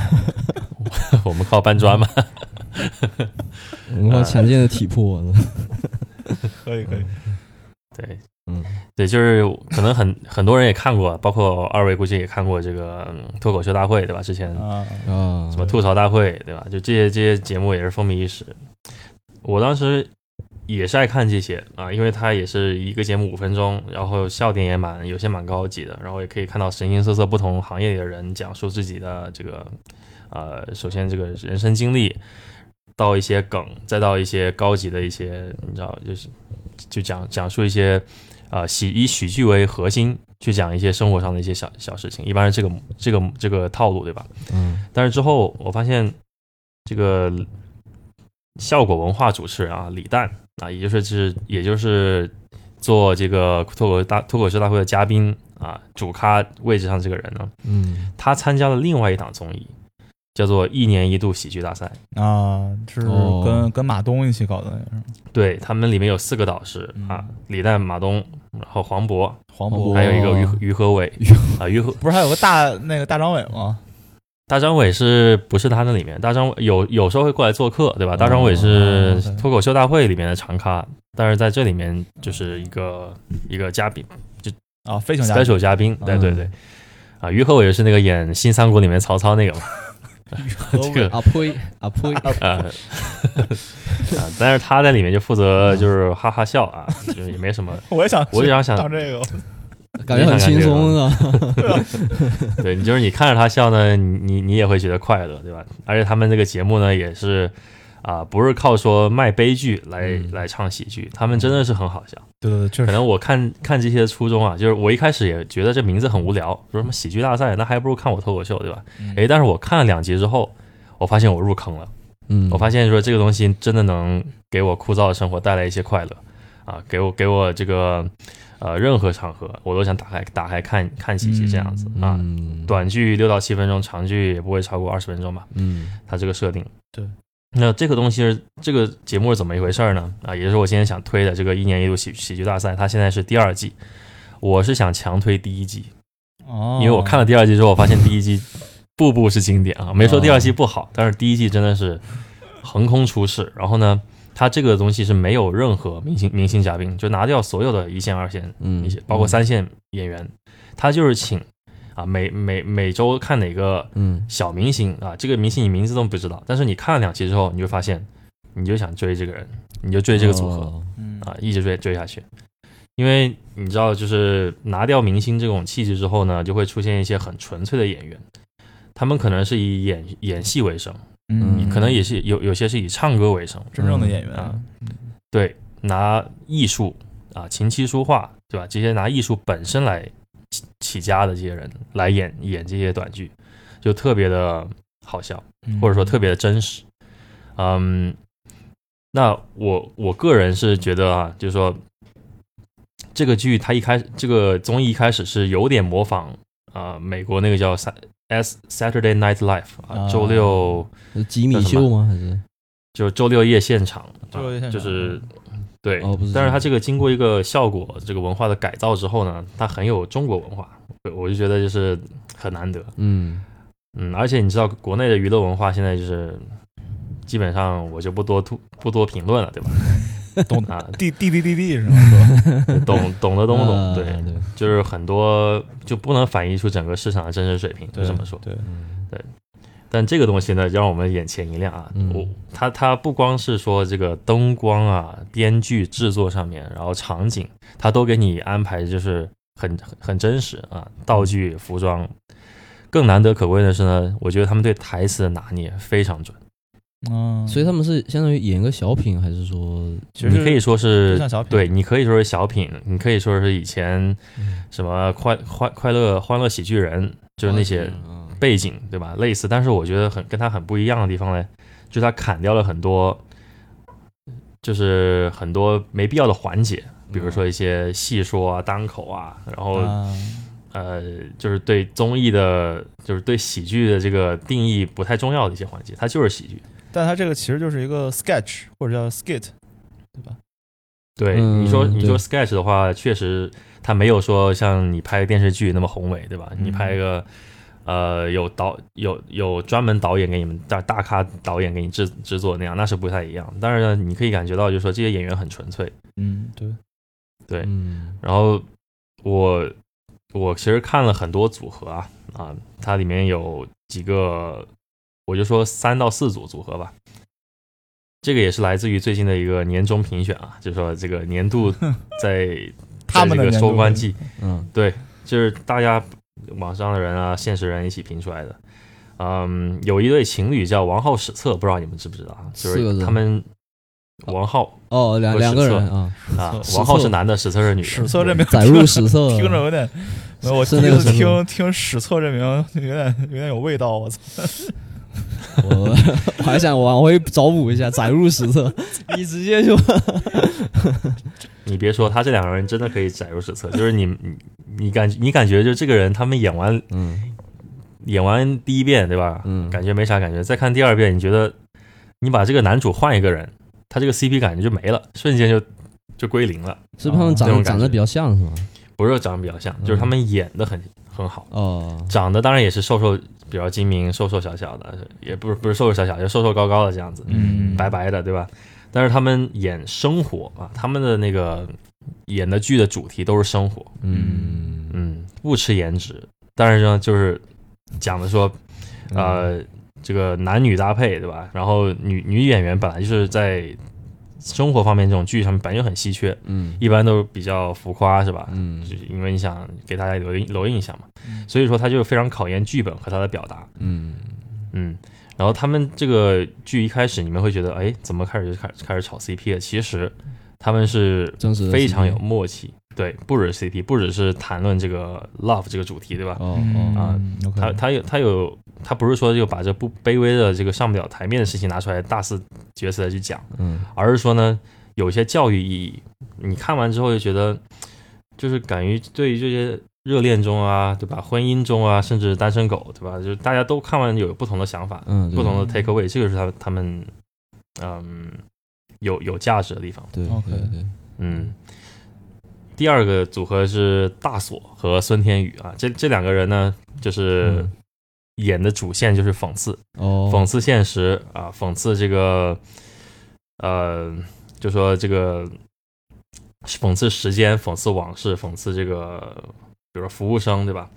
[SPEAKER 2] 我们靠搬砖嘛，
[SPEAKER 3] 我们
[SPEAKER 2] 啊
[SPEAKER 3] 靠强健的体魄。
[SPEAKER 2] [LAUGHS]
[SPEAKER 1] 可以可以，
[SPEAKER 2] 对，
[SPEAKER 3] 嗯，
[SPEAKER 2] 对，就是可能很很多人也看过，包括二位估计也看过这个、嗯脱口秀大会，对吧？之前
[SPEAKER 1] 啊，
[SPEAKER 3] 啊
[SPEAKER 2] 什，么吐槽大会，对吧？就这些这些节目也是风靡一时。我当时也是爱看这些啊，因为它也是一个节目五分钟，然后笑点也蛮有些蛮高级的，然后也可以看到形形色色不同行业里的人讲述自己的这个呃，首先这个人生经历，到一些梗，再到一些高级的一些，你知道，就是就讲讲述一些。呃，喜以喜剧为核心去讲一些生活上的一些小小事情，一般是这个这个这个套路，对吧？
[SPEAKER 3] 嗯
[SPEAKER 2] 但是之后我发现这个效果文化主持人啊，李诞啊，也就是是也就是做这个脱口大脱口秀大会的嘉宾啊，主咖位置上这个人呢，
[SPEAKER 3] 嗯，
[SPEAKER 2] 他参加了另外一档综艺，叫做一年一度喜剧大赛。
[SPEAKER 1] 啊，是
[SPEAKER 3] 哦
[SPEAKER 1] 跟跟马东一起搞的那个是吗，
[SPEAKER 2] 对他们里面有四个导师啊
[SPEAKER 1] 嗯，
[SPEAKER 2] 李诞、马东，然后黄渤，
[SPEAKER 1] 黄
[SPEAKER 3] 渤
[SPEAKER 2] 还有一个
[SPEAKER 3] 哦
[SPEAKER 2] 于于和伟啊，于和
[SPEAKER 1] 不是还有个大那个大张伟吗？
[SPEAKER 2] 大张伟是不是他那里面？大张伟有有时候会过来做客，对吧？大张伟是
[SPEAKER 1] 对
[SPEAKER 2] 脱口秀大会里面的常咖，但是在这里面就是一个一个嘉宾
[SPEAKER 1] 啊，飞行家
[SPEAKER 2] ，special 嗯嘉宾，哦对对对。啊，于和伟是那个演《新三国》里面曹操那个嘛，这个
[SPEAKER 3] 阿呸阿呸，
[SPEAKER 2] 呃啊， [LAUGHS] 但是他在里面就负责就是哈哈笑啊，就是也没什么。
[SPEAKER 1] 我也想，
[SPEAKER 2] [LAUGHS] 我也想想
[SPEAKER 1] 当这个，
[SPEAKER 3] 感觉很轻松啊嗯是吧？
[SPEAKER 2] [LAUGHS] 对你就是你看着他笑呢，你你你也会觉得快乐，对吧？而且他们这个节目呢，也是啊、不是靠说卖悲剧来、
[SPEAKER 1] 嗯
[SPEAKER 2] 来唱喜剧，他们真的是很好笑。
[SPEAKER 1] 对对对，确
[SPEAKER 4] 嗯
[SPEAKER 2] 可
[SPEAKER 1] 实
[SPEAKER 2] 能我看看这些的初衷啊，就是我一开始也觉得这名字很无聊，说什么喜剧大赛，那还不如看我脱口秀，对吧？
[SPEAKER 1] 嗯
[SPEAKER 2] 诶，但是我看了两集之后，我发现我入坑了。
[SPEAKER 4] 嗯，
[SPEAKER 2] 我发现说这个东西真的能给我枯燥的生活带来一些快乐啊，给我给我这个呃任何场合我都想打开打开看看几集这样子、啊。
[SPEAKER 4] 嗯
[SPEAKER 2] 短剧六到七分钟，长剧也不会超过二十分钟吧？
[SPEAKER 4] 嗯
[SPEAKER 2] 它这个设定。
[SPEAKER 1] 对。
[SPEAKER 2] 那这个东西是这个节目是怎么一回事儿呢？啊，也就是我今天想推的这个一年一度喜喜剧大赛，它现在是第二季。我是想强推第一季，
[SPEAKER 1] 哦，
[SPEAKER 2] 因为我看了第二季之后，我发现第一季步步是经典啊，没说第二季不好，但是第一季真的是横空出世。然后呢，它这个东西是没有任何明星明星嘉宾，就拿掉所有的一线、二线、
[SPEAKER 4] 嗯
[SPEAKER 2] 一些包括三线演员，他就是请啊每每每周看哪个
[SPEAKER 4] 嗯
[SPEAKER 2] 小明星啊，这个明星你名字都不知道，但是你看了两期之后，你就发现你就想追这个人，你就追这个组合。
[SPEAKER 4] 哦
[SPEAKER 1] 嗯
[SPEAKER 2] 啊，一直追追下去。因为你知道，就是拿掉明星这种气质之后呢，就会出现一些很纯粹的演员，他们可能是以演演戏为生，
[SPEAKER 1] 嗯，
[SPEAKER 2] 可能也是有有些是以唱歌为生。
[SPEAKER 1] 真正的演员
[SPEAKER 2] 啊对，拿艺术啊、琴棋书画，对吧？这些拿艺术本身来起起家的这些人来演演这些短剧，就特别的好笑。或者说特别的真实。嗯，那我我个人是觉得啊，就是说这个剧它一开这个综艺一开始是有点模仿啊、美国那个叫 Sa- S Saturday Night Live 啊，
[SPEAKER 1] 啊
[SPEAKER 2] 周六
[SPEAKER 4] 是吉米秀吗？还是
[SPEAKER 2] 就周六夜现场，
[SPEAKER 1] 周六夜现场嗯
[SPEAKER 2] 就是对，
[SPEAKER 4] 哦不是
[SPEAKER 2] 但是它
[SPEAKER 4] 这
[SPEAKER 2] 这个经过一个效果这个文化的改造之后呢，它很有中国文化，我我就觉得就是很难得。
[SPEAKER 4] 嗯
[SPEAKER 2] 嗯，而且你知道国内的娱乐文化现在就是，基本上我就不多吐不多评论了，对吧？
[SPEAKER 1] 懂
[SPEAKER 2] 啊，
[SPEAKER 1] [LAUGHS] D D D D D 是
[SPEAKER 2] 嗯
[SPEAKER 1] 吗？
[SPEAKER 2] 懂懂的都不懂，
[SPEAKER 3] 嗯
[SPEAKER 4] 啊
[SPEAKER 2] 对，
[SPEAKER 4] 对，
[SPEAKER 2] 就是很多就不能反映出整个市场的真实水平，就
[SPEAKER 1] 对，
[SPEAKER 2] 这么说。
[SPEAKER 1] 对，
[SPEAKER 3] 嗯
[SPEAKER 2] 但这个东西呢，让我们眼前一亮啊！
[SPEAKER 4] 嗯
[SPEAKER 2] 我它它不光是说这个灯光啊、编剧制作上面，然后场景，它都给你安排就是很很很真实啊，道具、服装。更难得可贵的是呢，我觉得他们对台词的拿捏非常准。
[SPEAKER 1] 嗯，
[SPEAKER 4] 所以他们是相当于演个小品，还是说
[SPEAKER 1] 其实
[SPEAKER 2] 你可以说
[SPEAKER 1] 就是像小品
[SPEAKER 2] 对，你可以说是小品，你可以说是以前什么快快快乐欢乐喜剧人，就是那些
[SPEAKER 4] 嗯
[SPEAKER 2] 背景，对吧？类似，但是我觉得很跟他很不一样的地方呢，就是他砍掉了很多，就是很多没必要的环节，比
[SPEAKER 3] 嗯
[SPEAKER 2] 如说一些戏说啊、单口啊，然后
[SPEAKER 1] 啊
[SPEAKER 2] 呃，就是对综艺的，就是对喜剧的这个定义不太重要的一些环节，它就是喜剧。
[SPEAKER 1] 但它这个其实就是一个 sketch 或者叫 skit，对吧？
[SPEAKER 2] 对，
[SPEAKER 4] 嗯
[SPEAKER 2] 你说你
[SPEAKER 4] 对
[SPEAKER 2] 说 sketch 的话，确实它没有说像你拍电视剧那么宏伟，对吧？
[SPEAKER 1] 嗯
[SPEAKER 2] 你拍一个呃有导有有专门导演给你们大大咖导演给你制制作那样，那是不太一样。但是呢，你可以感觉到，就是说这些演员很纯粹。
[SPEAKER 1] 嗯，对，
[SPEAKER 2] 对，
[SPEAKER 4] 嗯
[SPEAKER 2] 然后我我其实看了很多组合啊啊，它里面有几个，我就说三到四组组合吧。这个也是来自于最近的一个年终评选啊，就是说这个
[SPEAKER 1] [LAUGHS]
[SPEAKER 2] 年度在
[SPEAKER 1] 他们的
[SPEAKER 2] 在这
[SPEAKER 1] 年
[SPEAKER 2] 个
[SPEAKER 1] 度
[SPEAKER 2] 收官季，
[SPEAKER 4] 嗯
[SPEAKER 2] 就是大家网上的人啊、现实人一起评出来的。嗯，有一对情侣叫王浩史册，不知道你们知不知道啊？就
[SPEAKER 4] 四个
[SPEAKER 2] 是
[SPEAKER 4] 字
[SPEAKER 2] 他们王浩
[SPEAKER 4] 哦两
[SPEAKER 2] 和
[SPEAKER 4] 两个
[SPEAKER 2] 史册
[SPEAKER 4] 人啊，
[SPEAKER 2] 啊
[SPEAKER 1] 史，册
[SPEAKER 2] 王浩是男的，史册是女的。
[SPEAKER 1] 史册这名
[SPEAKER 4] 载入史
[SPEAKER 2] [LAUGHS]
[SPEAKER 4] 册，
[SPEAKER 1] [LAUGHS] 听着有点，没有我
[SPEAKER 4] 是
[SPEAKER 1] 第一
[SPEAKER 4] 那个
[SPEAKER 1] 次
[SPEAKER 4] 什么
[SPEAKER 1] 听听史册这名有点有点有味道，我操！
[SPEAKER 4] 我
[SPEAKER 2] [LAUGHS]
[SPEAKER 4] 我还想往回找补一下，载入史册，你直接就
[SPEAKER 2] 你别说，他这两个人真的可以载入史册，就是你你你感你感觉就这个人，他们演完
[SPEAKER 4] [LAUGHS] 嗯
[SPEAKER 2] 演完第一遍对吧？
[SPEAKER 4] 嗯
[SPEAKER 2] 感觉没啥感觉，再看第二遍，你觉得你把这个男主换一个人，他这个 CP 感觉就没了，瞬间就就归零了。
[SPEAKER 4] 是不是他们长
[SPEAKER 2] 这
[SPEAKER 4] 得
[SPEAKER 2] 种感
[SPEAKER 4] 长
[SPEAKER 2] 觉
[SPEAKER 4] 得比较像是吗？
[SPEAKER 2] 不是长得比较像，就是他们演的很很好，
[SPEAKER 4] 哦，
[SPEAKER 2] 长得当然也是瘦瘦比较精明，瘦瘦小小的，也不是不是瘦瘦小小，就瘦瘦高高的这样子，
[SPEAKER 1] 嗯
[SPEAKER 2] 白白的对吧？但是他们演生活啊，他们的那个演的剧的主题都是生活，
[SPEAKER 4] 嗯
[SPEAKER 2] 嗯，不吃颜值，但是呢，就是讲的说，
[SPEAKER 4] 嗯
[SPEAKER 2] 呃，这个男女搭配，对吧？然后女女演员本来就是在生活方面这种剧上面本来就很稀缺，
[SPEAKER 4] 嗯
[SPEAKER 2] 一般都比较浮夸，是吧？
[SPEAKER 4] 嗯
[SPEAKER 2] 就是因为你想给大家留印留印象嘛，所以说他就非常考验剧本和他的表达，
[SPEAKER 4] 嗯
[SPEAKER 2] 嗯。然后他们这个剧一开始你们会觉得，哎，怎么开始就开开始炒 CP 了？其实他们是
[SPEAKER 3] 真实的
[SPEAKER 2] 非常
[SPEAKER 3] CP
[SPEAKER 2] 有默契，对，不只是 CP，不只是谈论这个 love 这个主题，对吧？
[SPEAKER 3] 哦
[SPEAKER 1] 嗯
[SPEAKER 3] 哦，
[SPEAKER 2] 啊
[SPEAKER 1] 嗯，OK，
[SPEAKER 2] 他他有他有他不是说就把这不卑微的这个上不了台面的事情拿出来大肆厥词的去讲，
[SPEAKER 3] 嗯，
[SPEAKER 2] 而是说呢，有一些教育意义。你看完之后就觉得，就是敢于对于这些热恋中啊，对吧？婚姻中啊，甚至单身狗，对吧？就是大家都看完有不同的想法，
[SPEAKER 3] 嗯，对
[SPEAKER 2] 不同的 take away，这个是他他们嗯有有价值的地方。
[SPEAKER 3] 对
[SPEAKER 1] OK
[SPEAKER 3] 对对，
[SPEAKER 2] 嗯，第二个组合是大锁和孙天宇啊，这这两个人呢，就是
[SPEAKER 3] 嗯
[SPEAKER 2] 演的主线就是讽刺，
[SPEAKER 3] 哦，
[SPEAKER 2] 讽刺现实啊，讽刺这个，呃，就说这个讽刺时间，讽刺往事，讽刺这个，比如说服务生对吧？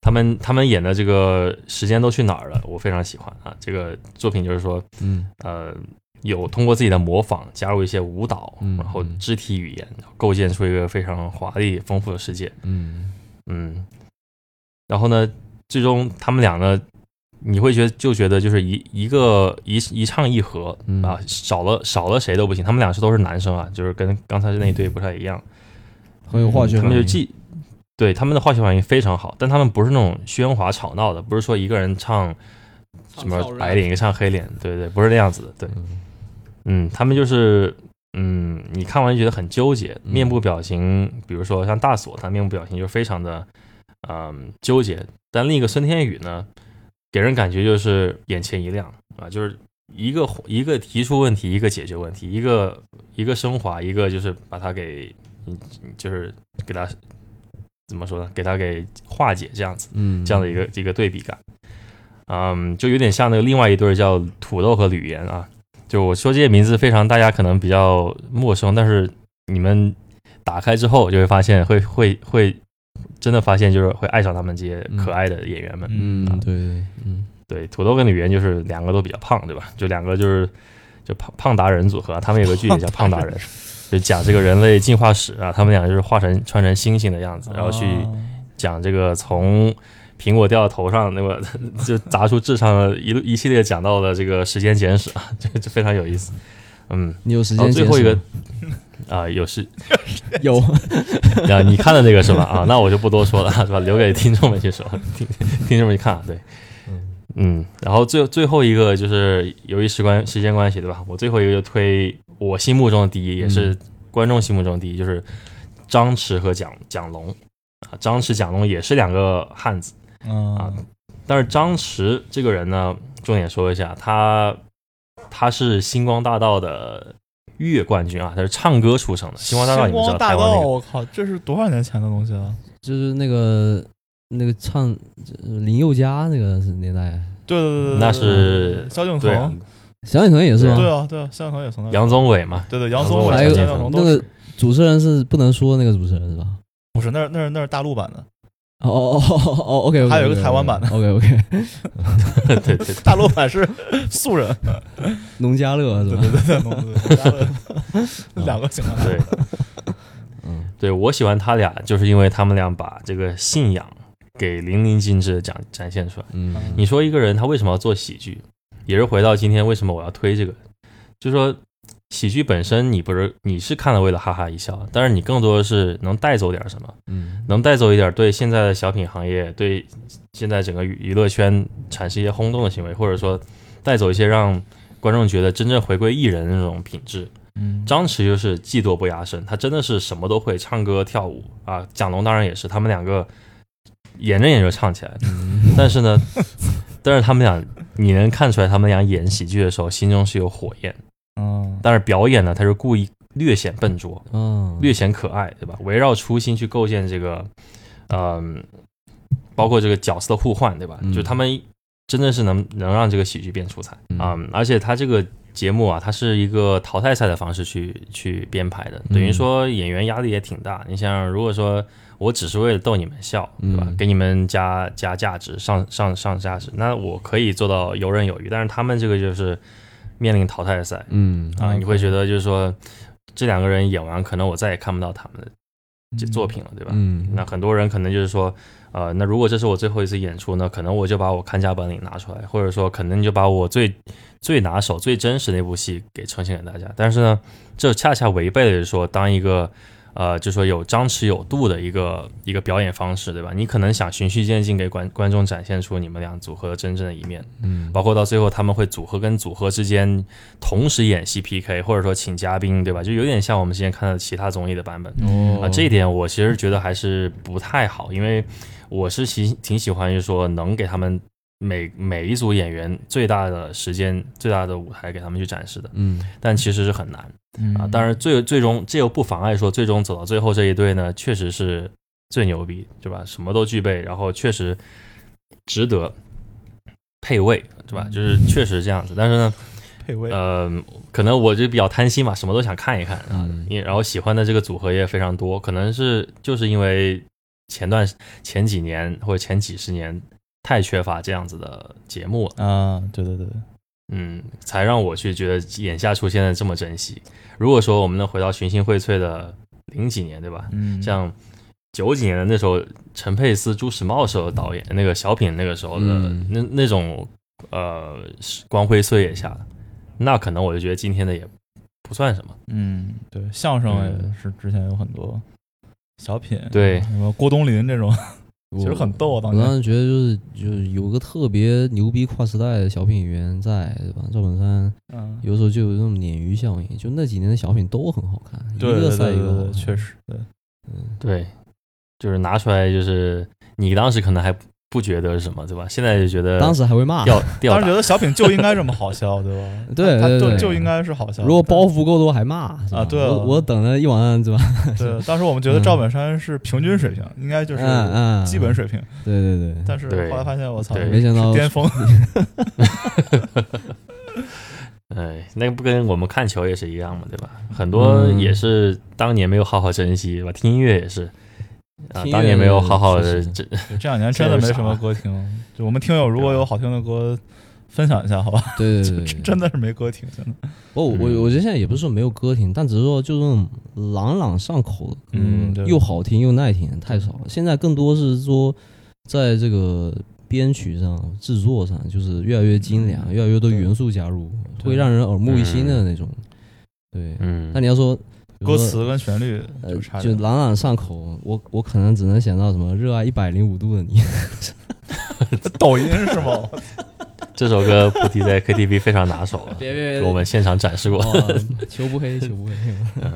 [SPEAKER 2] 他们他们演的这个时间都去哪儿了，我非常喜欢啊。这个作品就是说，
[SPEAKER 3] 嗯
[SPEAKER 2] 呃，有通过自己的模仿加入一些舞蹈，
[SPEAKER 3] 嗯
[SPEAKER 2] 然后
[SPEAKER 3] 嗯
[SPEAKER 2] 肢体语言，构建出一个非常华丽丰富的世界。
[SPEAKER 3] 嗯
[SPEAKER 2] 嗯，然后呢，最终他们俩呢，你会觉得就觉得就是一一个一一唱一和
[SPEAKER 3] 嗯
[SPEAKER 2] 啊，少了少了谁都不行。他们俩是都是男生啊，就是跟刚才那一对不太一样，
[SPEAKER 3] 很有化学
[SPEAKER 2] 他
[SPEAKER 3] 反
[SPEAKER 2] 们就
[SPEAKER 3] 应，
[SPEAKER 2] 既对他们的化学反应非常好，但他们不是那种喧哗吵闹的，不是说一个人唱什么白脸一个唱黑脸，对对，不是那样子的，对。
[SPEAKER 3] 嗯
[SPEAKER 2] 嗯，他们就是，嗯，你看完就觉得很纠结，
[SPEAKER 3] 嗯
[SPEAKER 2] 面部表情，比如说像大锁，他面部表情就非常的，嗯、纠结。但另一个孙天宇呢，给人感觉就是眼前一亮啊，就是一个一个提出问题，一个解决问题，一个一个升华，一个就是把它给，嗯就是给他怎么说呢？给他给化解这样子。
[SPEAKER 3] 嗯
[SPEAKER 2] 这样的一个一个对比感。嗯，就有点像那个另外一对儿叫土豆和吕岩啊。就我说这些名字非常大家可能比较陌生，但是你们打开之后就会发现会会会真的发现就是会爱上他们这些可爱的演员们。
[SPEAKER 3] 嗯
[SPEAKER 2] 啊
[SPEAKER 3] 对对嗯
[SPEAKER 2] 对，土豆跟吕岩就是两个都比较胖，对吧？就两个就是就胖胖达人组合，他们有个剧也叫胖达
[SPEAKER 3] [LAUGHS]
[SPEAKER 2] 人，就讲这个人类进化史啊。他们俩就是化成穿成猩猩的样子，然后去讲这个从苹果掉到头上那个 [LAUGHS] 就砸出智商的一路一系列讲到的这个时间简史 [LAUGHS] 啊，这这非常有意思。嗯，
[SPEAKER 3] 你有时
[SPEAKER 2] 然
[SPEAKER 3] 间
[SPEAKER 2] 后最后一个
[SPEAKER 3] 节
[SPEAKER 2] [LAUGHS] 啊、有事
[SPEAKER 3] 省有
[SPEAKER 2] 啊，你看的那个是吧？啊，那 [LAUGHS] 我就不多说了，是吧？留给听众们去说，听听众们去看。啊对，嗯，然后最最后一个就是由于时关时间关系，对吧？我最后一个就推我心目中的第一，也
[SPEAKER 3] 嗯
[SPEAKER 2] 是观众心目中的第一，就是张弛和蒋蒋龙啊，张弛蒋龙也是两个汉子。啊
[SPEAKER 1] 啊，
[SPEAKER 2] 但是张弛这个人呢，重点说一下，他他是星光大道的月冠军啊，他是唱歌出身的。星光大道你们知道台湾那个
[SPEAKER 1] 我靠，这是多少年前的东西啊？
[SPEAKER 3] 就是那个那个唱呃林宥嘉那个年代，
[SPEAKER 1] 对对对对，
[SPEAKER 2] 那
[SPEAKER 1] 对
[SPEAKER 2] 是
[SPEAKER 1] 萧敬
[SPEAKER 2] 对啊
[SPEAKER 1] 腾，
[SPEAKER 3] 小景腾也是
[SPEAKER 1] 对
[SPEAKER 3] 吗？
[SPEAKER 1] 啊对啊，萧敬腾也从那儿。
[SPEAKER 2] 杨宗纬嘛， [LAUGHS]
[SPEAKER 1] 对对，杨
[SPEAKER 2] 宗
[SPEAKER 1] 宗
[SPEAKER 2] 纬
[SPEAKER 1] 纬、
[SPEAKER 3] 还有
[SPEAKER 1] 萧敬腾
[SPEAKER 3] 那
[SPEAKER 1] 都
[SPEAKER 3] 个
[SPEAKER 1] 是
[SPEAKER 3] 主持人是不能说那个主持人是吧？
[SPEAKER 1] 不是，那是那是那是大陆版的，
[SPEAKER 3] 哦哦哦哦哦，OK，
[SPEAKER 1] 还有一个台湾版的
[SPEAKER 3] ，OK OK，
[SPEAKER 2] 对对对，
[SPEAKER 1] 大陆版是 [LAUGHS] 素人，
[SPEAKER 3] 农家乐是
[SPEAKER 1] 对
[SPEAKER 3] 吧？
[SPEAKER 1] 对对对农村农家乐，两个情况下
[SPEAKER 2] 对，
[SPEAKER 3] 嗯，
[SPEAKER 2] 对我喜欢他俩，就是因为他们俩把这个信仰给淋漓尽致的展展现出来。
[SPEAKER 3] 嗯
[SPEAKER 2] 你说一个人他为什么要做喜剧，也是回到今天为什么我要推这个，就是说喜剧本身你不是你是看了为了哈哈一笑，但是你更多的是能带走点什么。
[SPEAKER 3] 嗯
[SPEAKER 2] 能带走一点对现在的小品行业、对现在整个娱娱乐圈产生一些轰动的行为，或者说带走一些让观众觉得真正回归艺人的那种品质。
[SPEAKER 1] 嗯
[SPEAKER 2] 张弛就是技多不压身，他真的是什么都会，唱歌跳舞啊。蒋龙当然也是，他们两个演着演着唱起来了。但是呢，但是他们俩，你能看出来他们俩演喜剧的时候心中是有火焰，
[SPEAKER 1] 嗯
[SPEAKER 2] 但是表演呢，他是故意略显笨拙。
[SPEAKER 3] 嗯，
[SPEAKER 2] 略显可爱，对吧？围绕初心去构建这个，嗯、包括这个角色的互换，对吧？
[SPEAKER 3] 嗯
[SPEAKER 2] 就他们真的是能能让这个喜剧变出彩
[SPEAKER 3] 嗯
[SPEAKER 2] 啊、嗯而且他这个节目啊，它是一个淘汰赛的方式去去编排的，等于
[SPEAKER 3] 嗯
[SPEAKER 2] 说演员压力也挺大。你想想，如果说我只是为了逗你们笑，对吧？
[SPEAKER 3] 嗯
[SPEAKER 2] 给你们加加价值，上上上价值，那我可以做到游刃有余。但是他们这个就是面临淘汰赛，
[SPEAKER 3] 嗯
[SPEAKER 2] 啊，
[SPEAKER 1] 嗯
[SPEAKER 2] 你会觉得就是说，这两个人演完，可能我再也看不到他们的这作品了，对吧？
[SPEAKER 4] 嗯，
[SPEAKER 2] 那很多人可能就是说，呃，那如果这是我最后一次演出呢，可能我就把我看家本领拿出来，或者说可能就把我最最拿手、最真实那部戏给呈现给大家。但是呢，这恰恰违背了说，当一个呃，就说有张弛有度的一个一个表演方式，对吧？你可能想循序渐进给观观众展现出你们俩组合真正的一面，
[SPEAKER 4] 嗯，
[SPEAKER 2] 包括到最后他们会组合跟组合之间同时演戏 PK，或者说请嘉宾，对吧？就有点像我们之前看到的其他综艺的版本。
[SPEAKER 3] 嗯
[SPEAKER 4] 哦
[SPEAKER 2] 啊，这一点我其实觉得还是不太好，因为我是喜挺喜欢，就是说能给他们每每一组演员最大的时间、最大的舞台给他们去展示的，
[SPEAKER 4] 嗯
[SPEAKER 2] 但其实是很难啊。
[SPEAKER 3] 嗯
[SPEAKER 2] 当然最最终这又不妨碍说，最终走到最后这一队呢，确实是最牛逼，对吧？什么都具备，然后确实值得配位，对吧？就是确实这样子，但是呢，
[SPEAKER 1] 配位，
[SPEAKER 2] 呃，可能我就比较贪心嘛，什么都想看一
[SPEAKER 3] 嗯
[SPEAKER 2] 看，
[SPEAKER 4] 啊，
[SPEAKER 2] 也然后喜欢的这个组合也非常多，可能是就是因为前段前几年或者前几十年太缺乏这样子的节目了，
[SPEAKER 1] 啊，对对对，
[SPEAKER 2] 嗯，才让我去觉得眼下出现的这么珍惜。如果说我们能回到群星荟萃的零几年，对吧？
[SPEAKER 1] 嗯，
[SPEAKER 2] 像九几年的那时候，陈佩斯、朱时茂时候导演那个小品那个时候的、
[SPEAKER 4] 嗯
[SPEAKER 2] 那那种呃光辉岁月下，那可能我就觉得今天的也不算什么。
[SPEAKER 1] 嗯，对，相声也
[SPEAKER 2] 嗯
[SPEAKER 1] 是之前有很多小品，
[SPEAKER 2] 对
[SPEAKER 1] 什么郭冬临这种，其实
[SPEAKER 4] 我
[SPEAKER 1] 很逗啊，当
[SPEAKER 3] 我当
[SPEAKER 1] 年
[SPEAKER 3] 时觉得就是就是有个特别牛逼跨时代的小品演员在，对吧？赵本山
[SPEAKER 1] 嗯，
[SPEAKER 3] 有时候就有那种鲶鱼效应，就那几年的小品都很好看，
[SPEAKER 1] 对
[SPEAKER 3] 一
[SPEAKER 1] 对
[SPEAKER 3] 个
[SPEAKER 1] 对
[SPEAKER 3] 赛一
[SPEAKER 1] 对
[SPEAKER 3] 个好
[SPEAKER 1] 对，
[SPEAKER 3] 看
[SPEAKER 1] 确，实，对，
[SPEAKER 3] 嗯，
[SPEAKER 2] 对，就是拿出来，就是你当时可能还不觉得是什么，对吧？现在就觉得
[SPEAKER 3] 当时还会骂。
[SPEAKER 2] 吊吊
[SPEAKER 1] 当时
[SPEAKER 2] 打
[SPEAKER 1] 觉，得小品就应该这么好笑，对
[SPEAKER 3] [LAUGHS]
[SPEAKER 1] 吧？
[SPEAKER 3] 对
[SPEAKER 1] 他
[SPEAKER 3] 对
[SPEAKER 1] 就
[SPEAKER 3] 对
[SPEAKER 1] 就应该是好笑。
[SPEAKER 3] 如果
[SPEAKER 1] 对
[SPEAKER 3] 包袱够多还骂是吧
[SPEAKER 1] 啊对啊
[SPEAKER 3] 我我等了一晚上，对吧？
[SPEAKER 1] 对，当时我们觉得赵本山是平均水平，应该就是
[SPEAKER 3] 嗯嗯，
[SPEAKER 1] 基本水平，
[SPEAKER 3] 对对对，
[SPEAKER 1] 但是
[SPEAKER 2] 对
[SPEAKER 1] 后来发现我操，
[SPEAKER 2] 对
[SPEAKER 3] 没想到
[SPEAKER 1] 是巅峰，
[SPEAKER 2] 哎，那不跟我们看球也是一样嘛，对吧？很多
[SPEAKER 3] 嗯
[SPEAKER 2] 也是当年没有好好珍惜，对吧？听音乐也是。啊
[SPEAKER 3] 听，音
[SPEAKER 2] 当
[SPEAKER 3] 乐
[SPEAKER 2] 年没有好好
[SPEAKER 3] 是
[SPEAKER 2] 的
[SPEAKER 3] 是
[SPEAKER 1] [LAUGHS]
[SPEAKER 2] 这，
[SPEAKER 1] 对这两年真的没什么歌听。就我们听友如果有好听的歌，分享一下好吧？
[SPEAKER 3] 对
[SPEAKER 1] [LAUGHS]
[SPEAKER 3] 对对对，
[SPEAKER 1] 真的是没歌听，真的。
[SPEAKER 3] 不，我
[SPEAKER 2] 嗯
[SPEAKER 3] 我觉得现在也不是说没有歌听，但只是说就是那种朗朗上口的歌，
[SPEAKER 1] 嗯对
[SPEAKER 3] 又好听又耐听的太少了。现在更多是说在这个编曲上、制作上，就是越来越精良，越来越多
[SPEAKER 1] 嗯对嗯
[SPEAKER 3] 元素加入，
[SPEAKER 1] 对
[SPEAKER 3] 会让人耳目一新的那种。对，
[SPEAKER 2] 嗯
[SPEAKER 3] 那，你要说比如
[SPEAKER 1] 歌
[SPEAKER 3] 说
[SPEAKER 1] 词跟旋律
[SPEAKER 3] 呃
[SPEAKER 1] 就差
[SPEAKER 3] 就
[SPEAKER 1] 点。
[SPEAKER 3] 朗朗上口，我我可能只能想到什么“热爱一百零五度的你
[SPEAKER 1] 抖音是吗？
[SPEAKER 2] 这首歌菩提在 KTV 非常拿手”，，啊 [LAUGHS]
[SPEAKER 3] 别别别，
[SPEAKER 2] 我们现场展示
[SPEAKER 1] 哦
[SPEAKER 2] 过。
[SPEAKER 3] 哇球哦不黑，球不黑。
[SPEAKER 2] [LAUGHS] 嗯，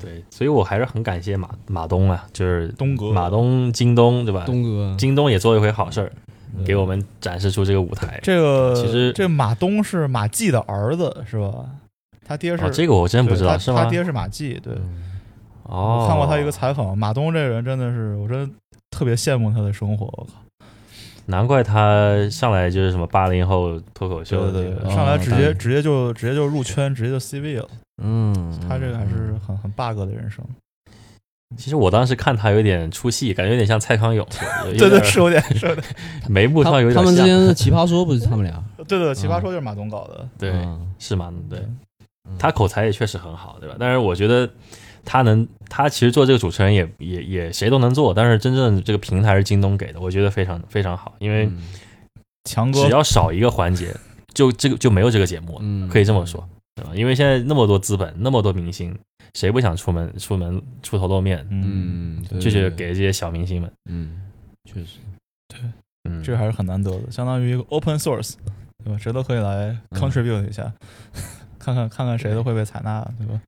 [SPEAKER 2] 对，所以我还是很感谢马马东啊，就是
[SPEAKER 1] 东哥，
[SPEAKER 2] [LAUGHS] 马东、京东，对吧？
[SPEAKER 3] 东哥，
[SPEAKER 2] 京东也做了一回好事儿，
[SPEAKER 1] 嗯
[SPEAKER 2] [LAUGHS]
[SPEAKER 3] 对
[SPEAKER 2] 给我们展示出这个舞台。
[SPEAKER 1] 这个
[SPEAKER 2] 其实
[SPEAKER 1] 这马东是马季的儿子是吧？他爹是
[SPEAKER 2] 哦，这个我真不
[SPEAKER 1] 对
[SPEAKER 2] 知道，
[SPEAKER 1] 他
[SPEAKER 2] 是吗？
[SPEAKER 1] 他爹是马季，对。
[SPEAKER 2] 哦，
[SPEAKER 1] 我看过他一个，采访，马东这个人真的是，我真的特别羡慕他的生活。我靠，
[SPEAKER 2] 难怪他上来就是什么八零后脱口秀的
[SPEAKER 1] 对
[SPEAKER 2] 这
[SPEAKER 1] 对
[SPEAKER 2] 个，
[SPEAKER 1] 对，上来
[SPEAKER 3] 哦
[SPEAKER 1] 直
[SPEAKER 3] 当
[SPEAKER 1] 接
[SPEAKER 3] 然
[SPEAKER 1] 直接就直接就入圈，直接就 C 位了。
[SPEAKER 3] 嗯，
[SPEAKER 1] 他这个还
[SPEAKER 3] 嗯
[SPEAKER 1] 是很很 bug 的人生。
[SPEAKER 2] 其实我当时看他有点出戏，感觉有点像蔡康永，有
[SPEAKER 1] 对对，
[SPEAKER 2] 点
[SPEAKER 1] 是有点是有点。
[SPEAKER 2] 眉目上有点
[SPEAKER 3] 他
[SPEAKER 2] 像
[SPEAKER 3] 们之间是奇葩说，不是他们俩？
[SPEAKER 1] [LAUGHS] 对对，奇
[SPEAKER 2] 嗯
[SPEAKER 1] 葩说就是马东搞的。
[SPEAKER 2] 对
[SPEAKER 3] 嗯
[SPEAKER 2] 是吗？对
[SPEAKER 1] 嗯，
[SPEAKER 2] 他口才也确实很好，对吧？但是我觉得他能，他其实做这个主持人也也也谁都能做，但是真正这个平台是京东给的，我觉得非常非常好，因为
[SPEAKER 3] 嗯
[SPEAKER 1] 强哥
[SPEAKER 2] 只要少一个环节，就这个就没有这个节目了。
[SPEAKER 3] 嗯
[SPEAKER 2] 可以这么说，对吧？因为现在那么多资本，那么多明星，谁不想出门出门出头露面？
[SPEAKER 1] 嗯，
[SPEAKER 3] 嗯，对
[SPEAKER 2] 就觉得，给这些小明星们，
[SPEAKER 3] 对对嗯，确实，
[SPEAKER 2] 嗯，
[SPEAKER 1] 这个还是很难得的，相当于一个 open source，对吧？谁都可以来
[SPEAKER 2] 嗯
[SPEAKER 1] contribute 一下， [LAUGHS] 看看看看谁都会被采纳，对吧？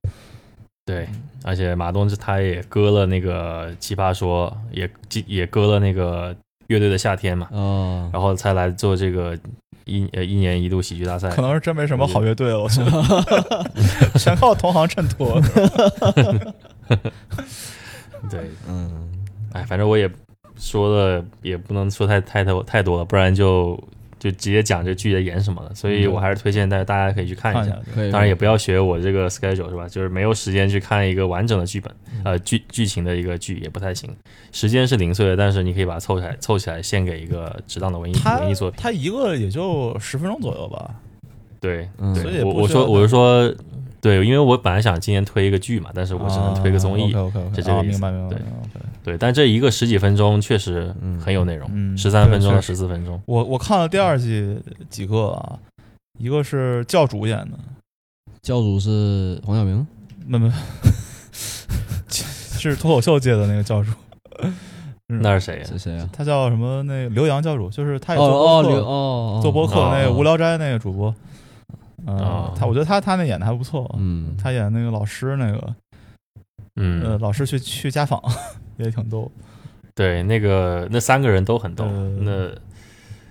[SPEAKER 2] 对，而且马东他也割了那个《奇葩说》，也也割了那个乐队的夏天嘛，
[SPEAKER 3] 哦，
[SPEAKER 2] 然后才来做这个一呃一年一度喜剧大赛。
[SPEAKER 1] 可能是真没什么好乐队了，我觉得，
[SPEAKER 2] [LAUGHS]
[SPEAKER 1] 全靠同行衬托。
[SPEAKER 2] 对，
[SPEAKER 3] 嗯，
[SPEAKER 2] 哎，反正我也说了，也不能说太太多太多了，不然就就直接讲这剧在演什么了。所以我还是推荐大家大家可以 [LAUGHS] 去看
[SPEAKER 1] 嗯
[SPEAKER 2] 一
[SPEAKER 1] 看一
[SPEAKER 2] 下
[SPEAKER 1] 下。，
[SPEAKER 3] 可以，
[SPEAKER 2] 当然也不要学我这个 schedule 是吧？就是没有时间去看一个完整的剧本，
[SPEAKER 1] 嗯
[SPEAKER 2] 呃，剧剧情的一个剧也不太行。时间是零碎的，但是你可以把它凑起来，凑起来献给一个值当的文艺
[SPEAKER 1] 他
[SPEAKER 2] 文艺作品。
[SPEAKER 1] 他一个也就十分钟左右吧，
[SPEAKER 2] 对，
[SPEAKER 3] 嗯，
[SPEAKER 1] 所以也
[SPEAKER 2] 我
[SPEAKER 1] 不
[SPEAKER 2] 我
[SPEAKER 1] 需要
[SPEAKER 2] 说我是说对，因为我本来想今年推一个剧嘛，但是我只能推个综艺。
[SPEAKER 1] 啊 OK OK，
[SPEAKER 2] 是这个意思
[SPEAKER 1] 明白明白。
[SPEAKER 2] 对
[SPEAKER 1] 明白 OK
[SPEAKER 2] 对，但这一个十几分钟确实
[SPEAKER 5] 嗯
[SPEAKER 2] 很有内容，
[SPEAKER 1] 嗯
[SPEAKER 2] 十三分钟
[SPEAKER 1] 对
[SPEAKER 2] 到
[SPEAKER 1] 确
[SPEAKER 2] 十四分钟。
[SPEAKER 1] 我我看了第二季几个啊，一个是教主演的，
[SPEAKER 3] 教主是黄晓明，
[SPEAKER 1] 那么 [LAUGHS] 是脱口秀界的那个教主，嗯
[SPEAKER 2] 那是谁呀？
[SPEAKER 3] 是谁啊？
[SPEAKER 1] 他叫什么？那个刘洋教主，就是他也
[SPEAKER 3] 哦
[SPEAKER 1] 做播
[SPEAKER 3] 哦
[SPEAKER 1] 客，
[SPEAKER 3] 刘哦哦
[SPEAKER 1] 做播客
[SPEAKER 2] 哦
[SPEAKER 1] 那个
[SPEAKER 3] 哦
[SPEAKER 1] 无聊斋那个主播，嗯、
[SPEAKER 2] 哦
[SPEAKER 1] 他我觉得他他那演的还不错，
[SPEAKER 3] 嗯，
[SPEAKER 1] 他演那个老师那个，呃，
[SPEAKER 2] 嗯，
[SPEAKER 1] 老师去去家访也挺逗，
[SPEAKER 2] 对，那个那三个人都很逗。
[SPEAKER 1] 呃
[SPEAKER 2] 那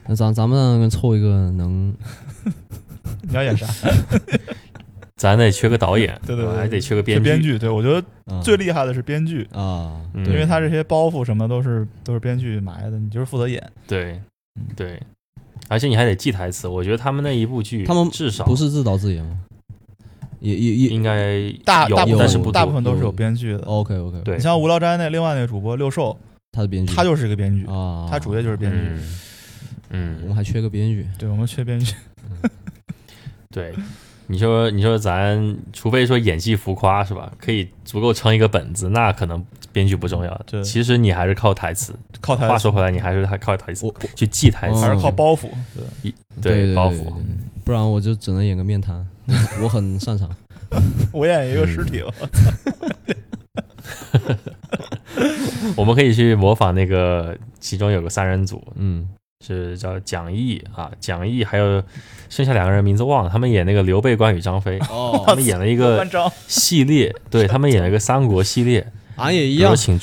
[SPEAKER 3] 那咱咱们凑一个能
[SPEAKER 1] 你要演啥？
[SPEAKER 2] 咱得缺个导演，
[SPEAKER 1] 嗯对对对
[SPEAKER 2] 还得缺个
[SPEAKER 1] 是
[SPEAKER 2] 编
[SPEAKER 1] 编剧，对我觉得
[SPEAKER 3] 啊
[SPEAKER 1] 最厉害的是编剧，
[SPEAKER 3] 啊，
[SPEAKER 1] 因
[SPEAKER 2] 嗯
[SPEAKER 3] 对
[SPEAKER 1] 为他这些包袱什么都是都是编剧埋的，你就是负责演。
[SPEAKER 2] 对
[SPEAKER 1] 嗯
[SPEAKER 2] 对，而且你还得记台词。我觉得他们那一部剧，
[SPEAKER 3] 他们
[SPEAKER 2] 至少
[SPEAKER 3] 不是自导自演吗？也也也
[SPEAKER 2] 应该
[SPEAKER 1] 大
[SPEAKER 2] 有
[SPEAKER 1] 大部
[SPEAKER 2] 但是
[SPEAKER 1] 分
[SPEAKER 2] 不
[SPEAKER 1] 大
[SPEAKER 2] 多
[SPEAKER 1] 部分都是有
[SPEAKER 3] 有
[SPEAKER 1] 编剧的。
[SPEAKER 3] OK OK，
[SPEAKER 2] 对
[SPEAKER 1] 你像无聊斋那另外那个主播六兽，
[SPEAKER 3] 他是编剧，
[SPEAKER 1] 他就是一个编剧，
[SPEAKER 3] 啊，
[SPEAKER 1] 他主业就是编剧。
[SPEAKER 2] 嗯
[SPEAKER 3] 我
[SPEAKER 2] 嗯
[SPEAKER 3] 们还缺个编剧，
[SPEAKER 1] 对我们缺编剧，
[SPEAKER 2] 对。你说，你说咱除非说演技浮夸是吧？可以足够撑一个本子，那可能编剧不重
[SPEAKER 1] 对
[SPEAKER 2] 要。其实你还是靠台词。
[SPEAKER 1] 靠台
[SPEAKER 2] 话
[SPEAKER 1] 词
[SPEAKER 2] 说回来，你还是还靠台词
[SPEAKER 3] 我我
[SPEAKER 2] 去记台词
[SPEAKER 1] 还，是靠包袱。对，
[SPEAKER 3] 对对
[SPEAKER 2] 包
[SPEAKER 3] 对
[SPEAKER 2] 袱
[SPEAKER 3] 对。不然我就只能演个面瘫， [LAUGHS] 我很擅长。
[SPEAKER 1] [LAUGHS] 我演一个尸体吧。
[SPEAKER 2] 我们可以去模仿那个，其中有个三人组，
[SPEAKER 3] 嗯，
[SPEAKER 2] 是叫蒋毅啊，蒋毅还有剩下两个人名字忘了，他们演那个刘备、关羽、张飞，
[SPEAKER 3] 哦，
[SPEAKER 2] 他们演了一
[SPEAKER 1] [LAUGHS]
[SPEAKER 2] 个
[SPEAKER 1] 关张，
[SPEAKER 2] 系列，对他们演了一个三国系列，
[SPEAKER 3] 俺也一
[SPEAKER 2] 比
[SPEAKER 1] [LAUGHS]
[SPEAKER 3] 样
[SPEAKER 2] 如，
[SPEAKER 3] [LAUGHS]
[SPEAKER 2] 请，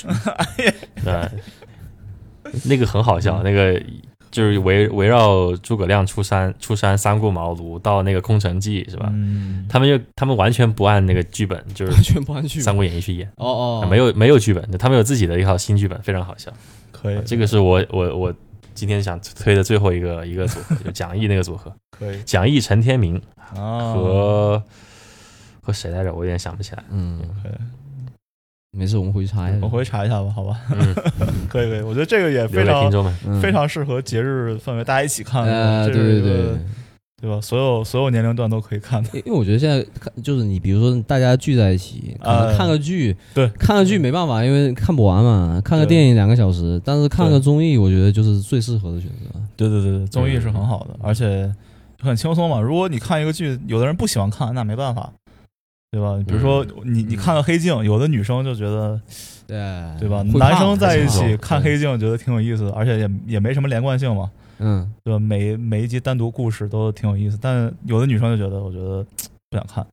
[SPEAKER 2] 呃，那个很好笑，那个就是围围绕诸葛亮出山出山三顾茅庐到那个空城计是吧？
[SPEAKER 1] 嗯，
[SPEAKER 2] 他们就他们完全不按那个剧本，就是
[SPEAKER 3] 完全不按剧
[SPEAKER 2] 《
[SPEAKER 3] 本。
[SPEAKER 2] 三国演义》去演。
[SPEAKER 3] 哦哦，嗯
[SPEAKER 2] 没有没有剧本，他们有自己的一套新剧本，非常好笑。
[SPEAKER 1] 可以，
[SPEAKER 2] 啊这个是我我我今天想推的最后一个一个组合，就蒋毅那个组合， [LAUGHS]
[SPEAKER 1] 可以
[SPEAKER 2] 蒋毅、陈天明
[SPEAKER 1] 啊，
[SPEAKER 2] 和、
[SPEAKER 3] 哦
[SPEAKER 2] 和谁来着？我有点想不起来。
[SPEAKER 3] 嗯，
[SPEAKER 1] 可以
[SPEAKER 3] 没事，我们回去查一下。
[SPEAKER 1] 我回去查一下吧，好吧？
[SPEAKER 3] [LAUGHS]
[SPEAKER 2] 嗯，
[SPEAKER 1] [LAUGHS] 可以可以，我觉得这个也
[SPEAKER 2] 留
[SPEAKER 1] 非
[SPEAKER 2] 给听
[SPEAKER 1] 常
[SPEAKER 2] 众们。
[SPEAKER 3] 嗯
[SPEAKER 1] 非常适合节日氛围，大家一起看。
[SPEAKER 3] 呃，
[SPEAKER 1] 这
[SPEAKER 3] 对
[SPEAKER 1] 是
[SPEAKER 3] 对
[SPEAKER 1] 一个
[SPEAKER 3] 对，
[SPEAKER 1] 对吧？所有所有年龄段都可以看的。
[SPEAKER 3] 因因为我觉得现在看就是你，比如说大家聚在一起，可能
[SPEAKER 1] 呃
[SPEAKER 3] 看个剧，
[SPEAKER 1] 对
[SPEAKER 3] 看个剧没办法，因为看不完嘛，看个
[SPEAKER 1] 对
[SPEAKER 3] 电影两个小时，但是看个
[SPEAKER 1] 对
[SPEAKER 3] 综艺，我觉得就是最适合的选择。
[SPEAKER 1] 对对对对，综艺是很好的，而且很轻松嘛。如果你看一个剧，有的人不喜欢看，那没办法，对吧？比如说你你看了《黑镜》，有的女生就觉得，
[SPEAKER 3] 对
[SPEAKER 1] 对吧？
[SPEAKER 3] 哎会
[SPEAKER 1] 男
[SPEAKER 3] 怕
[SPEAKER 1] 生在一
[SPEAKER 3] 会
[SPEAKER 1] 起
[SPEAKER 3] 怕
[SPEAKER 1] 看《黑镜》觉得挺有意思的，而且也也没什么连贯性嘛，
[SPEAKER 3] 嗯，
[SPEAKER 1] 对吧？每每一集单独故事都挺有意思，但有的女生就觉得，我觉得不想看。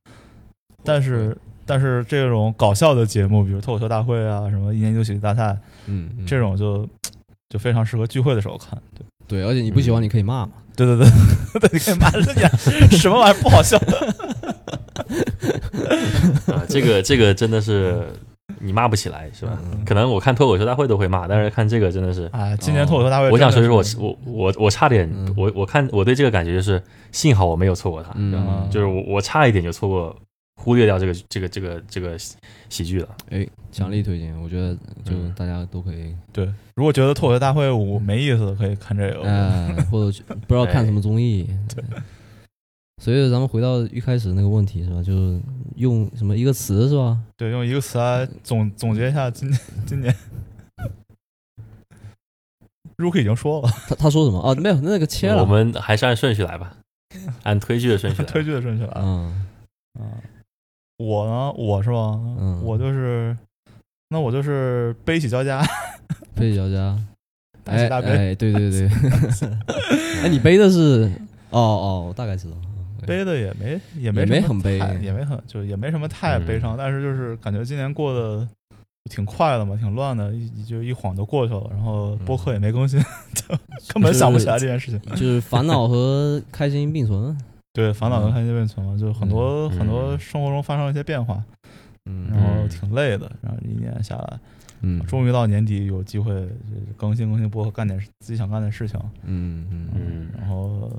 [SPEAKER 1] 但是但是这种搞笑的节目，比如脱口秀大会啊，什么一年一度喜剧大赛
[SPEAKER 3] 嗯，嗯
[SPEAKER 1] 这种就，就非常适合聚会的时候看。对。
[SPEAKER 3] 对，而且你不喜欢你可以骂嘛，
[SPEAKER 1] 对对 [LAUGHS] 对，对，你看马上讲什么玩意儿不好笑的，
[SPEAKER 2] [LAUGHS] 啊，这个这个真的是你骂不起来是吧？
[SPEAKER 3] 嗯
[SPEAKER 2] 可能我看脱口秀大会都会骂，但是看这个真的是，
[SPEAKER 1] 哎，今年脱口秀大会真的是，
[SPEAKER 2] 哦我想说就是我我我我差点，
[SPEAKER 3] 嗯
[SPEAKER 2] 我我看我对这个感觉就是，幸好我没有错过它，
[SPEAKER 3] 嗯
[SPEAKER 2] 是吧就是我我差一点就错过。忽略掉这个这个这个这个喜喜剧了，
[SPEAKER 3] 哎，强力推荐，我觉得就
[SPEAKER 2] 嗯
[SPEAKER 3] 大家都可以，
[SPEAKER 1] 对，如果觉得脱口秀大会五没意思，可以看这个。
[SPEAKER 2] 嗯
[SPEAKER 3] 哎，或者去不知道看什么综艺。对，所以咱们回到一开始那个问题是吧？就是用什么一个词是吧？
[SPEAKER 1] 对，用一个词来总总结一下今今年。Rookie 已经说了，
[SPEAKER 3] 他他说什么？哦，没有，那个切了。
[SPEAKER 2] 我们还是按顺序来 [LAUGHS] 吧，按啊推剧的顺序来
[SPEAKER 1] [LAUGHS]
[SPEAKER 2] 吧。
[SPEAKER 1] 推剧的顺序来了。
[SPEAKER 3] 嗯
[SPEAKER 1] 啊，我呢，我是吧，
[SPEAKER 3] 嗯
[SPEAKER 1] 我就是，那我就是悲喜交加，
[SPEAKER 3] 背小家，
[SPEAKER 1] 大
[SPEAKER 3] 哎
[SPEAKER 1] 喜大悲，
[SPEAKER 3] 哎，对对
[SPEAKER 1] [LAUGHS]
[SPEAKER 3] 对，哎，你背的是，哦哦，我大概知道，
[SPEAKER 1] 悲的也没也没
[SPEAKER 3] 也
[SPEAKER 1] 什
[SPEAKER 3] 没
[SPEAKER 1] 么
[SPEAKER 3] 很嗯悲，
[SPEAKER 1] 太也没很，就也没什么太悲伤，但是就是感觉今年过得挺快的嘛，挺乱的，一一就一晃就过去了，然后播客也没更新， [LAUGHS] 就根本想不起来这件事情。
[SPEAKER 3] 嗯就是烦恼和开心并
[SPEAKER 1] [LAUGHS]
[SPEAKER 3] 存。啊
[SPEAKER 1] 对，烦
[SPEAKER 3] 嗯
[SPEAKER 1] 恼跟开心并存嘛，就很多、
[SPEAKER 2] 嗯
[SPEAKER 1] 很多生活中发生了一些变化，然
[SPEAKER 3] 嗯
[SPEAKER 1] 后挺累的，然后一年下来，
[SPEAKER 3] 嗯
[SPEAKER 1] 终于到年底有机会就是更新更新播客，干点自己想干的事情，
[SPEAKER 3] 嗯嗯，
[SPEAKER 2] 嗯，
[SPEAKER 1] 然后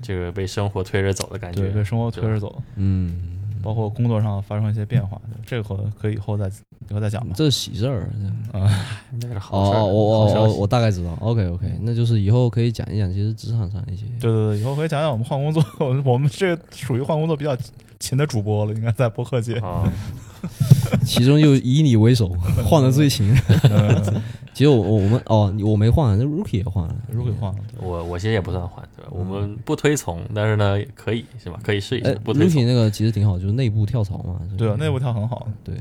[SPEAKER 2] 这个被生活推着走的感
[SPEAKER 1] 对
[SPEAKER 2] 觉
[SPEAKER 1] 被。生活推着走，
[SPEAKER 3] 嗯，
[SPEAKER 1] 包括工作上发生一些变化，
[SPEAKER 2] 嗯
[SPEAKER 1] 这个可可以以后再以后再讲吧。
[SPEAKER 3] 这是喜事儿。这
[SPEAKER 2] 那是
[SPEAKER 3] 哦
[SPEAKER 2] 好事儿
[SPEAKER 3] 哦，我
[SPEAKER 2] 好
[SPEAKER 3] 我
[SPEAKER 2] 消
[SPEAKER 3] 我
[SPEAKER 2] 息
[SPEAKER 3] 我大概知道。OK OK，那就是以后可以讲一讲，其实职场上一些
[SPEAKER 1] [LAUGHS] 对对对，以后可以讲讲我们换工作，我们我们这个属于换工作比较勤的主播了，应该在播客界。
[SPEAKER 2] 啊，
[SPEAKER 3] 其中就以你为首，换的最
[SPEAKER 1] [LAUGHS]
[SPEAKER 3] 勤。
[SPEAKER 1] 嗯
[SPEAKER 3] 其实我我我们哦，我没换，那 Rookie 也换了。
[SPEAKER 1] 如果换了，
[SPEAKER 2] 我我其实也不算换，对吧？我
[SPEAKER 3] 嗯
[SPEAKER 2] 们不推崇，但是呢，可以是吧？可以试一下
[SPEAKER 3] 哎，
[SPEAKER 2] 不推
[SPEAKER 3] ，Rookie
[SPEAKER 2] 崇。
[SPEAKER 3] 那个其实挺好，就是内部跳槽嘛。就是
[SPEAKER 1] 对啊，内部跳很好，
[SPEAKER 3] 对，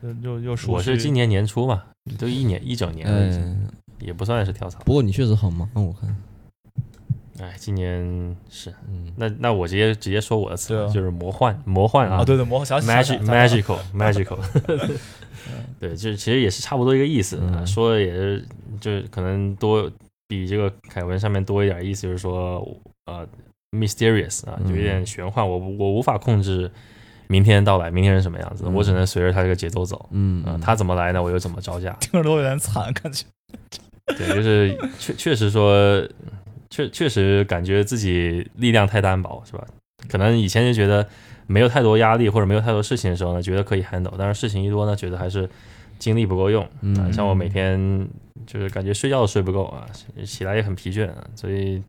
[SPEAKER 1] 就就又熟
[SPEAKER 2] 我是
[SPEAKER 1] 悉
[SPEAKER 2] 今年年初嘛，都一年一整年了，已经
[SPEAKER 3] 哎，
[SPEAKER 2] 也不算是跳槽。
[SPEAKER 3] 不过你确实很忙，啊我看。
[SPEAKER 2] 哎，今年是
[SPEAKER 3] 嗯，
[SPEAKER 2] 那那我直接直接说我的词
[SPEAKER 1] 对啊
[SPEAKER 2] 吧，就是魔幻魔幻啊，
[SPEAKER 1] 啊，对对，魔想起想起
[SPEAKER 2] magic
[SPEAKER 1] 来了？
[SPEAKER 2] magical [LAUGHS] magical，对， [LAUGHS] 就是其实也是差不多一个意思，
[SPEAKER 3] 嗯
[SPEAKER 2] 啊说的也是就是可能多比这个凯文上面多一点意思，就是说呃 mysterious 啊，
[SPEAKER 3] 嗯
[SPEAKER 2] 就有点玄幻，我我无法控制明天的到来，明天是什么样子，
[SPEAKER 3] 嗯
[SPEAKER 2] 我只能随着他这个节奏走。
[SPEAKER 3] 嗯
[SPEAKER 2] 啊，他怎么来呢？我又怎么招架
[SPEAKER 1] 听着都有点惨，感觉
[SPEAKER 2] 对，就是确确实说，确确实感觉自己力量太单薄，是吧？可能以前就觉得没有太多压力或者没有太多事情的时候呢，觉得可以 handle，但是事情一多呢，觉得还是精力不够用。啊，
[SPEAKER 3] 嗯
[SPEAKER 2] 像我每天就是感觉睡觉都睡不够啊，起起来也很疲倦、啊，所以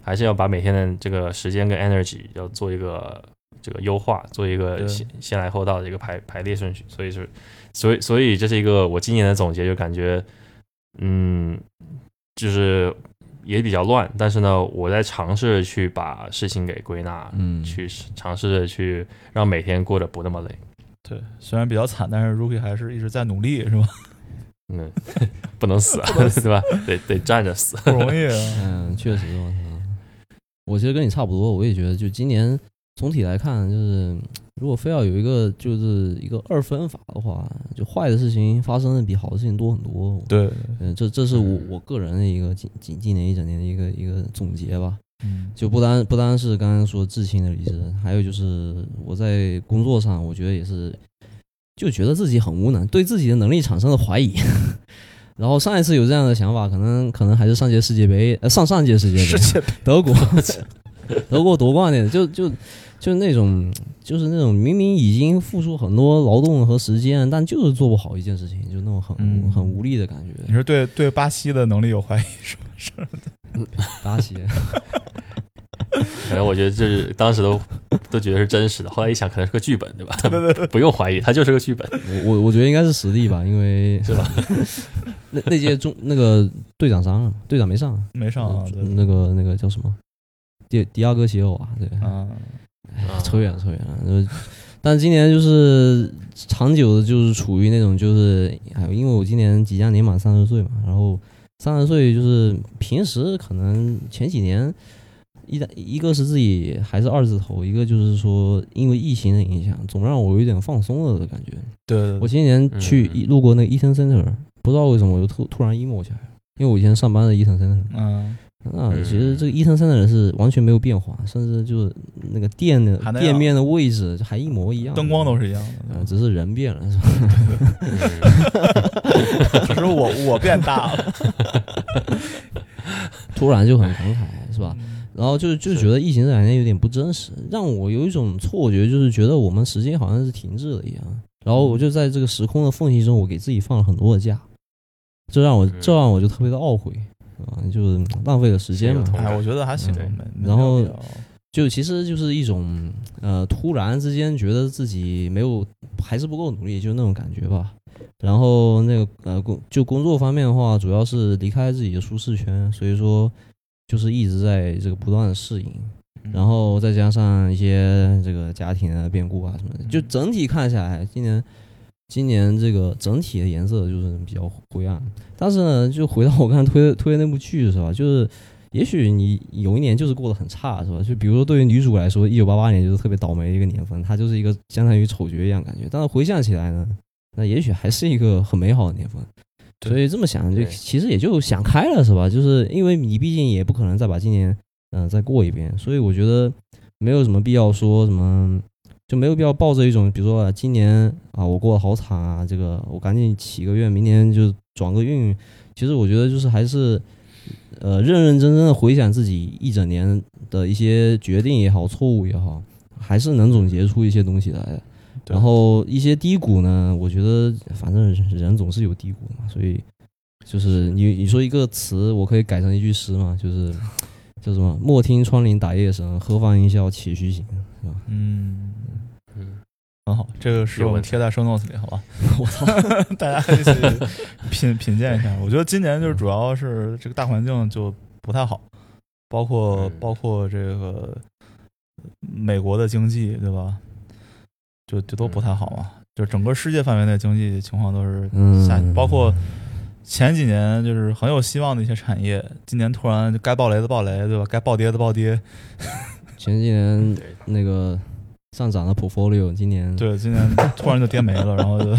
[SPEAKER 2] 还是要把每天的这个时间跟 energy 要做一个这个优化，做一个
[SPEAKER 1] 对
[SPEAKER 2] 先先来后到的一个排排列顺序。所以是，所以所以这是一个我今年的总结，就感觉嗯，就是也比较乱，但是呢，我在尝试去把事情给归纳，
[SPEAKER 3] 嗯
[SPEAKER 2] 去尝试着去让每天过得不那么累。
[SPEAKER 1] 对，虽然比较惨，但是 Rookie 还是一直在努力，是吧？
[SPEAKER 2] [LAUGHS] 嗯，不能死啊， [LAUGHS] 对吧？得得站着死。
[SPEAKER 1] 不容易啊。
[SPEAKER 3] 嗯，确实，我操，我其实跟你差不多，我也觉得，就今年总体来看，就是如果非要有一个就是一个二分法的话，就坏的事情发生的比好的事情多很多。
[SPEAKER 1] 对，
[SPEAKER 3] 嗯，这这是我我个人的一个今今今年一整年的一个一个总结吧。
[SPEAKER 1] 嗯，
[SPEAKER 3] 就不单不单是刚刚说至亲的离职，还有就是我在工作上，我觉得也是，就觉得自己很无能，对自己的能力产生了怀疑。 [LAUGHS] 然后上一次有这样的想法，可能可能还是上届世界杯，呃，上上届世界杯，
[SPEAKER 1] 世界杯
[SPEAKER 3] 德国，德国夺冠的，就就就那种，就是那种明明已经付出很多劳动和时间，但就是做不好一件事情，就那种很、
[SPEAKER 1] 嗯
[SPEAKER 3] 很无力的感觉。
[SPEAKER 1] 你是对对巴西的能力有怀疑是吧？是
[SPEAKER 3] 巴西，
[SPEAKER 2] 可能我觉得就是当时都都觉得是真实的，后来一想可能是个剧本，对吧？ [LAUGHS] 不用怀疑，它就是个剧本。
[SPEAKER 3] 我我我觉得应该是实力吧，因为
[SPEAKER 2] 是吧？
[SPEAKER 3] [LAUGHS] 那那届中那个队长伤了，队长没上，
[SPEAKER 1] 没上啊，对
[SPEAKER 3] 那个那个叫什么？迪迪亚哥席尔瓦，对，
[SPEAKER 1] 啊，
[SPEAKER 2] 啊
[SPEAKER 3] 嗯扯远了，扯远了。就是但是今年就是长久的，就是处于那种就是，哎，因为我今年即将年满三十岁嘛，然后三十岁就是平时可能前几年一旦一个是自己还是二字头，一个就是说因为疫情的影响，总让我有一点放松了的感觉。
[SPEAKER 1] 对对
[SPEAKER 3] 我
[SPEAKER 1] 对，
[SPEAKER 3] 前几年去
[SPEAKER 2] 嗯
[SPEAKER 3] 一路过那个 Eaton Center，不知道为什么我就突突然 emo 起来了，因为我以前上班的 Eaton Center。
[SPEAKER 1] 嗯，
[SPEAKER 3] 那
[SPEAKER 2] 嗯
[SPEAKER 3] 其实这个伊藤三的人是完全没有变化，甚至就是那个店的
[SPEAKER 1] 还那样
[SPEAKER 3] 店面的位置还一模一样，
[SPEAKER 1] 灯光都是一样的。
[SPEAKER 3] 呃，只是人变了，是吧？
[SPEAKER 2] 嗯
[SPEAKER 1] 只是我我变大 [LAUGHS] 了，
[SPEAKER 3] 突然就很感慨，是吧？
[SPEAKER 1] 嗯
[SPEAKER 3] 然后就就是觉得疫情这两年有点不真实，让我有一种错觉，就是觉得我们时间好像是停滞了一样。然后我就在这个时空的缝隙中，我给自己放了很多的假，这让我
[SPEAKER 2] 嗯
[SPEAKER 3] 这让我就特别的懊悔啊，就是浪费了时间
[SPEAKER 2] 有
[SPEAKER 3] 嘛。
[SPEAKER 2] 同
[SPEAKER 1] 哎，
[SPEAKER 2] 感
[SPEAKER 1] 我觉得还行，
[SPEAKER 2] 对
[SPEAKER 1] 没没
[SPEAKER 3] 然后
[SPEAKER 1] 有必要
[SPEAKER 3] 就其实就是一种呃，突然之间觉得自己没有还是不够努力，就那种感觉吧。然后那个呃工就工作方面的话，主要是离开自己的舒适圈，所以说就是一直在这个不断的适应，
[SPEAKER 1] 嗯
[SPEAKER 3] 然后再加上一些这个家庭的变故啊什么的，就整体看下来，今年今年这个整体的颜色就是比较灰暗。但是呢，就回到我刚才推推的那部剧是吧？就是也许你有一年就是过得很差是吧？就比如说对于女主来说，一九八八年就是特别倒霉的一个年份，她就是一个相当于丑角一样感觉。但是回想起来呢，那也许还是一个很美好的年份。
[SPEAKER 1] 对
[SPEAKER 3] 所以这么想，就
[SPEAKER 2] 对
[SPEAKER 3] 其实也就想开了是吧？就是因为你毕竟也不可能再把今年嗯、呃再过一遍，所以我觉得没有什么必要说什么。就没有必要抱着一种，比如说、啊、今年啊，我过得好惨啊，这个我赶紧起个愿，明年就转个运。其实我觉得就是还是，呃，认认真真的回想自己一整年的一些决定也好，错误也好，还是能总结出一些东西来的。
[SPEAKER 1] 对
[SPEAKER 3] 然后一些低谷呢，我觉得反正人总是有低谷嘛，所以就是你你说一个词，我可以改成一句诗嘛，就是
[SPEAKER 1] 啊
[SPEAKER 3] 叫什么“莫听窗棂打叶声，何妨吟啸起虚行”，是吧？
[SPEAKER 1] 嗯，很好，这个是我们贴在 show notes 里，好吧？ [LAUGHS] 我操，大家一起品品鉴一下。我觉得今年就是主要是这个大环境就不太好，包括包括这个美国的经济，对吧？就就都不太好嘛，就整个世界范围内经济情况都是
[SPEAKER 2] 嗯
[SPEAKER 1] 下，
[SPEAKER 3] 嗯
[SPEAKER 1] 包括前几年就是很有希望的一些产业，今年突然就该暴雷的暴雷，对吧？该暴跌的暴跌，
[SPEAKER 3] 前几年
[SPEAKER 2] 对
[SPEAKER 3] 那个上涨的 portfolio，今年
[SPEAKER 1] 对，今年突然就跌没了，然
[SPEAKER 2] [LAUGHS]
[SPEAKER 1] 后就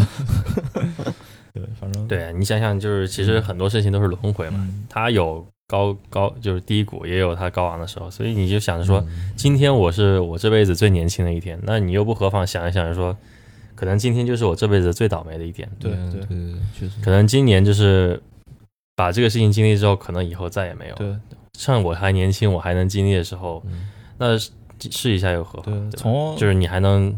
[SPEAKER 1] 对，反正
[SPEAKER 2] 对你想想，就是其实很多事情都是轮回嘛，
[SPEAKER 1] 嗯
[SPEAKER 2] 它有高高就是低谷，也有它高昂的时候，所以你就
[SPEAKER 3] 嗯
[SPEAKER 2] 想着说，今天我是我这辈子最年轻的一天，那你又不何妨想一想说，可能今天就是我这辈子最倒霉的一天，
[SPEAKER 1] 对
[SPEAKER 3] 嗯
[SPEAKER 1] 对
[SPEAKER 3] 对对，确实
[SPEAKER 2] 可能今年就是把这个事情经历之后，可能以后再也没有。
[SPEAKER 1] 对
[SPEAKER 2] 趁我还年轻，我还能经历的时候，
[SPEAKER 3] 嗯
[SPEAKER 2] 那试试一下又何妨？
[SPEAKER 1] 对，
[SPEAKER 2] 对吧
[SPEAKER 1] 从
[SPEAKER 2] 就是你还能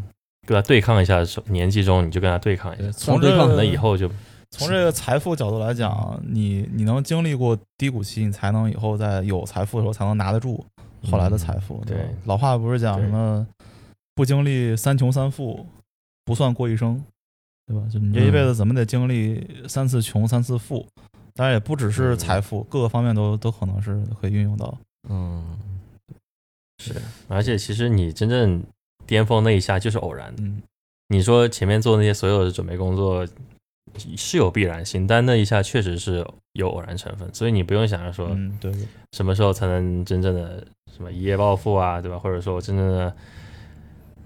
[SPEAKER 2] 跟他对抗一下，年纪中你就跟他对抗一下
[SPEAKER 1] 对，从
[SPEAKER 3] 对
[SPEAKER 1] 这
[SPEAKER 3] 抗
[SPEAKER 2] 那
[SPEAKER 1] 个
[SPEAKER 2] 以后就
[SPEAKER 1] 从这个财富角度来讲，你你能经历过低谷期，你才能以后在有财富的时候才能拿得住后来的财富。
[SPEAKER 2] 嗯对
[SPEAKER 1] 吧老话不是讲
[SPEAKER 2] 对
[SPEAKER 1] 什么不经历三穷三富不算过一生，对吧？就你这一辈子怎么得经历三次穷三次富，当然也不只是
[SPEAKER 2] 嗯
[SPEAKER 1] 财富，各个方面都都可能是可以运用到。
[SPEAKER 3] 嗯，
[SPEAKER 2] 是，而且其实你真正巅峰那一下就是偶然的。
[SPEAKER 1] 嗯，
[SPEAKER 2] 你说前面做那些所有的准备工作是有必然性，但那一下确实是有偶然成分，所以你不用想着说
[SPEAKER 1] 嗯，对对
[SPEAKER 2] 什么时候才能真正的什么一夜暴富啊，对吧？或者说真正的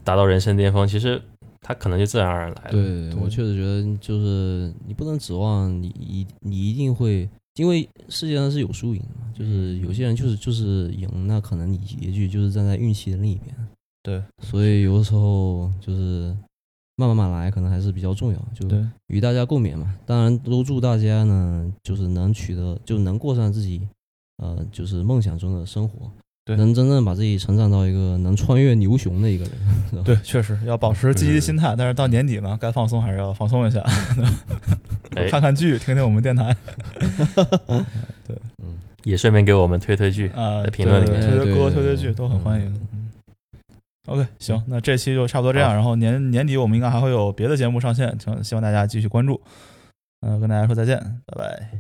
[SPEAKER 2] 达到人生巅峰，其实它可能就自然而然来了。
[SPEAKER 3] 对对对，
[SPEAKER 1] 哎对
[SPEAKER 3] 我确实觉得就是你不能指望你一你一定会，因为世界上是有输赢的嘛，
[SPEAKER 1] 嗯
[SPEAKER 3] 就是有些人就是就是赢，那可能你结局就是站在运气的另一边，
[SPEAKER 1] 对
[SPEAKER 3] 所以有的时候就是慢慢慢来，可能还是比较重要，就
[SPEAKER 1] 对，
[SPEAKER 3] 与大家共勉嘛。当然，都祝大家呢，就是能取得，就能过上自己，呃，就是梦想中的生活，
[SPEAKER 1] 对
[SPEAKER 3] 能真正把自己成长到一个能穿越牛熊的一个人。
[SPEAKER 1] 对，确实要保持积极心态，但是到年底呢，该放松还是要放松一下，
[SPEAKER 2] 哎
[SPEAKER 1] 看看剧，听听我们电台。
[SPEAKER 2] 也顺便给我们推推剧。
[SPEAKER 1] 啊，
[SPEAKER 2] 在评论里
[SPEAKER 1] 对
[SPEAKER 3] 面
[SPEAKER 1] 推推
[SPEAKER 3] 对
[SPEAKER 1] 歌、推
[SPEAKER 3] 对
[SPEAKER 1] 推
[SPEAKER 3] 对
[SPEAKER 1] 剧
[SPEAKER 3] 对
[SPEAKER 1] 都很欢迎。嗯 OK，行，那这期就差不多这样。
[SPEAKER 2] 好
[SPEAKER 1] 然后年年底我们应该还会有别的节目上线，请希望大家继续关注。嗯、跟大家说再见，拜拜。